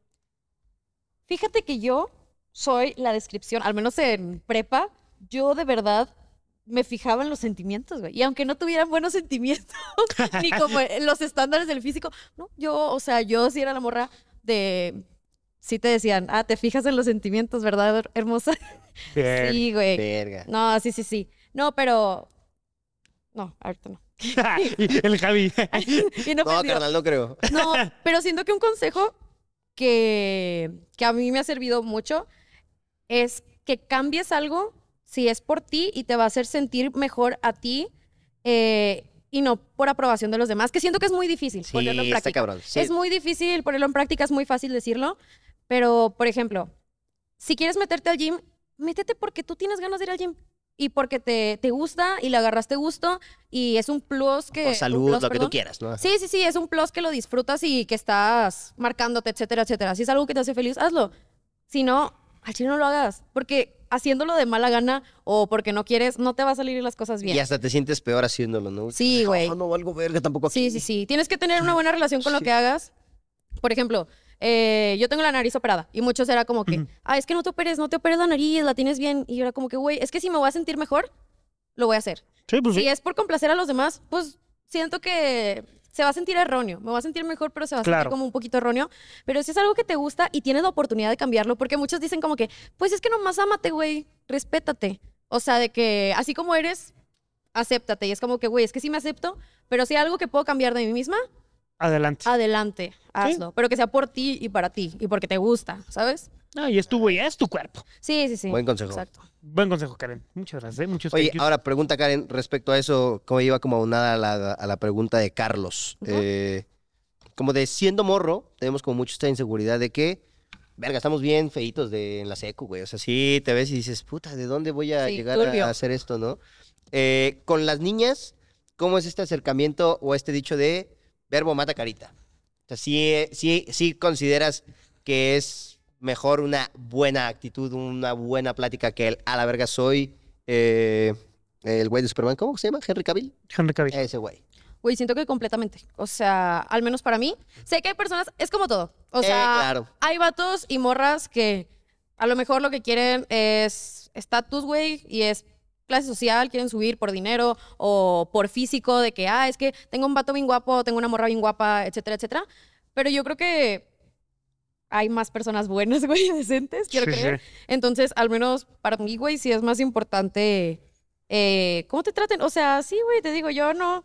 Fíjate que yo soy la descripción, al menos en prepa, yo de verdad me fijaba en los sentimientos, güey. Y aunque no tuvieran buenos sentimientos, ni como en los estándares del físico, no, yo, o sea, yo sí era la morra de... Sí te decían, ah, te fijas en los sentimientos, ¿verdad, hermosa?
Bien.
Sí, güey.
Verga.
No, sí, sí, sí. No, pero... No, ahorita no.
el Javi.
Y no,
No, carnal, no creo.
No, pero siento que un consejo que, que a mí me ha servido mucho es que cambies algo si es por ti y te va a hacer sentir mejor a ti eh, y no por aprobación de los demás, que siento que es muy difícil
Sí,
ponerlo en
está
práctica.
cabrón. Sí.
Es muy difícil ponerlo en práctica, es muy fácil decirlo, pero por ejemplo, si quieres meterte al gym, métete porque tú tienes ganas de ir al gym y porque te, te gusta y le agarraste gusto y es un plus que...
o
un
salud,
plus,
lo que tú
perdón.
quieras, ¿no?
Sí, sí, sí, es un plus que lo disfrutas y que estás marcándote, etcétera, etcétera. Si es algo que te hace feliz, hazlo. Si no, al chile no lo hagas, porque haciéndolo de mala gana o porque no quieres, no te va a salir las cosas bien.
Y hasta te sientes peor haciéndolo, ¿no? Ah,
Sí, güey.
No, no, algo verga tampoco aquí.
Sí, sí, sí. Tienes que tener una buena relación con lo
Sí.
que hagas. Por ejemplo, eh, yo tengo la nariz operada y muchos era como que,
Ujú.
ah, es que no te operes, no te operes la nariz, la tienes bien. Y yo era como que, güey, es que si me voy a sentir mejor, lo voy a hacer.
Sí, pues sí.
Si es por complacer a los demás, pues siento que se va a sentir erróneo. Me va a sentir mejor, pero se va a
Claro.
sentir como un poquito erróneo. Pero si es algo que te gusta y tienes la oportunidad de cambiarlo, porque muchos dicen como que, pues es que nomás ámate, güey, respétate. O sea, de que así como eres, acéptate. Y es como que, güey, es que sí me acepto, pero si hay algo que puedo cambiar de mí misma,
Adelante.
Ah. adelante, hazlo. Pero que sea por ti y para ti y porque te gusta, ¿sabes?
No, y es tu güey, es tu cuerpo.
Sí, sí, sí.
Buen consejo.
Exacto.
Buen consejo, Karen. Muchas gracias. ¿eh? Muchos
Oye,
thank yous.
ahora pregunta Karen, respecto a eso, ¿cómo iba como aunada a la, a la pregunta de Carlos?
Ujú.
Eh, como de siendo morro, tenemos como mucho esta inseguridad de que, verga, estamos bien feitos de, en la secu, güey. O sea, sí te ves y dices, puta, ¿de dónde voy a
Sí,
llegar a-
turbio.
a hacer esto, no? Eh, con las niñas, ¿cómo es este acercamiento o este dicho de verbo mata carita? O sea, sí, eh, sí, sí consideras que es mejor una buena actitud, una buena plática que el a la verga soy eh, el güey de Superman. ¿Cómo se llama? ¿Henry Cavill?
Henry Cavill.
Ese güey.
Güey, siento que completamente. O sea, al menos para mí. Sé que hay personas, es como todo. O
Eh,
sea,
claro.
hay vatos y morras que a lo mejor lo que quieren es estatus, güey, y es clase social, quieren subir por dinero o por físico, de que, ah, es que tengo un vato bien guapo, tengo una morra bien guapa, etcétera, etcétera. Pero yo creo que hay más personas buenas, güey, decentes, quiero
Sí, sí.
creer. Entonces, al menos para mí, güey, sí es más importante eh, cómo te traten. O sea, sí, güey, te digo, yo no,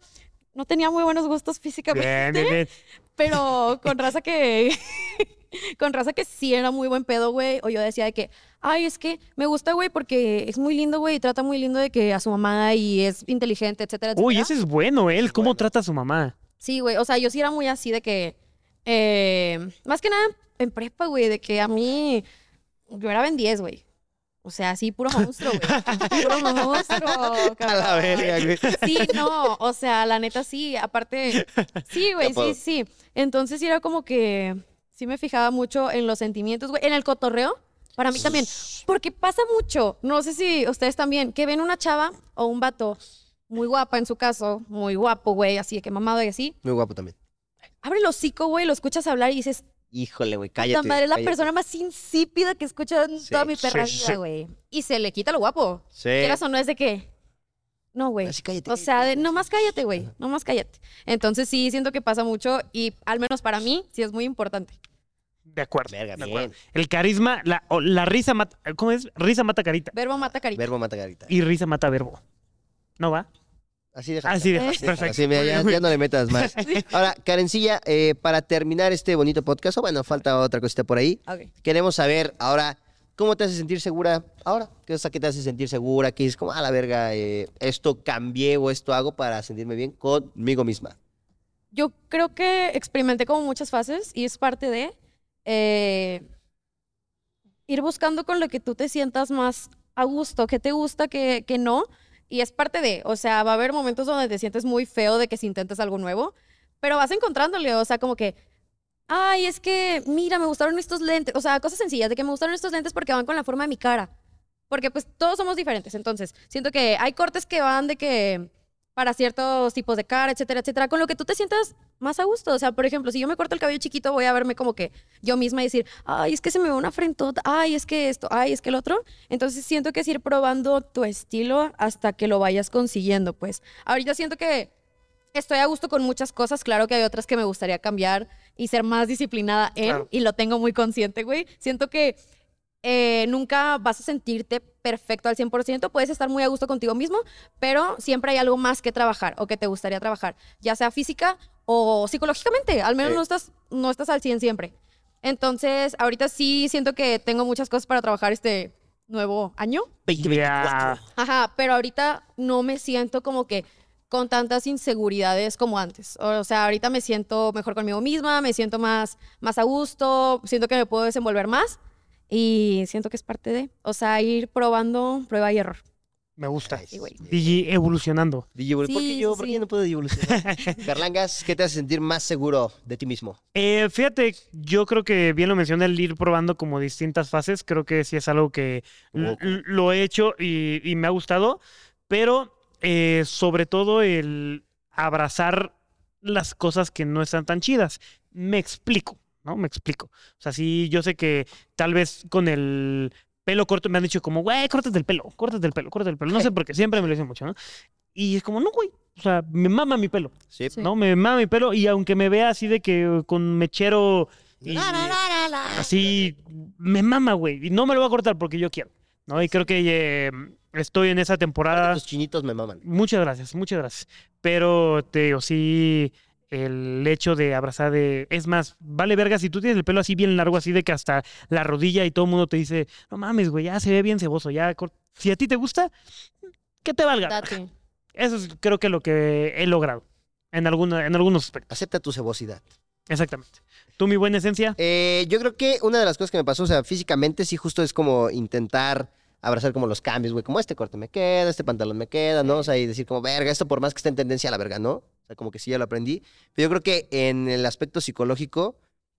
no tenía muy buenos gustos físicamente
Bien, bien, bien.
pero con raza que con raza que sí era muy buen pedo, güey, o yo decía de que, ay, es que me gusta, güey, porque es muy lindo, güey, y trata muy lindo de que a su mamá y es inteligente, etcétera,
Uy,
etcétera.
ese es bueno, él. ¿Cómo trata a su mamá?
Sí, güey, o sea, yo sí era muy así de que eh, más que nada en prepa, güey, de que a mí yo era Ben 10, güey. O sea, así puro monstruo, güey. Puro monstruo.
A la
cabrón.
verga, güey.
Sí, no, o sea, la neta sí, aparte, sí, güey,
apodo.
sí, sí. Entonces sí era como que sí me fijaba mucho en los sentimientos, güey, en el cotorreo, para mí también, porque pasa mucho, no sé si ustedes también, que ven una chava o un vato muy guapa en su caso, muy guapo, güey, así de que mamado y así,
Muy guapo también.
abre el hocico, güey, lo escuchas hablar y dices,
Híjole, güey,
la
cállate.
madre es la
cállate.
persona más insípida que he escuchado en
Sí, Eh.
toda mi perra
sí, sí.
vida, güey. Y se le quita lo guapo. Quieras
Sí.
o no, es de que. No, güey.
Así cállate.
Pues, O sea, de, nomás cállate, güey. Nomás cállate. Entonces sí, siento que pasa mucho y al menos para mí sí es muy importante.
De acuerdo.
Verga,
de
bien.
acuerdo. El carisma, la, o la risa mata. ¿Cómo es? Risa mata carita.
Verbo mata carita.
Verbo mata carita.
Y risa mata verbo. ¿No va?
Así deja.
Así de.
Eh.
Perfecto.
Así, mira, ya, ya no le metas más. Ahora, Karencilla, eh, para terminar este bonito podcast, o bueno, falta otra cosita por ahí.
Ok.
Queremos saber ahora, ¿cómo te hace sentir segura ahora? ¿Qué cosa que te hace sentir segura? Que es como, a la verga, eh, esto cambié o esto hago para sentirme bien conmigo misma.
Yo creo que experimenté como muchas fases y es parte de eh, ir buscando con lo que tú te sientas más a gusto, que te gusta, que, que no. Y es parte de, o sea, va a haber momentos donde te sientes muy feo de que si intentas algo nuevo, pero vas encontrándole, o sea, como que, ay, es que, mira, me gustaron estos lentes, o sea, cosas sencillas, de que me gustaron estos lentes porque van con la forma de mi cara. Porque pues todos somos diferentes, entonces siento que hay cortes que van de que para ciertos tipos de cara, etcétera, etcétera, con lo que tú te sientas más a gusto. O sea, por ejemplo, si yo me corto el cabello chiquito, voy a verme como que yo misma y decir, ay, es que se me ve una frentota, ay, es que esto, ay, es que el otro. Entonces siento que es ir probando tu estilo hasta que lo vayas consiguiendo, pues. Ahorita siento que estoy a gusto con muchas cosas, claro que hay otras que me gustaría cambiar y ser más disciplinada en,
Claro.
y lo tengo muy consciente, güey. Siento que eh, nunca vas a sentirte perfecto al 100%, puedes estar muy a gusto contigo mismo, pero siempre hay algo más que trabajar o que te gustaría trabajar, ya sea física o psicológicamente, al menos
Sí.
no, estás, no estás al 100 siempre. Entonces, ahorita sí siento que tengo muchas cosas para trabajar este nuevo año.
2024.
Ajá, pero ahorita no me siento como que con tantas inseguridades como antes. O sea, ahorita me siento mejor conmigo misma, me siento más, más a gusto, siento que me puedo desenvolver más y siento que es parte de, o sea, ir probando prueba y error.
Me gusta.
Nice.
Sí, güey.
DJ evolucionando.
DJ, ¿por qué
Sí,
yo?
sí,
¿Por
sí.
qué no puedo evolucionar? Carlangas, ¿qué te hace sentir más seguro de ti mismo?
Eh, fíjate, yo creo que bien lo menciona el ir probando como distintas fases. Creo que sí es algo que l-
Ojo.
l- lo he hecho y, y me ha gustado. Pero eh, sobre todo el abrazar las cosas que no están tan chidas. Me explico, ¿no? Me explico. O sea, sí, yo sé que tal vez con el pelo corto me han dicho como, güey, córtate el pelo, córtate el pelo, córtate el pelo. No sé por qué, siempre me lo dicen mucho, ¿no? Y es como, no, güey. O sea, me mama mi pelo.
Sí.
Sí.
¿no? Me mama mi pelo y aunque me vea así de que eh, con mechero y así, me mama, güey. Y no me lo va a cortar porque yo quiero, ¿no? Y creo que eh, estoy en esa temporada.
Tus chinitos me maman.
Muchas gracias, muchas gracias. Pero te digo, sí, el hecho de abrazar de... Es más, vale verga si tú tienes el pelo así bien largo, así de que hasta la rodilla y todo el mundo te dice, no mames, güey, ya se ve bien ceboso, ya... cor- Si a ti te gusta, que te valga.
Date.
Eso es creo que lo que he logrado en, alguna, en algunos aspectos.
Acepta tu cebosidad.
Exactamente. Tú, mi buena esencia,
Eh, yo creo que una de las cosas que me pasó, o sea, físicamente sí justo es como intentar abrazar como los cambios, güey, como este corte me queda, este pantalón me queda, ¿no? O sea, y decir como, verga, esto por más que esté en tendencia a la verga, ¿no? O sea, como que sí ya lo aprendí. Pero yo creo que en el aspecto psicológico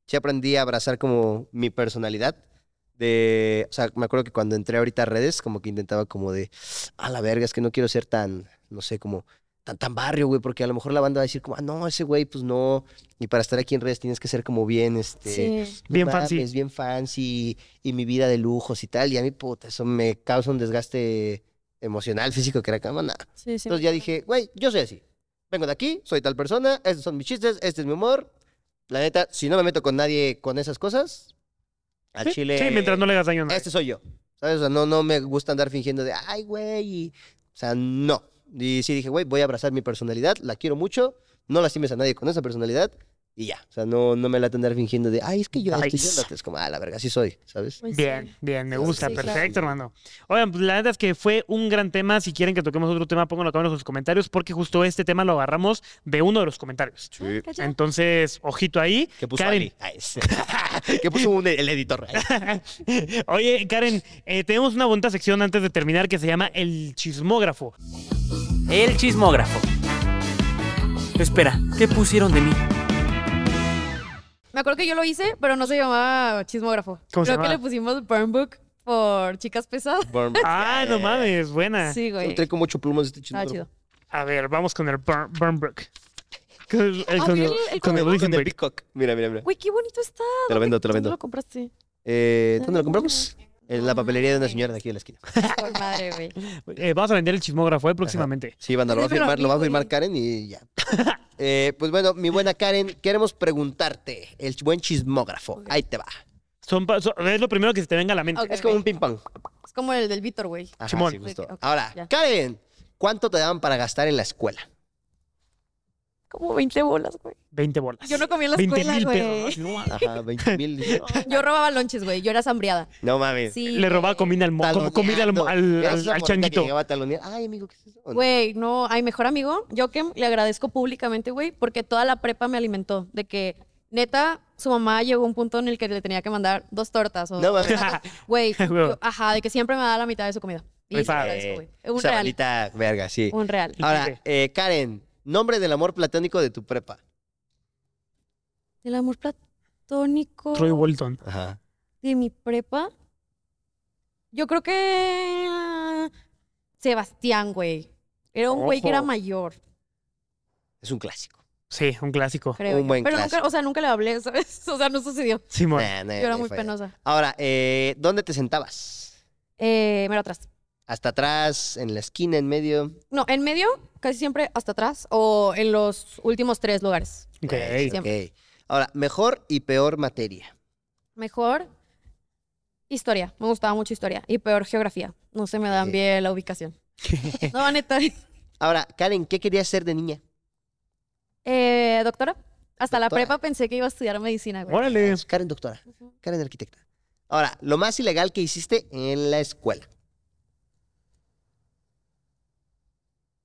sí aprendí a abrazar como mi personalidad. De, o sea, me acuerdo que cuando entré ahorita a redes, como que intentaba como de, a la verga, es que no quiero ser tan, no sé, como tan, tan barrio, güey, porque a lo mejor la banda va a decir como, ah, no, ese güey, pues no. Y para estar aquí en redes tienes que ser como bien, este,
Sí.
no
Bien fancy.
mames, bien fancy y mi vida de lujos y tal. Y a mí, puta, eso me causa un desgaste emocional, físico, que era como nada.
Sí, sí.
Entonces ya dije, güey, yo soy así. Vengo de aquí, soy tal persona, estos son mis chistes, este es mi humor. La neta, si no me meto con nadie con esas cosas, al
Sí,
chile.
sí, mientras no le hagas daño a nadie.
Este soy yo. ¿Sabes? O sea, no, no me gusta andar fingiendo de, ay, güey. y- O sea, no. Y sí dije, güey, voy a abrazar mi personalidad, la quiero mucho, no lastimes a nadie con esa personalidad y ya. O sea, no, no me late andar fingiendo de, ay, es que yo esto y yo
Nice.
lo otro". Es como, ah, la verga, así soy, ¿sabes?
Pues sí.
Bien, bien, me
Sí,
gusta,
sí, claro.
perfecto, hermano. Oigan, pues la verdad es que fue un gran tema. Si quieren que toquemos otro tema, pónganlo acá en los comentarios, porque justo este tema lo agarramos de uno de los comentarios.
Ah, cacha.
Entonces, ojito ahí.
Que puso
Karen,
Ali. Ay, sí. que puso un- e-, el editor. Ay,
oye, Karen, eh, tenemos una bonita sección antes de terminar que se llama El Chismógrafo.
El chismógrafo. Espera, ¿qué pusieron de mí?
Me acuerdo que yo lo hice, pero no se llamaba chismógrafo.
¿Cómo se
Creo
llamaba?
que le pusimos burn book por chicas pesadas.
burn.
Ah, no mames, buena.
Sí, güey.
Encontré como ocho plumas de este
Estaba
chingón.
Ah, chido.
A ver, vamos con el Burn, burn Book. Con el-
Ah,
con
vi
el-
el- el
con el
correo.
Reason
Con el
Break.
Peacock. Mira, mira, mira.
Güey, qué bonito está.
Te lo vendo, te lo
¿Dónde lo
vendo.
compraste?
Eh, ¿Dónde lo compramos? En la papelería de una señora de aquí de la esquina.
Por madre, güey.
Eh, vamos a vender el chismógrafo eh, próximamente.
Sí, banda, lo va a
Dímelo a
firmar,
mí,
lo va a
güey.
firmar Karen y ya. Eh, pues bueno, mi buena Karen, queremos preguntarte, el buen chismógrafo, ahí te va.
Son pa- son- es lo primero que se te venga a la mente.
Ok.
Es como un ping pong.
Es como el del Víctor, güey.
Ajá,
Simón.
sí, justo.
Ok, ok,
Ahora,
ya.
Karen, ¿cuánto te daban para gastar en la escuela?
Como 20 bolas, güey.
20 bolas.
Yo no comía en la
20
escuela,
mil
güey.
pesos. No,
Ajá, 20 mil.
Yo robaba lonches, güey. Yo era zambriada.
No mames.
Sí.
Le robaba
güey.
comida al, mo- com- comida al, mo- al-
Eras
al-
esa morrita
al
que
changuito.
llegaba a talonear. Ay, amigo, ¿qué es eso?
Güey, no, a mi mejor amigo, Joaquim, le agradezco públicamente, güey, porque toda la prepa me alimentó. De que, neta, su mamá llegó a un punto en el que le tenía que mandar dos tortas. O,
No mames.
Güey,
Huevo.
yo- ajá, de que siempre me da la mitad de su comida. Y se lo
Rifado.
agradezco, güey. Un
Esa
real.
balita verga, sí.
Un real.
Ahora, eh, Karen, nombre del amor platónico de tu prepa.
El amor platónico
Troy Bolton.
Ajá.
de mi prepa. Yo creo que. ah, Sebastián, güey. Era un güey que era
Ojo.
mayor,
Es un clásico.
Sí, un clásico.
creo.
Un
yo.
buen
Pero nunca,
clásico. Eh,
o sea, nunca le hablé, ¿sabes? O sea, no sucedió.
Simón.
Nah, nah,
Yo era
ahí
muy
falla.
penosa.
Ahora, eh, ¿dónde te sentabas?
Eh, mero atrás.
¿Hasta atrás, en la esquina, en medio?
No, en medio, casi siempre hasta atrás o en los últimos tres lugares.
Ok.
Nice,
Siempre.
Eh, ok. Ahora, mejor y peor materia.
Mejor historia. Me gustaba mucho historia. Y peor geografía. No se me dan
Sí.
bien la ubicación. no, neta.
Ahora, Karen, ¿qué querías ser de niña?
Eh, doctora, hasta la
Doctora. eh,
prepa pensé que iba a estudiar medicina, güey.
Órale. Eh,
Karen doctora, Karen arquitecta. Ahora, lo más ilegal que hiciste en la escuela.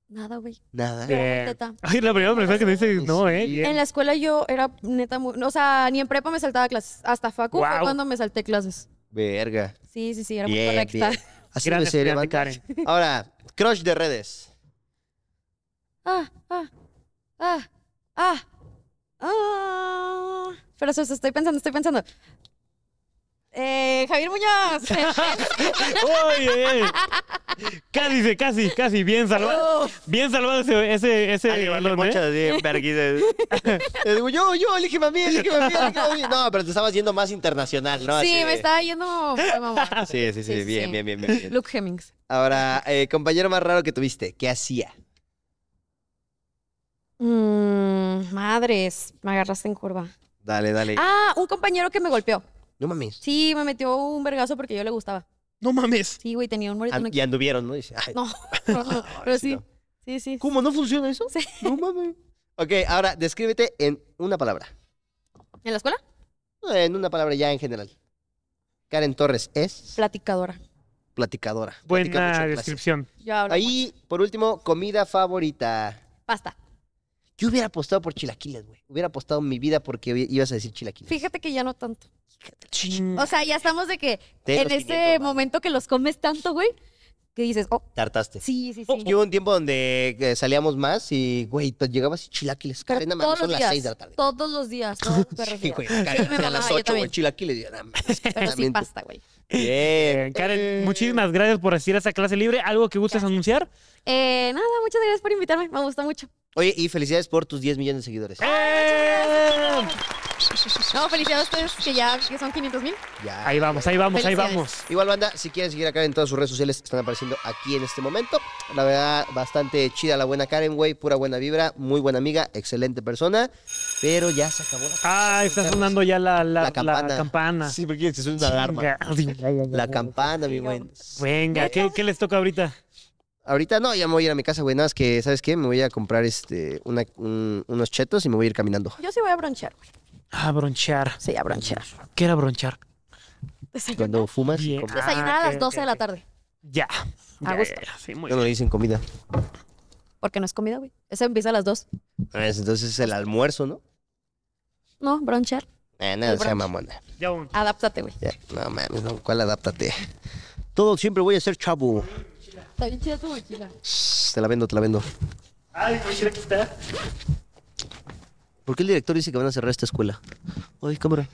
Nada, güey.
Nada.
Sí.
Era
Eh,
teta.
Ay, la primera persona que me dice,
Sí.
no, eh.
En la escuela yo era neta muy... O sea, ni en prepa me saltaba clases. Hasta facu fue
Guau.
cuando me salté clases.
Verga.
Sí, sí, sí, era muy
Bien,
correcta.
bien. Así
Gran
debe ser,
estudiante,
Iván.
Karen.
Ahora, crush de redes.
Ah, ah, ah, ah, ah. Pero eso, eso, estoy pensando, estoy pensando. Eh, Javier Muñoz.
Oye, eh. Casi, casi, casi. Bien salvado. Bien salvado ese, ese, ese balón, ¿eh?
Muchas de verguides. Le digo, yo, yo, elígeme a mí, elígeme a mí, elígeme a mí. No, pero te estabas yendo más internacional, ¿no?
sí,
Así
me
de-
estaba yendo. fue mamá.
Sí, sí, sí,
Sí,
bien,
sí.
bien, bien, bien, bien.
Luke Hemmings.
Ahora, eh, compañero más raro que tuviste, ¿qué hacía?
Mm, madres, me agarraste en curva.
Dale, dale.
Ah, un compañero que me golpeó.
No mames.
Sí, me metió un vergazo porque yo le gustaba.
No mames.
Sí, güey, tenía un moretón
An-
aquí.
y anduvieron, ¿no? Dice, ay,
No, no, no, pero
Ah, sí,
sí.
no.
Sí, sí.
¿Cómo no funciona eso?
Sí.
No mames. Ok, ahora descríbete en una palabra.
¿En la escuela?
En una palabra ya en general. Karen Torres es
Platicadora.
platicadora. Platica mucho
Buena
en clase.
descripción.
Yo hablo.
Ahí, por último, comida favorita.
Pasta.
Yo hubiera apostado por chilaquiles, güey. Hubiera apostado mi vida porque i- ibas a decir chilaquiles.
Fíjate que ya no tanto.
Ching.
O sea, ya estamos de que
Te
en
los
ese
500 varos.
momento que los comes tanto, güey, que dices, oh,
Tartaste.
sí, sí, sí.
Oh, Yo hubo un tiempo donde eh, salíamos más y, güey, pues, llegabas y chilaquiles.
Pero
Karen, no mames,
todos los
son las
días,
6 de la tarde.
todos los días, todos los perros
Sí,
días.
güey, Karen,
me
a
mamaba,
las
yo
8, güey,
también.
chilaquiles. y yo, no mames,
Pero sí,
exactamente.
pasta, güey.
Bien.
Bien, Karen, muchísimas gracias por asistir a esta clase libre. ¿Algo que gustes anunciar?
Eh, nada, muchas gracias por invitarme, me gusta mucho.
Oye, y felicidades por tus 10 millones de seguidores.
¡Eh!
No, felicidades a ustedes que ya que son 500 mil.
Ya.
Ahí vamos, ahí vamos, ahí
Felicidades.
vamos.
Igual, banda, si quieren seguir a Karen en todas sus redes sociales, están apareciendo aquí en este momento. La verdad, bastante chida la buena Karen, güey. Pura buena vibra, muy buena amiga, excelente persona. Pero ya se acabó la
Ah, está sonando ya la, la,
La campana.
la campana.
Sí, porque es una alarma.
Venga,
La campana, mi buen.
Venga, ¿qué, qué les toca ahorita?
Ahorita no, ya me voy a ir a mi casa, güey. Nada más que, ¿sabes qué? Me voy a comprar este una- un- unos chetos y me voy a ir caminando.
Yo sí voy a bronchear, güey.
Ah, bronchar.
Sí, a bronchear.
¿Qué era bronchar?
Desayunar,
Cuando fumas,
Bien.
comes.
Desayunar
Ah,
a
ok,
las 12 de la tarde,
Ya.
A
Ya,
gusto.
ya, ya, Sí, muy
no
bien.
le dicen comida.
porque no es comida, güey. Eso empieza a las 2.
Es- Entonces es el almuerzo, ¿no?
No, bronchear.
Eh, nada,
El
sea
brunch.
mamona.
Ya vamos.
Adáptate, güey.
Ya, no mames, no, ¿cuál adáptate? Todo siempre voy a ser chavo.
Está bien chida tu mochila.
Sss, Te la vendo, te la vendo.
Ay, pues aquí está.
¿Por qué el director dice que van a cerrar esta escuela? Ay, cámara.